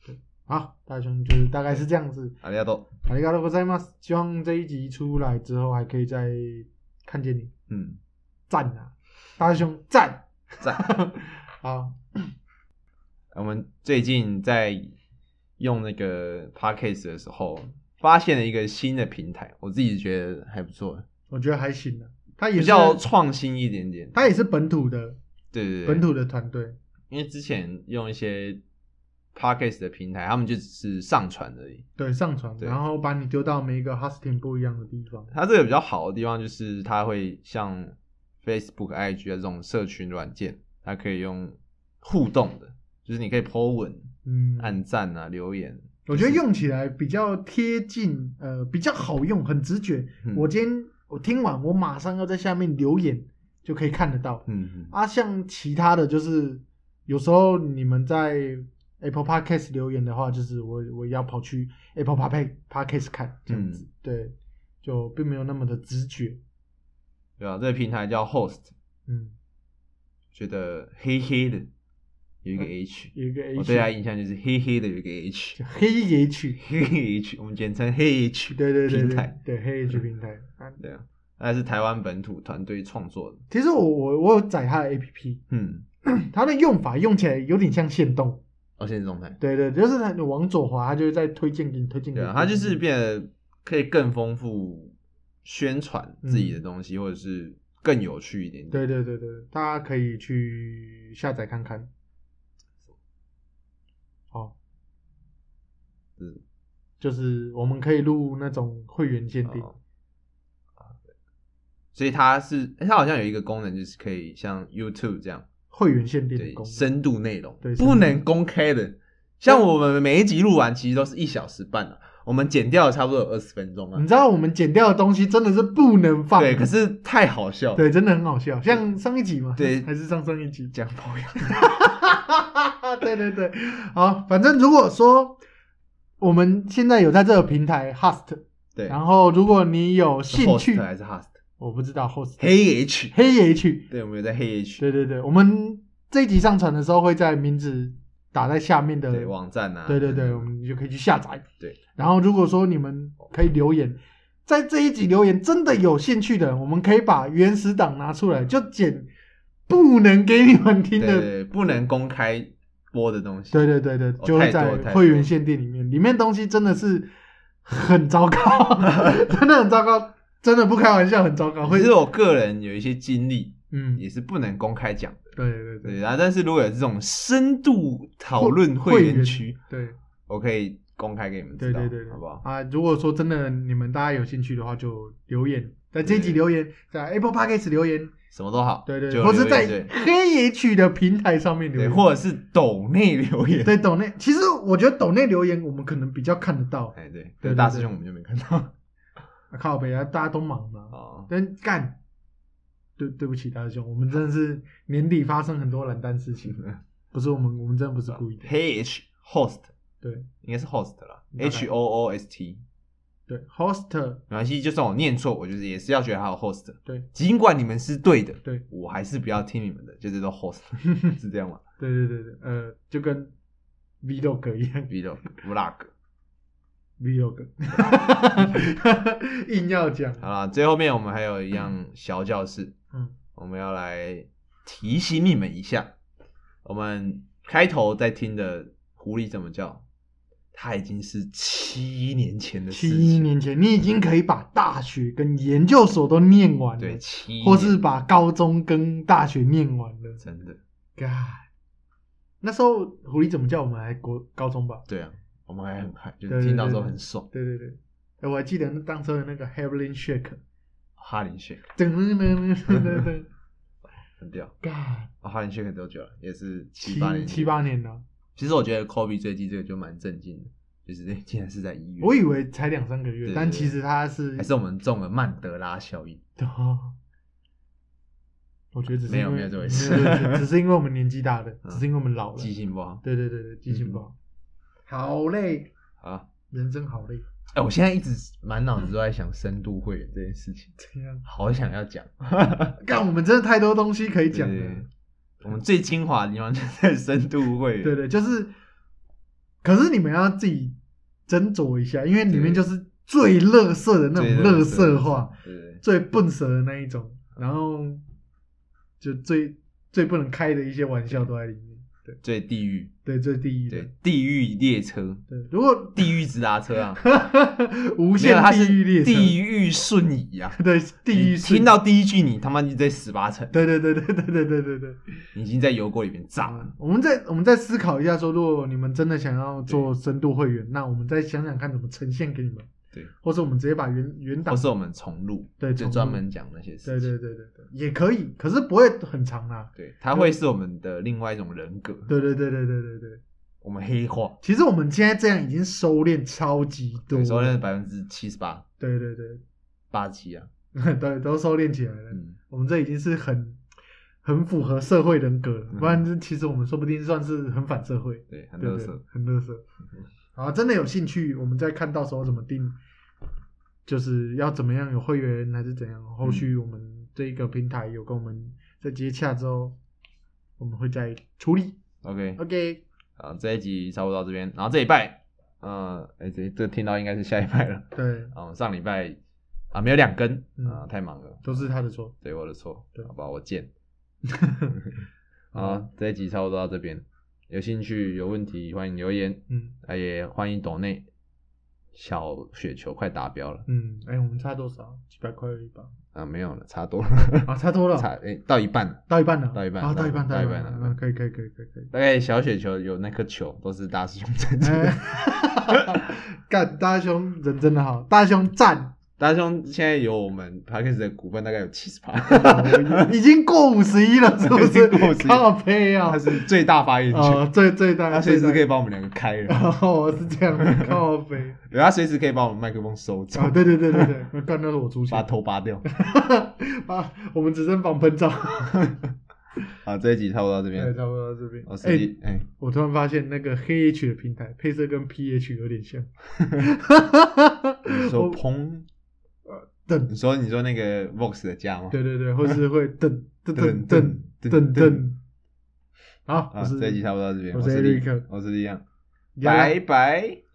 Speaker 2: 对，好，大雄就是大概是这样子。
Speaker 3: 阿里亚多，
Speaker 2: ありがとうございます。希望这一集出来之后，还可以再看见你，
Speaker 3: 嗯，
Speaker 2: 赞啊！大雄赞！
Speaker 3: 赞。
Speaker 2: 好，
Speaker 3: 我们最近在用那个 podcast 的时候，发现了一个新的平台，我自己觉得还不错，
Speaker 2: 我觉得还行啊。他也
Speaker 3: 比
Speaker 2: 是，
Speaker 3: 较创新一点点。
Speaker 2: 他也是本土的，
Speaker 3: 对对对，
Speaker 2: 本土的团队。
Speaker 3: 因为之前用一些 podcast 的平台，他们就只是上传而已。
Speaker 2: 对，上传，
Speaker 3: 对
Speaker 2: 然后把你丢到每一个 hosting 不一样的地方。
Speaker 3: 它这个比较好的地方就是，它会像 Facebook、IG 的这种社群软件，它可以用互动的，就是你可以 po 文、
Speaker 2: 嗯，
Speaker 3: 按赞啊、留言。
Speaker 2: 我觉得用起来比较贴近，呃，比较好用，很直觉。
Speaker 3: 嗯
Speaker 2: 我今天我听完，我马上要在下面留言，就可以看得到。
Speaker 3: 嗯，
Speaker 2: 啊，像其他的就是，有时候你们在 Apple Podcast
Speaker 3: 嗯
Speaker 2: 留言的话，就是我我要跑去 Apple Podcast Podcast 看这样子，对，就并没有那么的直觉。
Speaker 3: 对啊吧、这个平台叫 Host，
Speaker 2: 嗯，
Speaker 3: 觉得黑黑的有一个 H，、
Speaker 2: 有一个嗯 H，
Speaker 3: 哦我对啊他印象就是黑黑的有一个 H，
Speaker 2: 就黑 H，
Speaker 3: 黑 H，我们简称黑 H
Speaker 2: 对对对
Speaker 3: 平
Speaker 2: 对
Speaker 3: 台，，
Speaker 2: 对黑 H 平台。啊，
Speaker 3: 对啊，那是台湾本土团队创作的，
Speaker 2: 其实我我我有载它的 APP，
Speaker 3: 嗯，
Speaker 2: 它的用法用起来有点像线动，
Speaker 3: 哦，现实动态，
Speaker 2: 对对，就是它你往左滑，它就会在推荐给你推荐给
Speaker 3: 对
Speaker 2: 你。
Speaker 3: 啊，它就是变得可以更丰富宣传自己的东西，或者是更有趣一点点。
Speaker 2: 嗯对对对对，大家可以去下载看看。好，
Speaker 3: 嗯，
Speaker 2: 就是我们可以录那种会员限定，
Speaker 3: 哦啊对所以它是，诶它好像有一个功能，就是可以像 YouTube 这样，
Speaker 2: 会员限定的
Speaker 3: 对
Speaker 2: 功能。
Speaker 3: 深度内容，
Speaker 2: 对深
Speaker 3: 不
Speaker 2: 度
Speaker 3: 能公开的。像我们每一集录完，其实都是一小时半了、我们剪掉了差不多有二十分钟啊
Speaker 2: 你。知道我们剪掉的东西真的是不能放，
Speaker 3: 对，可是太好笑了。
Speaker 2: 对，真的很好笑，像上一集嘛，
Speaker 3: 对
Speaker 2: 还是上上一集，
Speaker 3: 讲 包养，
Speaker 2: 对对对，好，反正如果说我们现在有在这个平台 host，
Speaker 3: 对，
Speaker 2: 然后如果你有兴
Speaker 3: host
Speaker 2: 趣，
Speaker 3: 还是 host
Speaker 2: 我不知道 host
Speaker 3: 黑 H，
Speaker 2: 黑 H，
Speaker 3: 对，我们有在黑 H，
Speaker 2: 对对对，我们这一集上传的时候会在名字打在下面的，
Speaker 3: 对网站啊，
Speaker 2: 呃对对对，我们就可以去下载。
Speaker 3: 对，
Speaker 2: 然后如果说你们可以留言，在这一集留言真的有兴趣的，我们可以把原始档拿出来，就剪不能给你们听
Speaker 3: 对对
Speaker 2: 的。
Speaker 3: 对，不能公开播的东西。
Speaker 2: 对对对对，
Speaker 3: 哦
Speaker 2: 就会
Speaker 3: 太
Speaker 2: 在
Speaker 3: 多太多
Speaker 2: 会员限定里面，里面东西真的是很糟糕， 真的很糟糕，真的不开玩笑，很糟糕。会
Speaker 3: 其，实我个人有一些经历，
Speaker 2: 嗯，
Speaker 3: 也是不能公开讲的。
Speaker 2: 对对对
Speaker 3: 对啊，但是如果有这种深度讨论会员区，
Speaker 2: 对。
Speaker 3: 我可以公开给你们
Speaker 2: 对
Speaker 3: 知道，
Speaker 2: 对对，对
Speaker 3: 好不好？
Speaker 2: 啊？如果说真的你们大家有兴趣的话，就留言，在这一集
Speaker 3: 对
Speaker 2: 留言，在 Apple Podcast 留言，
Speaker 3: 什么都好，
Speaker 2: 对对，
Speaker 3: 就
Speaker 2: 对或
Speaker 3: 留
Speaker 2: 是
Speaker 3: 言
Speaker 2: 在
Speaker 3: 对
Speaker 2: 黑野曲的平台上面留
Speaker 3: 对，
Speaker 2: 言，
Speaker 3: 或者是抖内留言，
Speaker 2: 对抖内。其实我觉得抖内留言我们可能比较看得到，
Speaker 3: 哎对，
Speaker 2: 对
Speaker 3: 对
Speaker 2: 对
Speaker 3: 大师兄我们就没看到
Speaker 2: 啊靠北啊，大家都忙嘛。
Speaker 3: 哦，
Speaker 2: 但干，对对不起大师兄，我们真的是年底发生很多懒蛋事情，不是我们，我们真的不是故意的。
Speaker 3: 黑 H host
Speaker 2: 对
Speaker 3: 应该是 host 啦
Speaker 2: 大概
Speaker 3: ，H O O S T，
Speaker 2: 对，host
Speaker 3: 没关系，就算我念错，我就是也是要觉得还有 host，
Speaker 2: 对，
Speaker 3: 尽管你们是对的，
Speaker 2: 对
Speaker 3: 我还是不要听你们的，就是都 host，是这 样吗
Speaker 2: 对对对对，呃，就跟 vlog 一样。
Speaker 3: ？Vlog vlog，
Speaker 2: vlog，硬要讲，
Speaker 3: 好啦，最后面我们还有一样小教室，
Speaker 2: 嗯，
Speaker 3: 我们要来提醒你们一下，我们开头在听的狐狸怎么叫，它已经是七年前的事
Speaker 2: 七
Speaker 3: 情，
Speaker 2: 年前你已经可以把大学跟研究所都念完了，
Speaker 3: 对，七年，
Speaker 2: 或是把高中跟大学念完了。
Speaker 3: 真的，
Speaker 2: God，那时候狐狸怎么叫我们还国高中吧？
Speaker 3: 对啊，我们还很嗨，就
Speaker 2: 对
Speaker 3: 是
Speaker 2: 对
Speaker 3: 听到
Speaker 2: 对
Speaker 3: 之后
Speaker 2: 对
Speaker 3: 很爽，
Speaker 2: 对对对，哎我还记得那当时的那个 Heavenly Shake，
Speaker 3: 哈林 shake
Speaker 2: 噔噔噔噔噔 噔
Speaker 3: 很屌，
Speaker 2: ，God，
Speaker 3: 啊，哈林 shake 多久了？也是七
Speaker 2: 七
Speaker 3: 八年，
Speaker 2: 七八。年了，
Speaker 3: 其实我觉得 Kobe 最近这个就蛮震惊的，就是 竟然是在医院，
Speaker 2: 我以为才两三个
Speaker 3: 对
Speaker 2: 月，
Speaker 3: 对
Speaker 2: 但
Speaker 3: 对
Speaker 2: 其实他是
Speaker 3: 还是我们中了曼德拉效应。
Speaker 2: 哦， 我觉得只是
Speaker 3: 没有
Speaker 2: 因为
Speaker 3: 没有这回事
Speaker 2: 没有这回事只是因为我们年纪大了，
Speaker 3: 嗯
Speaker 2: 只是因为我们老了。
Speaker 3: 记性不好
Speaker 2: 对对对对，记性不好，好累，
Speaker 3: 啊！
Speaker 2: 人真好累。
Speaker 3: 哎、我现在一直满脑子都在想深度会员这件事情，
Speaker 2: 这样，
Speaker 3: 好想要讲。
Speaker 2: 干我们真的太多东西可以讲
Speaker 3: 对
Speaker 2: 了。
Speaker 3: 我们最精华的地方就在 深度会员。
Speaker 2: 对对，就是，可是你们要自己斟酌一下，因为里面
Speaker 3: 对
Speaker 2: 就是最乐色的那
Speaker 3: 最
Speaker 2: 种
Speaker 3: 热
Speaker 2: 乐
Speaker 3: 色
Speaker 2: 色话，。
Speaker 3: 对对
Speaker 2: 最笨舌的那一种，然后就最最不能开的一些玩笑都在里面。对
Speaker 3: 最地狱，
Speaker 2: 对，最地狱的
Speaker 3: 对。地狱列车，
Speaker 2: 对，如果
Speaker 3: 地狱直达车啊，
Speaker 2: 无
Speaker 3: 没有
Speaker 2: 限
Speaker 3: 它
Speaker 2: 地狱列
Speaker 3: 是
Speaker 2: 车，
Speaker 3: 地狱瞬移啊。
Speaker 2: 对地狱
Speaker 3: 你
Speaker 2: 瞬
Speaker 3: 听到第一句，你他妈就在十 八层，
Speaker 2: 对对对对对对对对对。嗯
Speaker 3: 你已经在油锅里面炸了。
Speaker 2: 我们再我们再思考一下说，如果你们真的想要做深度会员，那我们再想想看怎么呈现给你们，
Speaker 3: 对，
Speaker 2: 或者我们直接把原原档
Speaker 3: 或，是我们重录，
Speaker 2: 对重
Speaker 3: 就
Speaker 2: 录
Speaker 3: 专门讲那些
Speaker 2: 对
Speaker 3: 事情。
Speaker 2: 对对对对，也可以，可是不会很长啊。
Speaker 3: 对，它会是我们的另外一种人格，
Speaker 2: 对对对对对对对，
Speaker 3: 我们黑化。
Speaker 2: 其实我们现在这样已经收敛超级多
Speaker 3: 对，
Speaker 2: 了，
Speaker 3: 收敛百分之七十八
Speaker 2: 对对对
Speaker 3: 八七啊，
Speaker 2: 对对，都收敛起来了。
Speaker 3: 嗯，
Speaker 2: 我们这已经是很很符合社会人格
Speaker 3: 嗯
Speaker 2: 了，不然这其实我们说不定算是很反社会，
Speaker 3: 对，很
Speaker 2: 对
Speaker 3: 乐
Speaker 2: 不对
Speaker 3: 色。，
Speaker 2: 很乐色。好，真的有兴趣，我们再看到时候怎么定就是要怎么样有会员还是怎样，后续我们这一个平台有跟我们在接洽之后，我们会再处理。
Speaker 3: OK，
Speaker 2: OK，
Speaker 3: 啊，这一集差不多到这边，然后这礼拜，嗯、呃，哎、这这听到应该是下礼拜了，
Speaker 2: 对，
Speaker 3: 啊，我们上礼拜啊没有两更，
Speaker 2: 嗯
Speaker 3: 啊，太忙了，
Speaker 2: 都是他的错。
Speaker 3: 对我的错，
Speaker 2: 对
Speaker 3: 好吧，我 贱。 好，这一集差不多到这边，有兴趣有问题欢迎留言，
Speaker 2: 嗯
Speaker 3: 啊也欢迎抖内，小雪球快达标了，
Speaker 2: 嗯，哎、我们差多少？几百块而 已吧。
Speaker 3: 啊没有了，差多了，
Speaker 2: 啊，差多
Speaker 3: 差
Speaker 2: 了，
Speaker 3: 哎、到一半了，
Speaker 2: 到一半了，
Speaker 3: 到一半
Speaker 2: 啊，到一半，
Speaker 3: 到
Speaker 2: 到
Speaker 3: 一
Speaker 2: 一
Speaker 3: 半
Speaker 2: 半
Speaker 3: 到一半
Speaker 2: 嗯，可以，可以，可以，可以，可以。
Speaker 3: 大概小雪球有那颗球都是大师兄在做的。
Speaker 2: 哎干，大兄人真的好，大兄 赞，
Speaker 3: 大师兄现在有我们 p a c k a g e 的股份大概有七十趴，
Speaker 2: 哦 已经过五十一了，是不
Speaker 3: 已经
Speaker 2: 是
Speaker 3: 过51？
Speaker 2: 靠背啊
Speaker 3: 他！是最大发言权，
Speaker 2: 啊，最最大，
Speaker 3: 他随时可以
Speaker 2: 以。
Speaker 3: 把我们两个开了，
Speaker 2: 哦，是这样的，靠 背。
Speaker 3: 对他随时可以把我们麦克风收走，
Speaker 2: 啊，对对对对对，干那是我出
Speaker 3: 把
Speaker 2: 钱。
Speaker 3: 头拔掉。
Speaker 2: 啊，我们只剩防喷罩。
Speaker 3: 好，这一集差不多到这
Speaker 2: 哎对，
Speaker 3: 边，
Speaker 2: 差不多到这边
Speaker 3: 我。是
Speaker 2: 哎，
Speaker 3: 李哎，
Speaker 2: 我突然发现那个黑 H 的平台配色跟 PH 有点像。
Speaker 3: 你说
Speaker 2: 我
Speaker 3: 砰，
Speaker 2: 噔
Speaker 3: 你说你说那个 Vox 的家吗？
Speaker 2: 对对对，或是会噔 噔噔
Speaker 3: 噔噔
Speaker 2: 噔
Speaker 3: 噔
Speaker 2: 噔
Speaker 3: 噔
Speaker 2: 噔。好，
Speaker 3: 啊，
Speaker 2: 我是
Speaker 3: 这一集差不多到这边，
Speaker 2: 我
Speaker 3: 我
Speaker 2: 是
Speaker 3: 李
Speaker 2: Eric
Speaker 3: 我是李阳，
Speaker 2: 拜
Speaker 3: 拜拜。